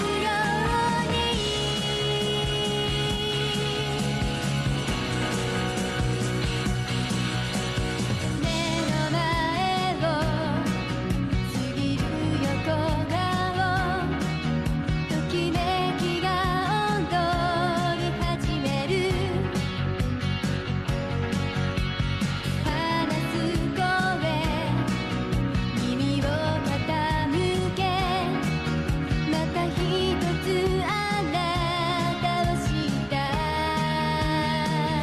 うように」「目の前を過ぎる横顔」「ときめきが踊り始める」「話す声耳を傾け」「またひとつあなたを知った」「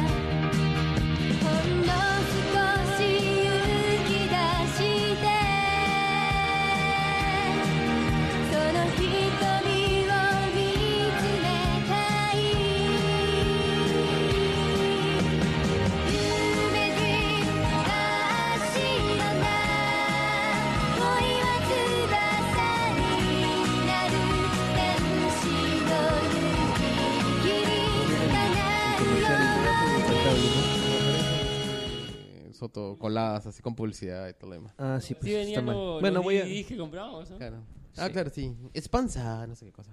ほんの少し勇気出して」「その瞳を見つめたい」「夢じらしな恋は翼になる」「天使の指切り叶うように」 Eh, Soto coladas, así con publicidad y todo lo demás. Ah, sí, pues Sí venía está mal. lo, bueno, los voy a... DVDs que comprábamos, ¿no? Claro. Ah, claro, sí. Espanza, no sé qué cosa.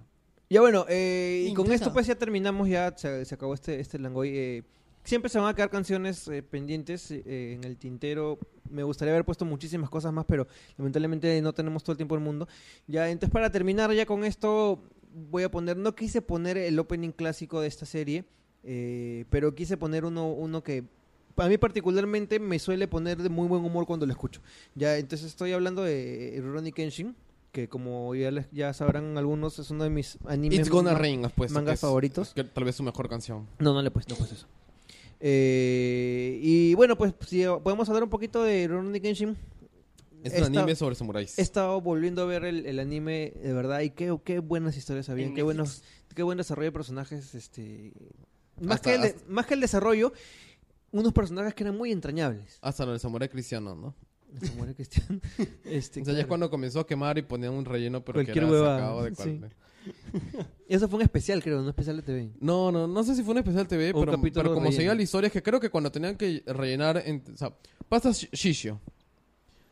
Ya bueno, eh, y con Intenta. esto pues ya terminamos, ya se, se acabó este, este Langoy. eh, siempre se van a quedar canciones eh, pendientes eh, en el tintero. Me gustaría haber puesto muchísimas cosas más, pero lamentablemente no tenemos todo el tiempo del mundo. Ya, entonces para terminar ya con esto, voy a poner, no quise poner el opening clásico de esta serie, eh, pero quise poner uno, uno que a mí particularmente me suele poner de muy buen humor cuando lo escucho. Ya, entonces estoy hablando de eh, Ronnie Kenshin, que como ya, les- ya sabrán algunos, es uno de mis animes It's Gonna ma- Rain, has puesto. mangas que es- favoritos. que tal vez su mejor canción. No, no le he puesto, no he puesto eso. Eh, y bueno, pues si eh, podemos hablar un poquito de Ronnie Kenshin. Es Esta- un anime sobre samuráis. He estado volviendo a ver el, el anime de verdad y qué, qué buenas historias habían, En qué Netflix. buenos, qué buen desarrollo de personajes, este más Hasta- que el, de- hasta- más que el desarrollo, unos personajes que eran muy entrañables. Hasta lo del samurái cristiano, ¿no? Se [LAUGHS] muere Cristian. Este, o sea, ya es claro. cuando comenzó a quemar y ponían un relleno, pero Cualquier que era huevada, sacado de cual- sí. Eso fue un especial, creo, un especial de TV. No, no, no sé si fue un especial TV, O un pero, capítulo pero como relleno. seguía la historia es que creo que cuando tenían que rellenar, en- o sea, pasa Sh- Shishio.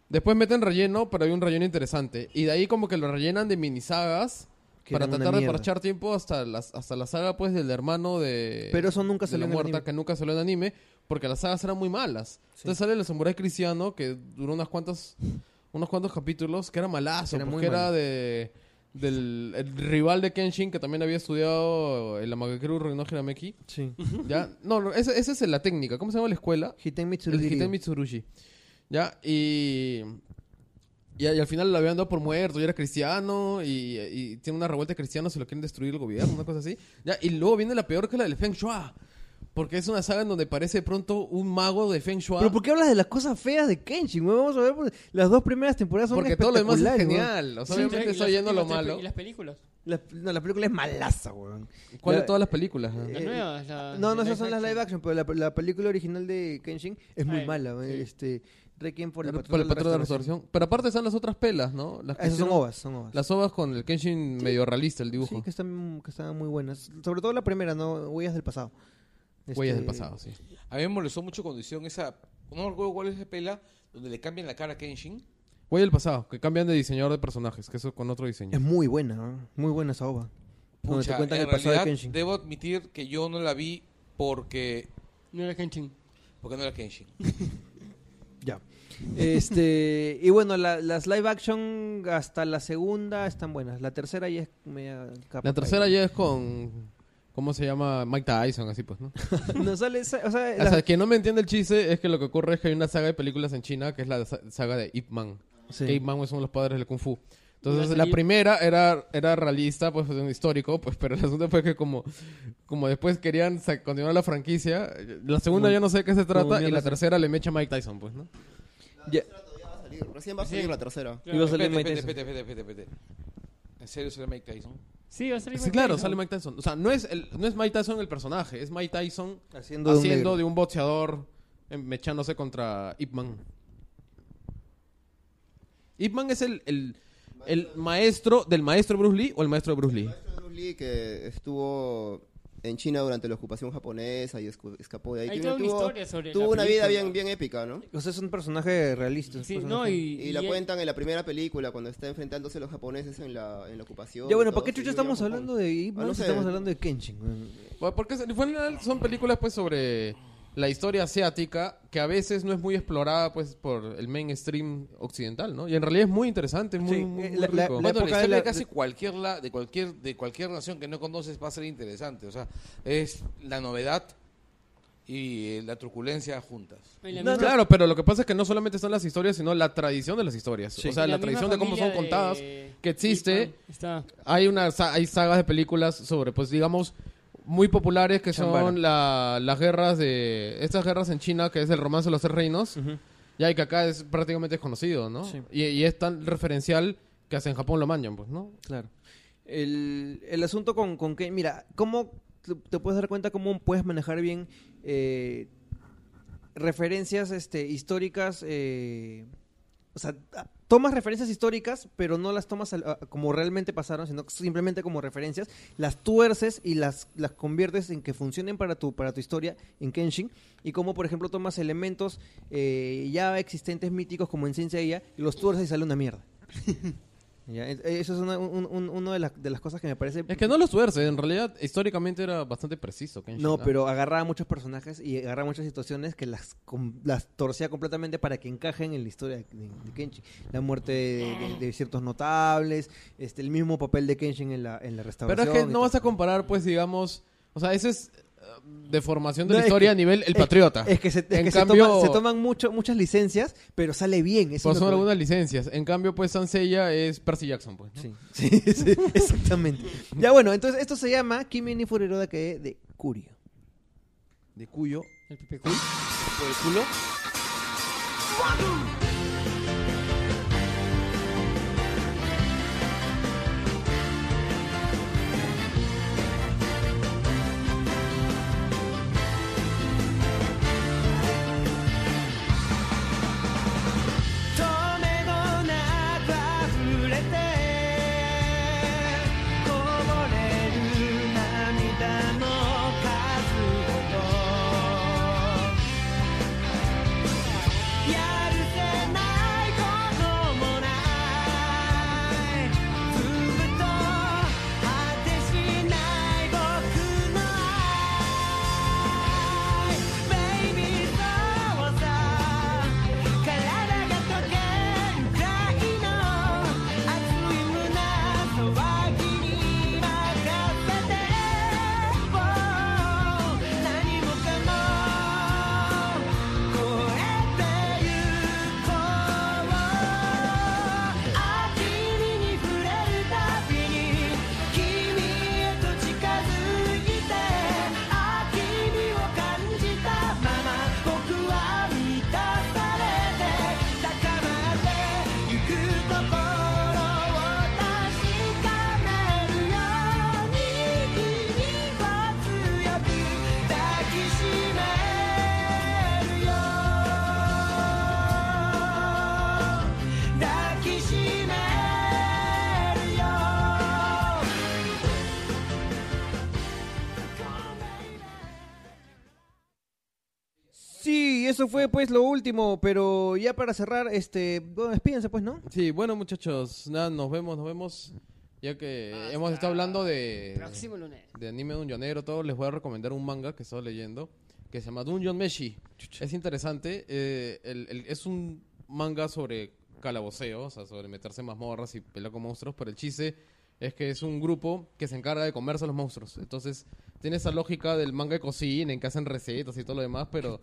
Después meten relleno, pero hay un relleno interesante. Y de ahí como que lo rellenan de minisagas que para eran una tratar de mierda. parchar tiempo hasta, las, hasta la saga pues del hermano de... Pero eso nunca eh, de la salió en el muerta, anime. que nunca salió en anime, porque las sagas eran muy malas. Entonces sale el Samurai Cristiano, que duró unas cuantas, unos cuantos capítulos, que era malazo, Era muy porque era malo. de del el rival de Kenshin, que también había estudiado el Amagakeru Rino Hirameki. Sí. [LAUGHS] ¿Ya? No, no, esa, esa es la técnica. ¿Cómo se llama la escuela? Hiten El Mitsurugi. Hiten Mitsurushi. ¿Ya? Y... Y, y al final lo habían dado por muerto, y era cristiano, y, y tiene una revuelta de cristianos y lo quieren destruir el gobierno, una cosa así. ¿Ya? Y luego viene la peor que la del Feng Shua. Porque es una saga en donde parece pronto un mago de Feng Shui. ¿Pero por qué hablas de las cosas feas de Kenshin, weón? Vamos a ver, pues, las dos primeras temporadas son Porque todo lo demás es espectaculares, weón. genial. O sea, obviamente estoy yendo a lo malo. Y las películas. La, no, la película es malaza, weón. ¿Cuál de La- todas las películas? ah? Las Eh, nuevas. las No, no, de esas son las action. live action, pero la, la película original de Kenshin es muy Ah, mala, weón. sí. Este, Requiem por Por el el patrón patrón, de la restauración. resurrección. Pero aparte están las otras pelas, ¿no? Las que Esas son hicieron- ovas, son ovas. Las ovas con el Kenshin medio realista, el dibujo. Sí, que están, que están muy buenas. Sobre todo la primera, ¿no? Huellas del pasado. Huellas del Este, pasado, sí. A mí me molestó mucho cuando hicieron esa. No recuerdo cuál es la pela donde le cambian la cara a Kenshin. Huellas del pasado, que cambian de diseñador de personajes, que eso con otro diseño. Es muy buena, ¿no? muy buena esa ova. Donde te Pucha, cuentan en el pasado de realidad, Kenshin. Debo admitir que yo no la vi porque. No era Kenshin. Porque no era Kenshin. Ya. Este, [LAUGHS] y bueno, la- las live action hasta la segunda están buenas. La tercera ya es media capa La tercera caída. ya es con. ¿Cómo se llama? Mike Tyson, así [LAUGHS] pues, ¿no? no sale, esa- o sea, O la- sea, quien no me entiende el chiste es que lo que ocurre es que hay una saga de películas en China que es la sa- saga de Ip Man. sí. Que Ip Man es uno de los padres del Kung Fu. Entonces, Una la serie- primera era, era realista, pues, un histórico, pues, pero el asunto fue que como, como después querían sa- continuar la franquicia, la segunda Como- ya no sé de qué se como trata y mierda la se- tercera le mecha Mike Tyson, pues, ¿no? Ya. Va a salir, Recién va a salir la tercera. Iba a salir Espérate, Mike espérate, Tyson. espérate, espérate, espérate. ¿En serio será Mike Tyson? Sí, va a salir Sí, claro, sale Mike Tyson. O sea, no es, el, no es Mike Tyson el personaje, es Mike Tyson Haciendo, de un haciendo negro. de un boxeador eh, mechándose contra Ip Man. Ip Man es el, el, el maestro del maestro Bruce Lee o el maestro de Bruce Lee. Maestro Bruce Lee, que estuvo en China durante la ocupación japonesa y escu- escapó de ahí. Hay Tiene- toda una tuvo historia sobre tuvo la una vida película. bien, bien épica, ¿no? O sea, es un personaje realista. es un Sí, no, personaje- y, Y la y- cuentan en la primera película, cuando está enfrentándose a los japoneses en la, en la ocupación. Ya bueno, y ¿para qué todo, este chucha sí, estamos llegamos a hablando de Ip Ah, Man no si sé. estamos hablando de Kenshin? weón? Bueno, Porque en general son películas pues sobre la historia asiática que a veces no es muy explorada pues por el mainstream occidental, ¿no? Y en realidad es muy interesante, es muy, Sí, muy- eh, muy la- la- rico. Bueno, la época de historia la- de casi cualquier la, de cualquier de cualquier nación que no conoces va a ser interesante, o sea, es la novedad y eh, la truculencia juntas. en la No, misma- Claro, pero lo que pasa es que no solamente están las historias, sino la tradición de las historias. O sea, en la, misma tradición de cómo son familia contadas. de que existe. Ip Man Está. Hay una sa- hay sagas de películas sobre, pues digamos, muy populares que Chambara. son la- las guerras de... Estas guerras en China, que es el romance de los tres reinos. Ya, y que acá es prácticamente desconocido, ¿no? Sí. Y, y es tan referencial que hasta en Japón lo manchan, pues, ¿no? Claro. El, el asunto con, con que, mira, ¿cómo te, te puedes dar cuenta cómo puedes manejar bien eh, referencias este, históricas? eh, o sea, a- tomas referencias históricas, pero no las tomas al- a- como realmente pasaron, sino simplemente como referencias, las tuerces y las, las conviertes en que funcionen para tu, para tu historia en Kenshin. Y como, por ejemplo, tomas elementos eh, ya existentes míticos como en Ciencia Ella y los tuerces y sale una mierda. [LAUGHS] Ya, e- Eso es una un- un- uno de, las- de las cosas que me parece... Es que no los tuerce, en realidad históricamente era bastante preciso. Kenshin, No, pero agarraba muchos personajes y agarraba muchas situaciones que las, com- las torcía completamente para que encajen en la historia de, de Kenshin. La muerte de, de- de ciertos notables, este, el mismo papel de Kenshin en la, en la Pero restauración. es que no vas a comparar, pues, digamos... O sea, ese es eh, deformación de la historia a nivel el patriota. Es que se, es En que se cambio- toma- se toman mucho, muchas licencias, pero sale bien. eso Pues es son lo que- algunas licencias. En cambio, pues Sansella es Percy Jackson, pues. ¿no? Sí, [LAUGHS] sí, sí, exactamente. ya bueno, entonces esto se llama Kimi ni Furiroda que de Curio. De cuyo. El Pepe Cool. Por el culo. 「とめもなく溢れてこぼれる涙の数ほど」「やるぜ y eso fue pues lo último, pero ya para cerrar, este, bueno, despídense pues, ¿no? Sí, bueno muchachos, nada, nos vemos, nos vemos. Ya que Hasta hemos estado hablando de, Próximo lunes. de anime Dungeonero, todo les voy a recomendar un manga que estoy leyendo que se llama Dungeon Meshi. Es interesante, eh, el- el- es un manga sobre calaboceo, o sea, sobre meterse en mazmorras y pelear con monstruos, pero el chiste es que es un grupo que se encarga de comerse a los monstruos. Entonces, tiene esa lógica del manga de cocina, en que hacen recetas y todo lo demás, pero...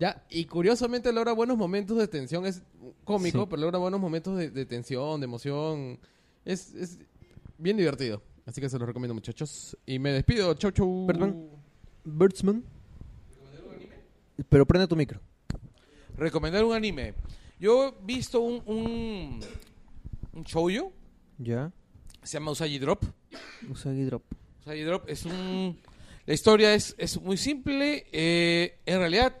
Ya, y curiosamente logra buenos momentos de tensión, es cómico, Sí. pero logra buenos momentos de, de tensión, de emoción. Es, es bien divertido. Así que se los recomiendo, muchachos. Y me despido. Chau, chau. Perdón. Birdsman. Pero prende tu micro. Recomendar un anime. Yo he visto un, un, un shoujo, Ya. se llama Usagi Drop. Usagi Drop. Usagi Drop es un... La historia es, es muy simple. eh, en realidad,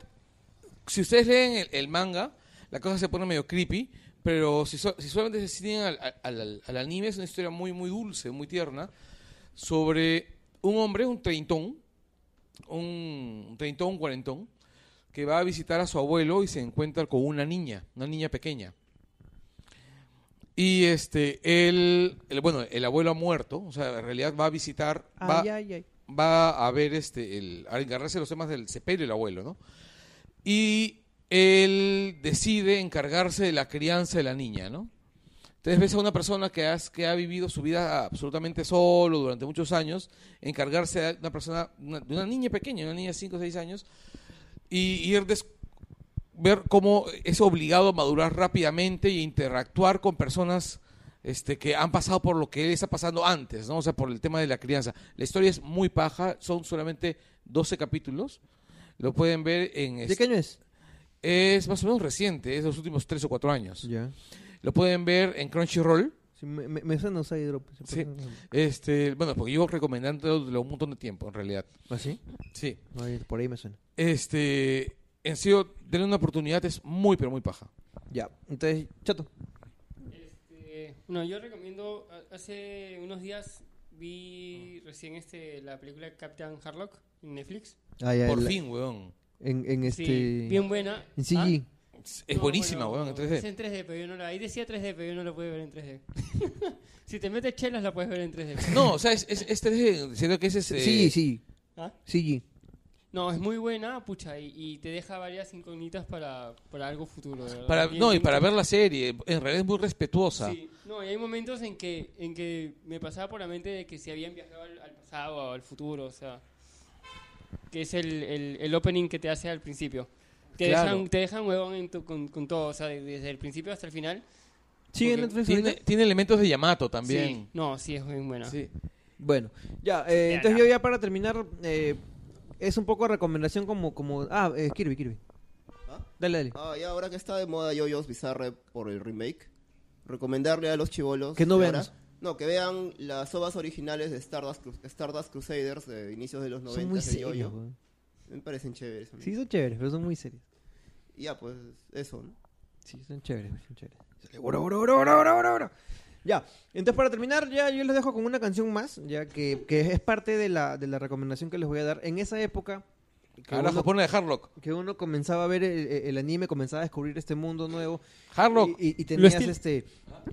si ustedes leen el, el manga, la cosa se pone medio creepy, pero si, so- si solamente se siguen al, al- al- al anime, es una historia muy, muy dulce, muy tierna, sobre un hombre, un treintón, un, un treintón, un cuarentón, que va a visitar a su abuelo y se encuentra con una niña, una niña pequeña. Y este, él, el- bueno, el abuelo ha muerto, o sea, en realidad va a visitar, va, Ay, ay, ay. va a ver este el, a encargarse de los temas del sepelio el abuelo, ¿no? Y él decide encargarse de la crianza de la niña, ¿no? Entonces ves a una persona que, has- que ha vivido su vida absolutamente solo durante muchos años, encargarse de una persona, una- de una niña pequeña, una niña de 5 o 6 años, y ir des- ver cómo es obligado a madurar rápidamente e interactuar con personas este, que han pasado por lo que él está pasando antes, ¿no? O sea, por el tema de la crianza. La historia es muy paja, son solamente 12 capítulos. Lo pueden ver en... este, ¿De qué año es? Es más o menos reciente, es de los últimos 3 o 4 años. Ya. Lo pueden ver en Crunchyroll. Sí, me, me- me suena Usagi Drop. Sí. Este, bueno, porque yo recomendándolo de un montón de tiempo, en realidad. ¿Ah, sí? Sí. Ay, por ahí me suena. Este, en serio, denle una oportunidad, es muy, pero muy paja. Ya. Entonces, chato. Este, no, yo recomiendo. a- Hace unos días vi recién este, la película Captain Harlock en Netflix. Ay, ay, Por la- fin, weón. En, en este. Sí, bien buena. Ah, En CG. Es No, buenísima, bueno, weón, en Es 3D. en 3D, pero yo no la. Ahí decía 3D, pero yo no la pude ver en 3D. [LAUGHS] si te metes chelas, la puedes ver en [LAUGHS] 3D. No, o sea, es, es, es 3D, siento que ese es... eh, Sí, sí. ¿Ah? CG. No, es muy buena, pucha, y, y te deja varias incógnitas para, para algo futuro. de verdad. Para, hay no, y momentos- para ver la serie, en realidad es muy respetuosa. Sí, no, y hay momentos en que, en que me pasaba por la mente de que si habían viajado al, al pasado o al futuro, o sea, que es el, el, el opening que te hace al principio. Te, Claro. dejan, te dejan huevón en tu- con, con todo, o sea, de- desde el principio hasta el final. ¿Sigue en Porque Netflix Tiene, ahorita? tiene elementos de Yamato Sí, también. no, sí, es muy buena. Sí. Bueno, ya. eh, Ya, entonces ya. yo ya para terminar, eh, es un poco recomendación como. como ah, eh, Kirby, Kirby. ¿Ah? Dale, dale. Ah, y ahora que está de moda Yoyos Bizarre por el remake, recomendarle a los chivolos Que no de vean ahora- eso. No, que vean las obras originales de Stardust, Cru- Stardust Crusaders de inicios de los 90 Son muy de serios, Yo-Yo. weón. Me parecen chéveres. a mí. Sí, son chéveres, pero son muy serios. Y Ya, pues eso, ¿no? Sí, son chéveres, son chéveres. Sale, oro, oro, oro, oro, oro, oro, oro. Ya, entonces para terminar, ya yo les dejo con una canción más, ya que, que es parte de la, de la recomendación que les voy a dar. En esa época, que, Carajo, uno, ponle de Harlock. que uno comenzaba a ver el, el anime, comenzaba a descubrir este mundo nuevo, Harlock. y, y- y tenías Lucille. este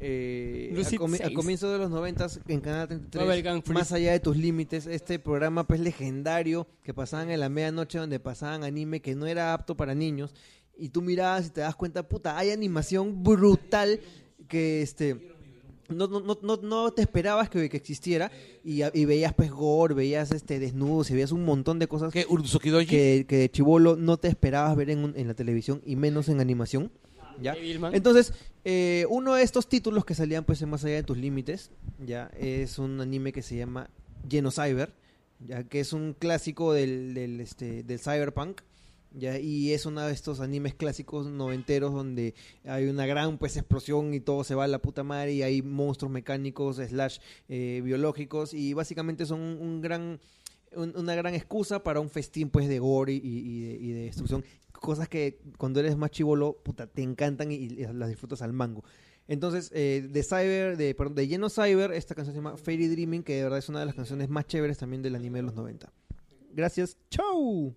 eh, a Lucille comi- a, seis. comienzo de los noventas en Canal Bubble 33 Gang Free. más allá de tus límites este programa pues legendario que pasaban en la medianoche donde pasaban anime que no era apto para niños y tú mirabas y te das cuenta puta hay animación brutal que este no, no, no, no, no te esperabas que, que existiera y, y veías pues gore, veías este desnudos y veías un montón de cosas ¿Qué? Urzuki Doji. que, que de chivolo no te esperabas ver en, un- en la televisión y menos en animación. ¿ya? Devilman. Entonces, eh, uno de estos títulos que salían pues en Más allá de tus límites, ya es un anime que se llama Genocyber, ya que es un clásico del, del, este, del cyberpunk. ¿ya? Y es uno de estos animes clásicos noventeros donde hay una gran pues explosión y todo se va a la puta madre y hay monstruos mecánicos slash eh, biológicos y básicamente son un, un gran un- una gran excusa para un festín pues de gore y, y- y de, y de destrucción cosas que cuando eres más chivolo puta te encantan y, y las disfrutas al mango entonces eh, de cyber de perdón, de lleno cyber esta canción se llama Fairy Dreaming que de verdad es una de las canciones más chéveres también del anime de los 90 gracias chau